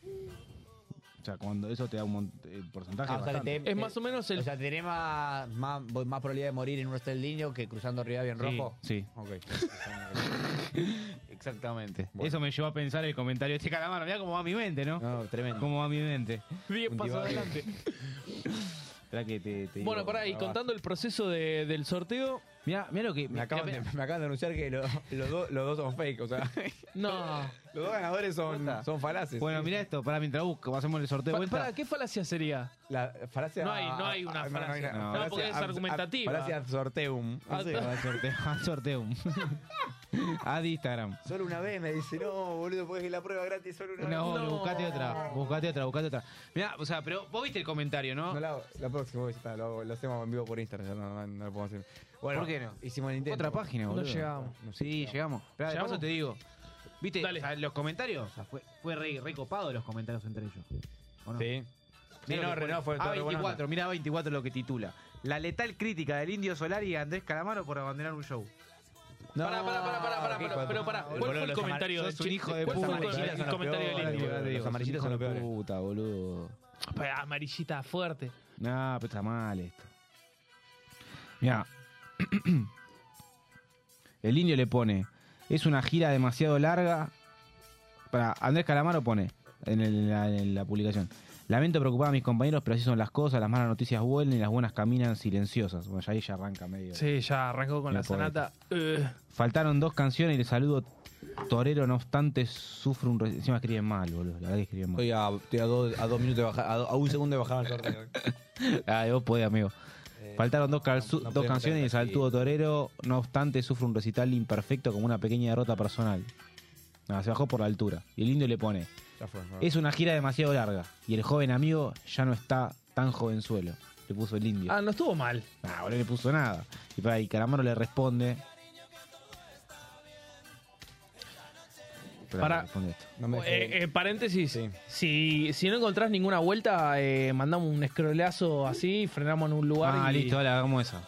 Speaker 3: O sea, cuando eso te da un mon- eh, porcentaje.
Speaker 4: Ah, o sea, que
Speaker 3: bastante.
Speaker 4: te-
Speaker 12: Es más o menos el.
Speaker 4: O sea, tenés más, más, voy- más probabilidad de morir en un hostel de indio que cruzando Rivadavia en rojo.
Speaker 3: Sí,
Speaker 4: Ok.
Speaker 3: exactamente. Eso me llevó a pensar el comentario de este calamar. Mirá cómo va mi mente, ¿no?
Speaker 4: No, tremendo.
Speaker 3: ¿Cómo va mi mente?
Speaker 12: Diez
Speaker 4: un
Speaker 12: pasos
Speaker 4: tibario.
Speaker 12: adelante.
Speaker 3: Esperá que te, te
Speaker 12: Bueno,
Speaker 3: digo.
Speaker 12: pará, y contando el proceso de- del sorteo.
Speaker 3: Mirá, mirá lo que.
Speaker 4: Me acaban, de, me acaban de anunciar que lo- los dos- los dos son fake, o sea,
Speaker 12: No.
Speaker 4: los dos ganadores son, son falaces.
Speaker 3: Bueno, mirá esto, para mientras busco, hacemos el sorteo de
Speaker 12: Pa-
Speaker 3: vuelta.
Speaker 12: pará, ¿qué falacia sería?
Speaker 4: La falacia...
Speaker 5: No hay- no hay una
Speaker 4: ah, hay
Speaker 5: falacia.
Speaker 4: una-
Speaker 3: No,
Speaker 4: falacia
Speaker 5: porque es
Speaker 4: abs-
Speaker 5: argumentativa.
Speaker 4: Falacia absorteum.
Speaker 3: Ah, sí, va al sorteo. Al sorteo.
Speaker 4: Ah,
Speaker 3: Ad Instagram.
Speaker 4: Solo una vez me dice, no, boludo, podés ir la prueba gratis solo una
Speaker 3: No,
Speaker 4: vez.
Speaker 3: no, buscate otra, buscate otra, buscate otra. Mirá, o sea, pero vos viste el comentario, ¿no?
Speaker 4: No la hago. La próxima vez está, lo, hago, lo hacemos en vivo por Instagram, ya no, no, no lo podemos hacer. Bueno,
Speaker 3: ¿Por qué no?
Speaker 4: Hicimos el intento.
Speaker 3: Otra página, boludo.
Speaker 12: llegamos.
Speaker 3: No, Sí, llegamos. Pero de
Speaker 5: ¿Llegamos?
Speaker 3: paso te digo. ¿Viste?
Speaker 5: Dale.
Speaker 3: o sea, los comentarios. o sea, fue fue re, re copado los comentarios entre ellos. ¿o no?
Speaker 4: Sí. Sí,
Speaker 3: Mirá
Speaker 4: no,
Speaker 3: lo que pone.
Speaker 4: Renault fue todo re buena onda.
Speaker 3: A24, mira 24 lo que titula. La letal crítica del Indio Solar y Andrés Calamaro por abandonar un show.
Speaker 4: No,
Speaker 5: Pará, pará, pará, pará, pará,
Speaker 4: qué
Speaker 5: pero,
Speaker 4: hijo de
Speaker 5: pero
Speaker 4: puta.
Speaker 5: pará.
Speaker 4: Boludo,
Speaker 5: ¿Cuál fue el
Speaker 4: los
Speaker 5: comentario
Speaker 4: amar-
Speaker 5: del
Speaker 3: sos un
Speaker 5: chi-
Speaker 3: hijo de
Speaker 5: ¿Cuál fue
Speaker 3: puta.
Speaker 5: el
Speaker 3: Los
Speaker 5: comentario-
Speaker 4: amarillitos
Speaker 5: el comentario
Speaker 4: son los
Speaker 5: del
Speaker 4: peores,
Speaker 5: indio?
Speaker 4: boludo. Los amarillitos son los peores.
Speaker 3: Puta, boludo.
Speaker 5: Ah, Amarillita fuerte.
Speaker 3: No, Ah, pero está mal esto. Mira. El indio le pone. Es una gira demasiado larga. Para Andrés Calamaro pone en, el- en la, en la publicación. Lamento preocupar a mis compañeros, pero así son las cosas. Las malas noticias vuelven y las buenas caminan silenciosas. Bueno, ya ahí ya arranca medio.
Speaker 5: Sí, ya arrancó con
Speaker 3: la
Speaker 5: la sonata.
Speaker 4: este.
Speaker 5: Eh,
Speaker 3: Faltaron dos canciones y le saludo torero. No obstante, sufro un. re- Encima escriben mal, boludo. La verdad que escriben mal.
Speaker 4: Estoy a, estoy a dos, a dos minutos de bajar, a, do- a un segundo de bajar al sorteo.
Speaker 3: Ah, vos podés, amigo.
Speaker 5: Eh,
Speaker 3: Faltaron dos,
Speaker 4: no,
Speaker 3: calzu-
Speaker 4: no
Speaker 3: dos
Speaker 4: podemos
Speaker 3: canciones y
Speaker 4: tener así.
Speaker 3: Saltudo Torero, no obstante, sufre un recital imperfecto como una pequeña derrota personal. Nada, se bajó por la altura. Y el indio le pone,
Speaker 4: Ya fue.
Speaker 5: Ah.
Speaker 4: no.
Speaker 3: es una gira demasiado larga y el joven amigo ya no está tan jovenzuelo. Le puso el indio.
Speaker 5: ah, no estuvo mal.
Speaker 3: Ah, ahora le puso nada. Y para ahí Calamaro le responde... Espera,
Speaker 5: Para-
Speaker 3: le responde esto.
Speaker 4: No me dejé-
Speaker 5: Eh, eh, paréntesis.
Speaker 4: Sí.
Speaker 5: Si, si no encontrás ninguna vuelta, eh, mandamos un escroleazo así, frenamos en un lugar
Speaker 3: Ah,
Speaker 5: y,
Speaker 3: listo, ahora hagamos esa.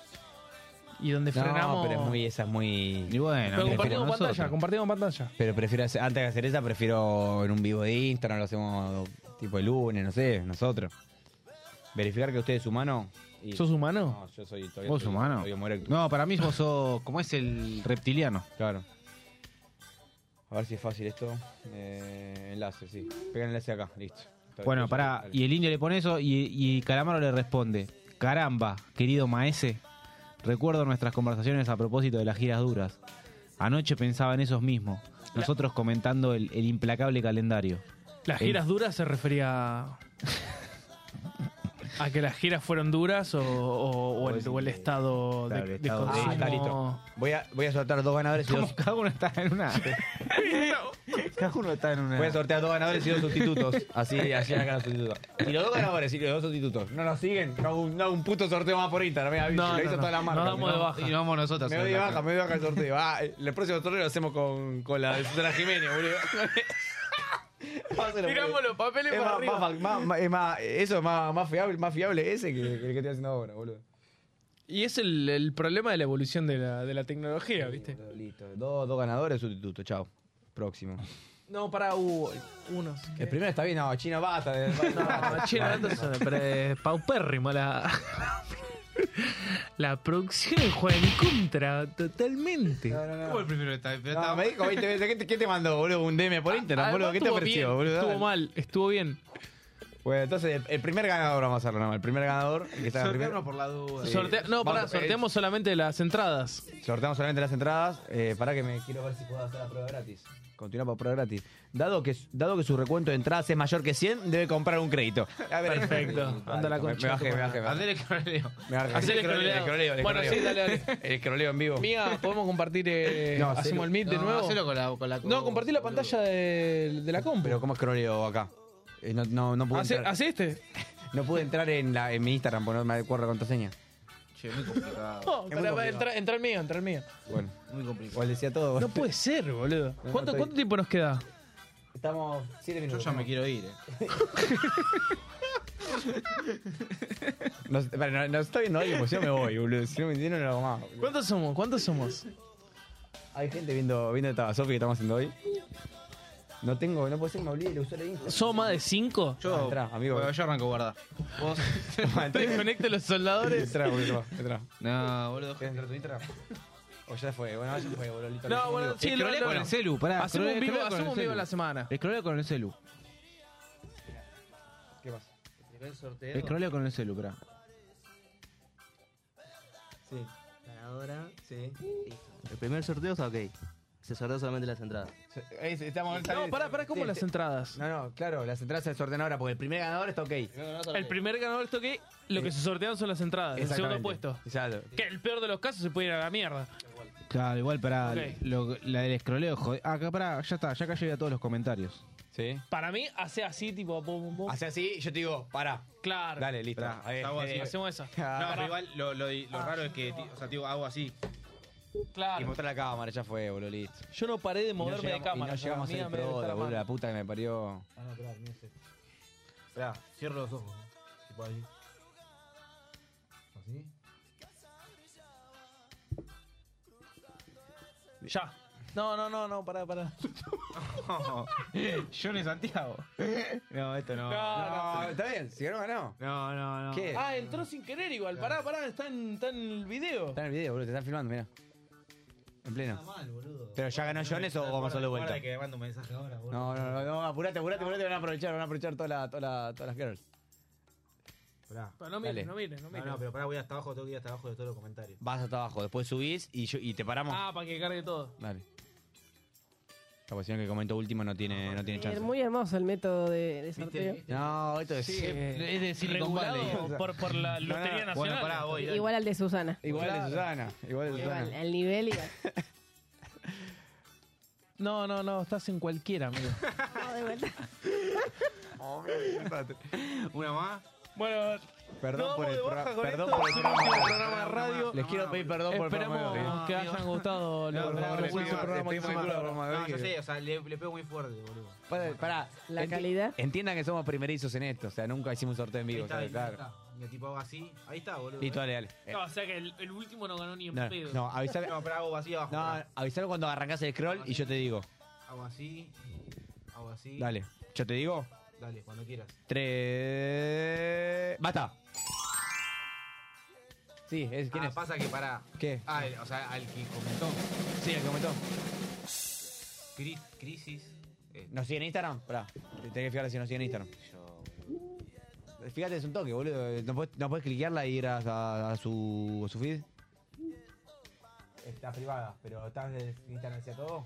Speaker 5: y donde
Speaker 4: no,
Speaker 5: frenamos.
Speaker 4: pero es muy, esa es
Speaker 3: Y
Speaker 4: muy...
Speaker 3: bueno,
Speaker 5: Pero
Speaker 3: mira,
Speaker 5: compartimos
Speaker 3: nosotros.
Speaker 5: pantalla, compartimos pantalla.
Speaker 4: Pero prefiero hacer, antes de hacer esa, prefiero en un vivo de Instagram, lo hacemos tipo el lunes, no sé, nosotros. Verificar que usted es humano. y-
Speaker 5: ¿Sos humano?
Speaker 4: No, yo soy todavía
Speaker 3: ¿Vos
Speaker 4: soy-
Speaker 3: humano?
Speaker 4: soy homo erectus.
Speaker 3: No, para mí vos sos... ¿Cómo es el reptiliano?
Speaker 4: Claro. A ver si es fácil esto. Eh, enlace, sí. Pega el enlace acá, listo. Está
Speaker 6: Bueno,
Speaker 4: bien.
Speaker 6: pará.
Speaker 4: Dale.
Speaker 6: Y el indio le pone eso y, y Calamaro le responde: Caramba, querido maese, recuerdo nuestras conversaciones a propósito de las giras duras. Anoche pensaba en esos mismos, nosotros comentando el, el implacable calendario.
Speaker 5: Las giras duras se refería a... a que las giras fueron duras o, o- o el, o el estado
Speaker 4: Pues, eh, Claro,
Speaker 5: de,
Speaker 4: el
Speaker 5: de
Speaker 4: estado de-
Speaker 5: consumo.
Speaker 4: Ah, clarito. Voy a, voy a soltar dos ganadores y dos.
Speaker 6: Cada uno está en una. Cada uno está en una.
Speaker 4: Voy a
Speaker 5: Ah.
Speaker 4: sortear dos ganadores y dos sustitutos. Así, así acá los sustitutos. Y los dos ganadores y los dos sustitutos. No nos siguen. No hago un, no hago un puto sorteo más por Instagram. Mira,
Speaker 5: No,
Speaker 4: lo
Speaker 5: no,
Speaker 4: hizo
Speaker 5: no.
Speaker 4: toda la marca.
Speaker 5: Nos damos de baja.
Speaker 6: Y vamos nosotros.
Speaker 4: Me doy de baja, me doy de baja el sorteo. Ah, el próximo torneo lo hacemos con, con la de Susana Jiménez, boludo.
Speaker 5: Tiramos los papeles
Speaker 4: es
Speaker 5: para
Speaker 4: más,
Speaker 5: arriba.
Speaker 4: más- más- más- es más- Eso es más, más fiable, más fiable ese que, que el que estoy haciendo ahora, boludo.
Speaker 5: Y es el, el problema de la evolución de la, de la tecnología, ¿viste?
Speaker 4: Boludo, Listo. Dos, dos ganadores, sustituto. Chao. Próximo.
Speaker 5: No, para hubo unos.
Speaker 4: El Ah, primero está bien, no, China basta. de-
Speaker 5: No, Ah, che, no, entonces, pero es paupérrimo la. La producción juega en contra totalmente.
Speaker 4: No, no, no.
Speaker 6: el primero está? Pero
Speaker 4: No, me dijo 20 veces. ¿Qué te, qué te mandó, boludo? Un DM por Instagram,
Speaker 5: Ah, Además,
Speaker 4: boludo. ¿Qué te
Speaker 5: estuvo
Speaker 4: ofreció,
Speaker 5: bien,
Speaker 4: boludo?
Speaker 5: Estuvo
Speaker 4: Dale.
Speaker 5: mal, estuvo bien.
Speaker 4: Bueno, entonces el, el primer ganador vamos a hacerlo, nada más. El primer ganador. el Que está primero.
Speaker 6: por la duda.
Speaker 5: Sortea- no, pará,
Speaker 4: Vamos, eh,
Speaker 5: sorteamos solamente las entradas.
Speaker 4: Sorteamos solamente las entradas. Eh, para que me quiero ver si puedo hacer la prueba gratis. Continuar por prueba gratis. Dado que, dado que su recuento de entradas es mayor que 100, debe comprar un crédito. A ver, eh,
Speaker 5: Perfecto.
Speaker 4: Dale,
Speaker 5: Anda la
Speaker 4: me-
Speaker 5: concha
Speaker 4: Me
Speaker 5: de
Speaker 4: bajé,
Speaker 5: tu
Speaker 4: me bajé. me bajé.
Speaker 6: que no leo.
Speaker 4: Me bajé.
Speaker 5: Hacé el escroleado.
Speaker 4: escroleo, el
Speaker 5: Bueno,
Speaker 4: escroleo.
Speaker 5: sí, dale, dale.
Speaker 4: El escroleo en vivo.
Speaker 8: Mía, podemos compartir. eh,
Speaker 4: No,
Speaker 8: hacemos
Speaker 4: celu.
Speaker 8: el meet de nuevo.
Speaker 6: Hacelo con la, con la
Speaker 8: No, compartí la pantalla de, de la compu.
Speaker 4: Pero ¿cómo escroleo acá? Eh, no, no, no pude
Speaker 8: Hacé-
Speaker 4: entrar,
Speaker 8: hacé este?
Speaker 4: no pude entrar en, la, en mi Instagram porque no me acuerdo la contraseña.
Speaker 6: Che, muy complicado.
Speaker 8: No, pará, pará, entra, entra el mío, entra el mío.
Speaker 4: Bueno,
Speaker 6: Muy complicado.
Speaker 4: igual decía todo.
Speaker 8: No puede ser, boludo.
Speaker 4: no
Speaker 5: ¿Cuánto,
Speaker 4: estoy-
Speaker 5: cuánto tiempo nos queda?
Speaker 4: Estamos 7
Speaker 6: Yo
Speaker 4: minutos.
Speaker 6: ya me quiero ir. eh.
Speaker 4: No, espera, no, no está viendo alguien, pues yo me voy, boludo. Si no me entienden, no lo hago más. boludo.
Speaker 5: ¿Cuántos somos? ¿Cuántos somos?
Speaker 4: Hay gente viendo, viendo esta Sofi que estamos haciendo hoy. No tengo, no puedo ser, me olvidé de usar el Instagram.
Speaker 5: ¿Somos más de cinco?
Speaker 4: Ah, entrá, amigo.
Speaker 6: Bueno, yo arranco guarda. Vos.
Speaker 5: Desconecte los soldadores.
Speaker 4: Entrá, boludo, entrá.
Speaker 6: No, boludo.
Speaker 4: ¿Quieres entrar a tu Instagram? O ya fue, bueno, ya fue, boludo. listo,
Speaker 5: No,
Speaker 4: lo hacemos
Speaker 5: bueno,
Speaker 4: en vivo.
Speaker 5: sí, lo-
Speaker 6: Escrolea
Speaker 5: lo-
Speaker 6: con el celu, pará.
Speaker 5: Hacemos un
Speaker 6: escrolea-
Speaker 5: vivo,
Speaker 6: escrolea con
Speaker 5: hacemos un
Speaker 6: el
Speaker 5: vivo a
Speaker 6: celu.
Speaker 5: la semana.
Speaker 6: Escrolea con el celu.
Speaker 4: ¿Qué pasa?
Speaker 10: Primer sorteo.
Speaker 6: Escrolea con el celu, pará.
Speaker 4: Sí,
Speaker 10: Ganadora. Sí. El primer sorteo está ok. Se sorteó solamente las entradas.
Speaker 4: Ahí sí, eh, estamos
Speaker 5: No, pará, pará, ¿cómo
Speaker 4: Sí,
Speaker 5: las
Speaker 4: sí.
Speaker 5: entradas?
Speaker 4: No, no, claro, las entradas se sortean ahora porque el primer ganador está ok.
Speaker 5: El primer ganador esto que lo que se sortean son las entradas, el segundo
Speaker 4: Exactamente.
Speaker 5: puesto.
Speaker 4: Exacto.
Speaker 5: Que el peor de los casos se puede ir a la mierda.
Speaker 6: Claro, igual para
Speaker 5: Ok.
Speaker 6: la del escroleo. Joder. Ah, acá pará, ya está, ya acá llegué a todos los comentarios.
Speaker 4: Sí.
Speaker 5: Para mí, hace así, tipo, pum, pum, pum.
Speaker 4: Hace así, yo te digo, pará.
Speaker 5: Claro.
Speaker 4: Dale, listo.
Speaker 6: Pará,
Speaker 4: A ver,
Speaker 6: hago así.
Speaker 4: eh,
Speaker 5: Hacemos esa.
Speaker 4: Ah,
Speaker 6: pero igual lo, lo-
Speaker 5: Ah,
Speaker 6: lo raro es que, ti- o sea, tío, hago así.
Speaker 4: Y
Speaker 5: Claro.
Speaker 4: mostrar la cámara, ya fue, boludo, listo.
Speaker 5: Yo no paré
Speaker 4: Y
Speaker 5: de
Speaker 4: no
Speaker 5: moverme de
Speaker 4: llegamos-
Speaker 5: cámara.
Speaker 4: Y no llegamos a
Speaker 5: mía
Speaker 4: ser
Speaker 5: me debe
Speaker 4: pro,
Speaker 5: estar
Speaker 4: boludo,
Speaker 5: amando.
Speaker 4: la puta que me parió.
Speaker 6: Pará, cierro los ojos. Tipo ahí. ¿Así?
Speaker 5: Ya. No, no, no, no, pará, pará.
Speaker 6: Johnny Santiago. No, esto no.
Speaker 4: No, está bien, si ganó, ganó.
Speaker 6: No, no, no.
Speaker 4: ¿Qué?
Speaker 5: Ah, entró sin querer igual. Pará, pará, está en, está en el video.
Speaker 4: Está en el video, boludo, te están filmando, mira. En pleno. Pero ya ganó Jones o vamos solo de vuelta.
Speaker 6: que mando un mensaje ahora, boludo.
Speaker 4: No, no, no, no, apurate, apurate, apurate, van a aprovechar, van a aprovechar toda la- toda la- todas las girls.
Speaker 6: Pará.
Speaker 5: Pero no mires,
Speaker 4: Dale.
Speaker 5: no mires, no mires.
Speaker 6: pero pará, voy hasta abajo, tengo que ir hasta abajo de todos los comentarios.
Speaker 4: Vas hasta abajo, después subís y, yo- y te paramos.
Speaker 5: Ah, para que cargue todo.
Speaker 4: Dale. La posición que comentó último no tiene, no tiene chance.
Speaker 13: Muy hermoso el método de, de sorteo.
Speaker 4: No, esto es.
Speaker 5: Eh,
Speaker 6: Es de Silicon
Speaker 5: regulado
Speaker 6: Valley.
Speaker 5: por, por la Lotería Nacional.
Speaker 6: Bueno, pará, voy. dale.
Speaker 13: Igual al de Susana.
Speaker 4: Igual de Susana, igual de
Speaker 13: Igual,
Speaker 4: Susana.
Speaker 13: al nivel igual.
Speaker 5: No, no, no, estás en cualquiera, amigo.
Speaker 13: No, de vuelta.
Speaker 6: Una más.
Speaker 5: bueno,
Speaker 4: Perdón
Speaker 5: No,
Speaker 4: por
Speaker 5: vamos
Speaker 4: el
Speaker 5: de baja
Speaker 4: pro-
Speaker 5: con
Speaker 4: Perdón
Speaker 5: esto.
Speaker 4: por el
Speaker 5: Último
Speaker 4: programa.
Speaker 5: programa de radio.
Speaker 4: Les quiero pedir perdón por el programa. de hoy.
Speaker 5: Esperemos que hayan gustado los
Speaker 4: por favor,
Speaker 5: los
Speaker 4: les pido-
Speaker 5: últimos programas
Speaker 4: les
Speaker 5: que
Speaker 4: pido
Speaker 5: hicimos.
Speaker 4: disculpas por el programa de hoy.
Speaker 6: o sea, le, pego muy fuerte, boludo.
Speaker 4: Pará, pará.
Speaker 13: La
Speaker 4: Enti-
Speaker 13: calidad.
Speaker 4: Entiendan que somos primerizos en esto, o sea, nunca hicimos un sorteo en vivo. ¿sabes? Claro.
Speaker 6: Me tipo hago así. Ahí está, boludo.
Speaker 4: Listo, dale, dale. Eh,
Speaker 5: No, o sea que el, el último no ganó ni en
Speaker 4: No,
Speaker 5: pedo.
Speaker 4: no, avisame,
Speaker 6: pero hago así abajo.
Speaker 4: no, avisame cuando arrancas el scroll y yo te digo.
Speaker 6: Hago así. Hago así.
Speaker 4: Dale, yo te digo.
Speaker 6: Dale, cuando quieras.
Speaker 4: Tres. ¡Basta! Sí, es, ¿quién
Speaker 6: Ah,
Speaker 4: es?
Speaker 6: pasa que para.
Speaker 4: ¿Qué?
Speaker 6: Ah, el- o sea, al que comentó.
Speaker 4: Sí, el que comentó.
Speaker 14: Cri- crisis. eh,
Speaker 4: ¿Nos sigue en Instagram? Pará, te- tenés que fijarte si nos sigue en Instagram. Fíjate, es un toque, boludo. eh, ¿No podés, no podés cliquearla y ir a, a- a su, a su feed? Está privada, pero estás de Instagram hacia todo.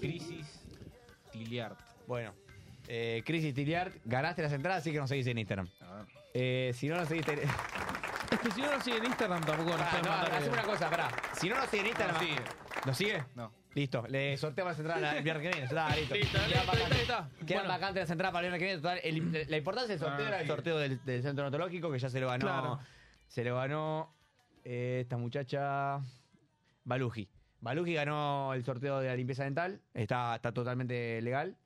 Speaker 14: Crisis
Speaker 4: Tiliard. Bueno, eh, Crisis Tiliard, ganaste las entradas, así que nos seguís en Instagram. Eh, si no nos seguiste en...
Speaker 8: Es que si no nos siguen en Instagram tampoco nos
Speaker 4: Pará,
Speaker 8: pueden
Speaker 4: Ah, no,
Speaker 8: mandar
Speaker 4: hacemos
Speaker 8: videos.
Speaker 4: una cosa, pará. Si no nos siguen en Instagram...
Speaker 8: Nos sigue.
Speaker 4: ¿Nos sigue?
Speaker 8: No.
Speaker 4: Listo, le sorteamos las entradas el viernes que viene. Ya Está, listo.
Speaker 8: Listo,
Speaker 4: Quedan
Speaker 8: listo,
Speaker 4: vacantes.
Speaker 8: listo, listo.
Speaker 4: Quedan
Speaker 8: Bueno.
Speaker 4: vacantes las entradas para el viernes que viene. Total, el- la importancia del sorteo
Speaker 8: Ah,
Speaker 4: era el
Speaker 8: sí.
Speaker 4: sorteo del, del centro notológico, que ya se lo ganó.
Speaker 8: Claro.
Speaker 4: Se lo ganó eh, esta muchacha. Baluji. Baluji ganó el sorteo de la limpieza dental. Está, está totalmente legal.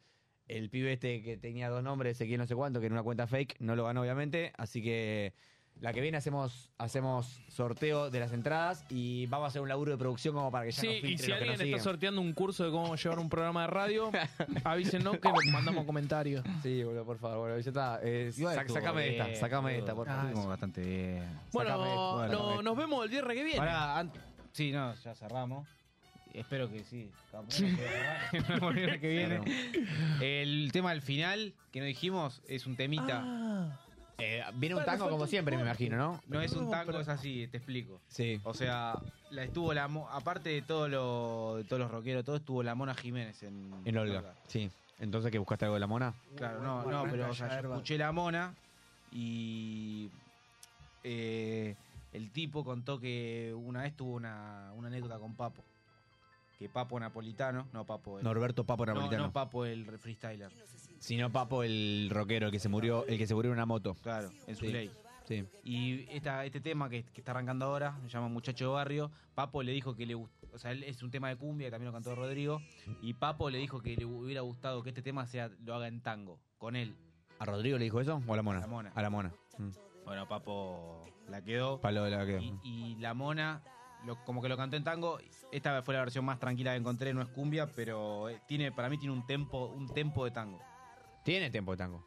Speaker 4: El pibe este que tenía dos nombres, quién no sé cuánto, que era una cuenta fake, no lo ganó obviamente. Así que la que viene hacemos, hacemos sorteo de las entradas y vamos a hacer un laburo de producción como para que ya nos
Speaker 5: Sí,
Speaker 4: filtre
Speaker 5: y si
Speaker 4: los que
Speaker 5: alguien
Speaker 4: nos
Speaker 5: está
Speaker 4: siguen.
Speaker 5: sorteando un curso de cómo llevar un programa de radio, avísenos que mandamos comentarios.
Speaker 4: Sí, boludo, por favor. Bueno, ya está. eh,
Speaker 5: Igual
Speaker 4: sac-
Speaker 5: estuvo
Speaker 4: sácame de esta,
Speaker 5: bien,
Speaker 4: sácame de
Speaker 5: boludo.
Speaker 4: esta, por
Speaker 5: Ah,
Speaker 4: favor.
Speaker 5: Estuvimos
Speaker 4: bastante bien.
Speaker 5: Bueno, no- nos vemos el viernes que viene.
Speaker 3: Pará, an- sí, no, ya cerramos. Espero que sí. capaz que cerramos el viernes que viene. El tema del final que nos dijimos es un temita.
Speaker 4: Eh, viene un tango como siempre, me imagino, ¿no?
Speaker 3: No es un tango, es así, te explico.
Speaker 4: Sí.
Speaker 3: O sea, la estuvo la mo- aparte de todo lo, de todos los rockeros, todo estuvo la Mona Jiménez en,
Speaker 4: En Olga. Sí. Entonces, ¿que buscaste algo de la mona?
Speaker 3: Claro, no, no, pero o sea, yo escuché la mona y eh, el tipo contó que una vez tuvo una, una anécdota con Papo. Que Papo Napolitano, no Papo. el-
Speaker 4: Norberto Papo
Speaker 3: No,
Speaker 4: Napolitano.
Speaker 3: No, Papo el freestyler.
Speaker 4: Si no, Papo, el rockero, el que se murió, el que se murió en una moto.
Speaker 3: Claro, en su
Speaker 4: Sí.
Speaker 3: ley.
Speaker 4: Sí.
Speaker 3: Y esta, este tema que, que está arrancando ahora, se llama Muchacho de Barrio, Papo le dijo que le gust- o sea, él- es un tema de cumbia, que también lo cantó Rodrigo, y Papo le dijo que le hubiera gustado que este tema sea lo haga en tango, con él.
Speaker 4: ¿A Rodrigo le dijo eso? ¿O a la mona?
Speaker 3: A la mona.
Speaker 4: A la mona. Mm.
Speaker 3: Bueno, Papo la quedó.
Speaker 4: Palo de la que.
Speaker 3: Y, y la mona, lo- como que lo cantó en tango, esta fue la versión más tranquila que encontré, no es cumbia, pero eh, tiene, para mí tiene un tempo, un tempo de tango.
Speaker 4: Tiene tiempo de tango.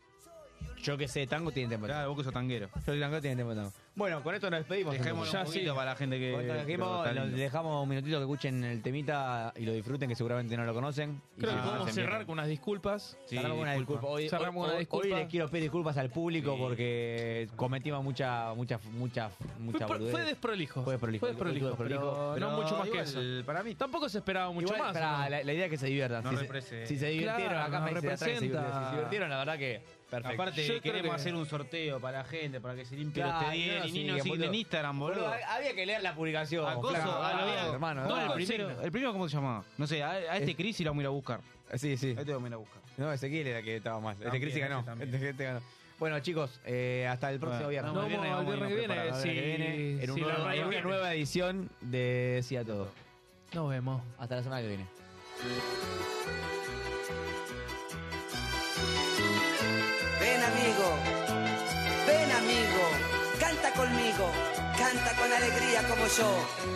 Speaker 4: Yo que sé de tango, tiene tiempo de tango.
Speaker 3: Claro, vos que sos tanguero.
Speaker 4: Yo soy tango, tiene tiempo de tango. Bueno, con esto nos despedimos.
Speaker 3: Dejémoslo
Speaker 4: entonces.
Speaker 3: un poquito para la gente que-
Speaker 4: Con esto nos despedimos,
Speaker 3: que está
Speaker 4: los
Speaker 3: lindo.
Speaker 4: dejamos un minutito que escuchen el temita y lo disfruten, que seguramente no lo conocen. Y
Speaker 5: Creo
Speaker 4: si
Speaker 5: que
Speaker 4: no,
Speaker 5: podemos
Speaker 4: hacen bien.
Speaker 5: cerrar con unas disculpas.
Speaker 4: Cerramos una disculpa. Hoy,
Speaker 5: Cerramos
Speaker 4: hoy-
Speaker 5: una
Speaker 4: hoy-
Speaker 5: disculpa.
Speaker 4: hoy les quiero pedir disculpas al público porque cometimos mucha, mucha, mucha, mucha
Speaker 5: Fue-
Speaker 4: boludez.
Speaker 5: fue desprolijo.
Speaker 4: Fue desprolijo.
Speaker 5: Fue desprolijo, pero no mucho más que eso.
Speaker 3: Para mí.
Speaker 5: Tampoco se esperaba mucho
Speaker 4: Igual,
Speaker 5: más.
Speaker 4: pará,
Speaker 5: ¿no?
Speaker 4: la, la idea es que se diviertan.
Speaker 3: No
Speaker 4: si, se,
Speaker 3: represe-
Speaker 4: si se divirtieron,
Speaker 5: Claro,
Speaker 4: acá
Speaker 5: no
Speaker 4: me dice atrás que se
Speaker 5: representa.
Speaker 4: divirtieron. Si se divirtieron, la verdad que perfecto.
Speaker 3: Aparte,
Speaker 4: Yo creo
Speaker 3: queremos
Speaker 4: que-
Speaker 3: hacer un sorteo para la gente, para que se limpie
Speaker 4: Claro,
Speaker 3: los TDN
Speaker 4: no,
Speaker 3: y
Speaker 4: sí,
Speaker 3: ni nos siguen
Speaker 4: boludo.
Speaker 3: en Instagram, boludo.
Speaker 4: Boludo, ha- Había que leer la publicación.
Speaker 3: Acoso,
Speaker 4: flaco,
Speaker 3: ah,
Speaker 4: ah,
Speaker 3: había-
Speaker 4: hermano.
Speaker 3: No,
Speaker 4: dale.
Speaker 3: el primero, el primero, ¿cómo se llamaba? No sé, a, a este Cris y lo vamos a ir a buscar.
Speaker 4: Sí, sí.
Speaker 3: A este lo vamos a ir a buscar.
Speaker 4: No, Ezequiel era que estaba mal. Este
Speaker 3: También,
Speaker 4: Crisis ganó.
Speaker 3: ese también.
Speaker 4: Este gente ganó. Bueno, chicos, eh, hasta el próximo
Speaker 3: Bueno,
Speaker 4: viernes.
Speaker 3: nos vemos
Speaker 4: Vamos
Speaker 3: el
Speaker 4: a
Speaker 3: viernes
Speaker 4: irnos
Speaker 3: que
Speaker 4: preparados.
Speaker 3: viene,
Speaker 4: El viernes que
Speaker 3: si-
Speaker 4: viene, en un
Speaker 3: si la
Speaker 4: nuevo-
Speaker 3: radio
Speaker 4: en una
Speaker 3: viene.
Speaker 4: nueva edición de Sí a Todo.
Speaker 5: Nos vemos.
Speaker 4: Hasta la semana que viene.
Speaker 15: Ven amigo, ven amigo, canta conmigo, canta con alegría como yo,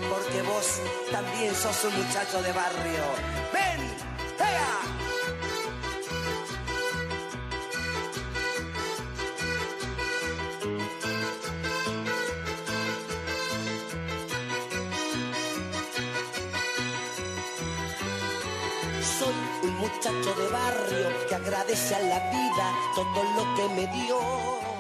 Speaker 15: porque vos también sos un muchacho de barrio. Ven, pega. Soy un muchacho de barrio que agradece a la vida todo lo que me dio.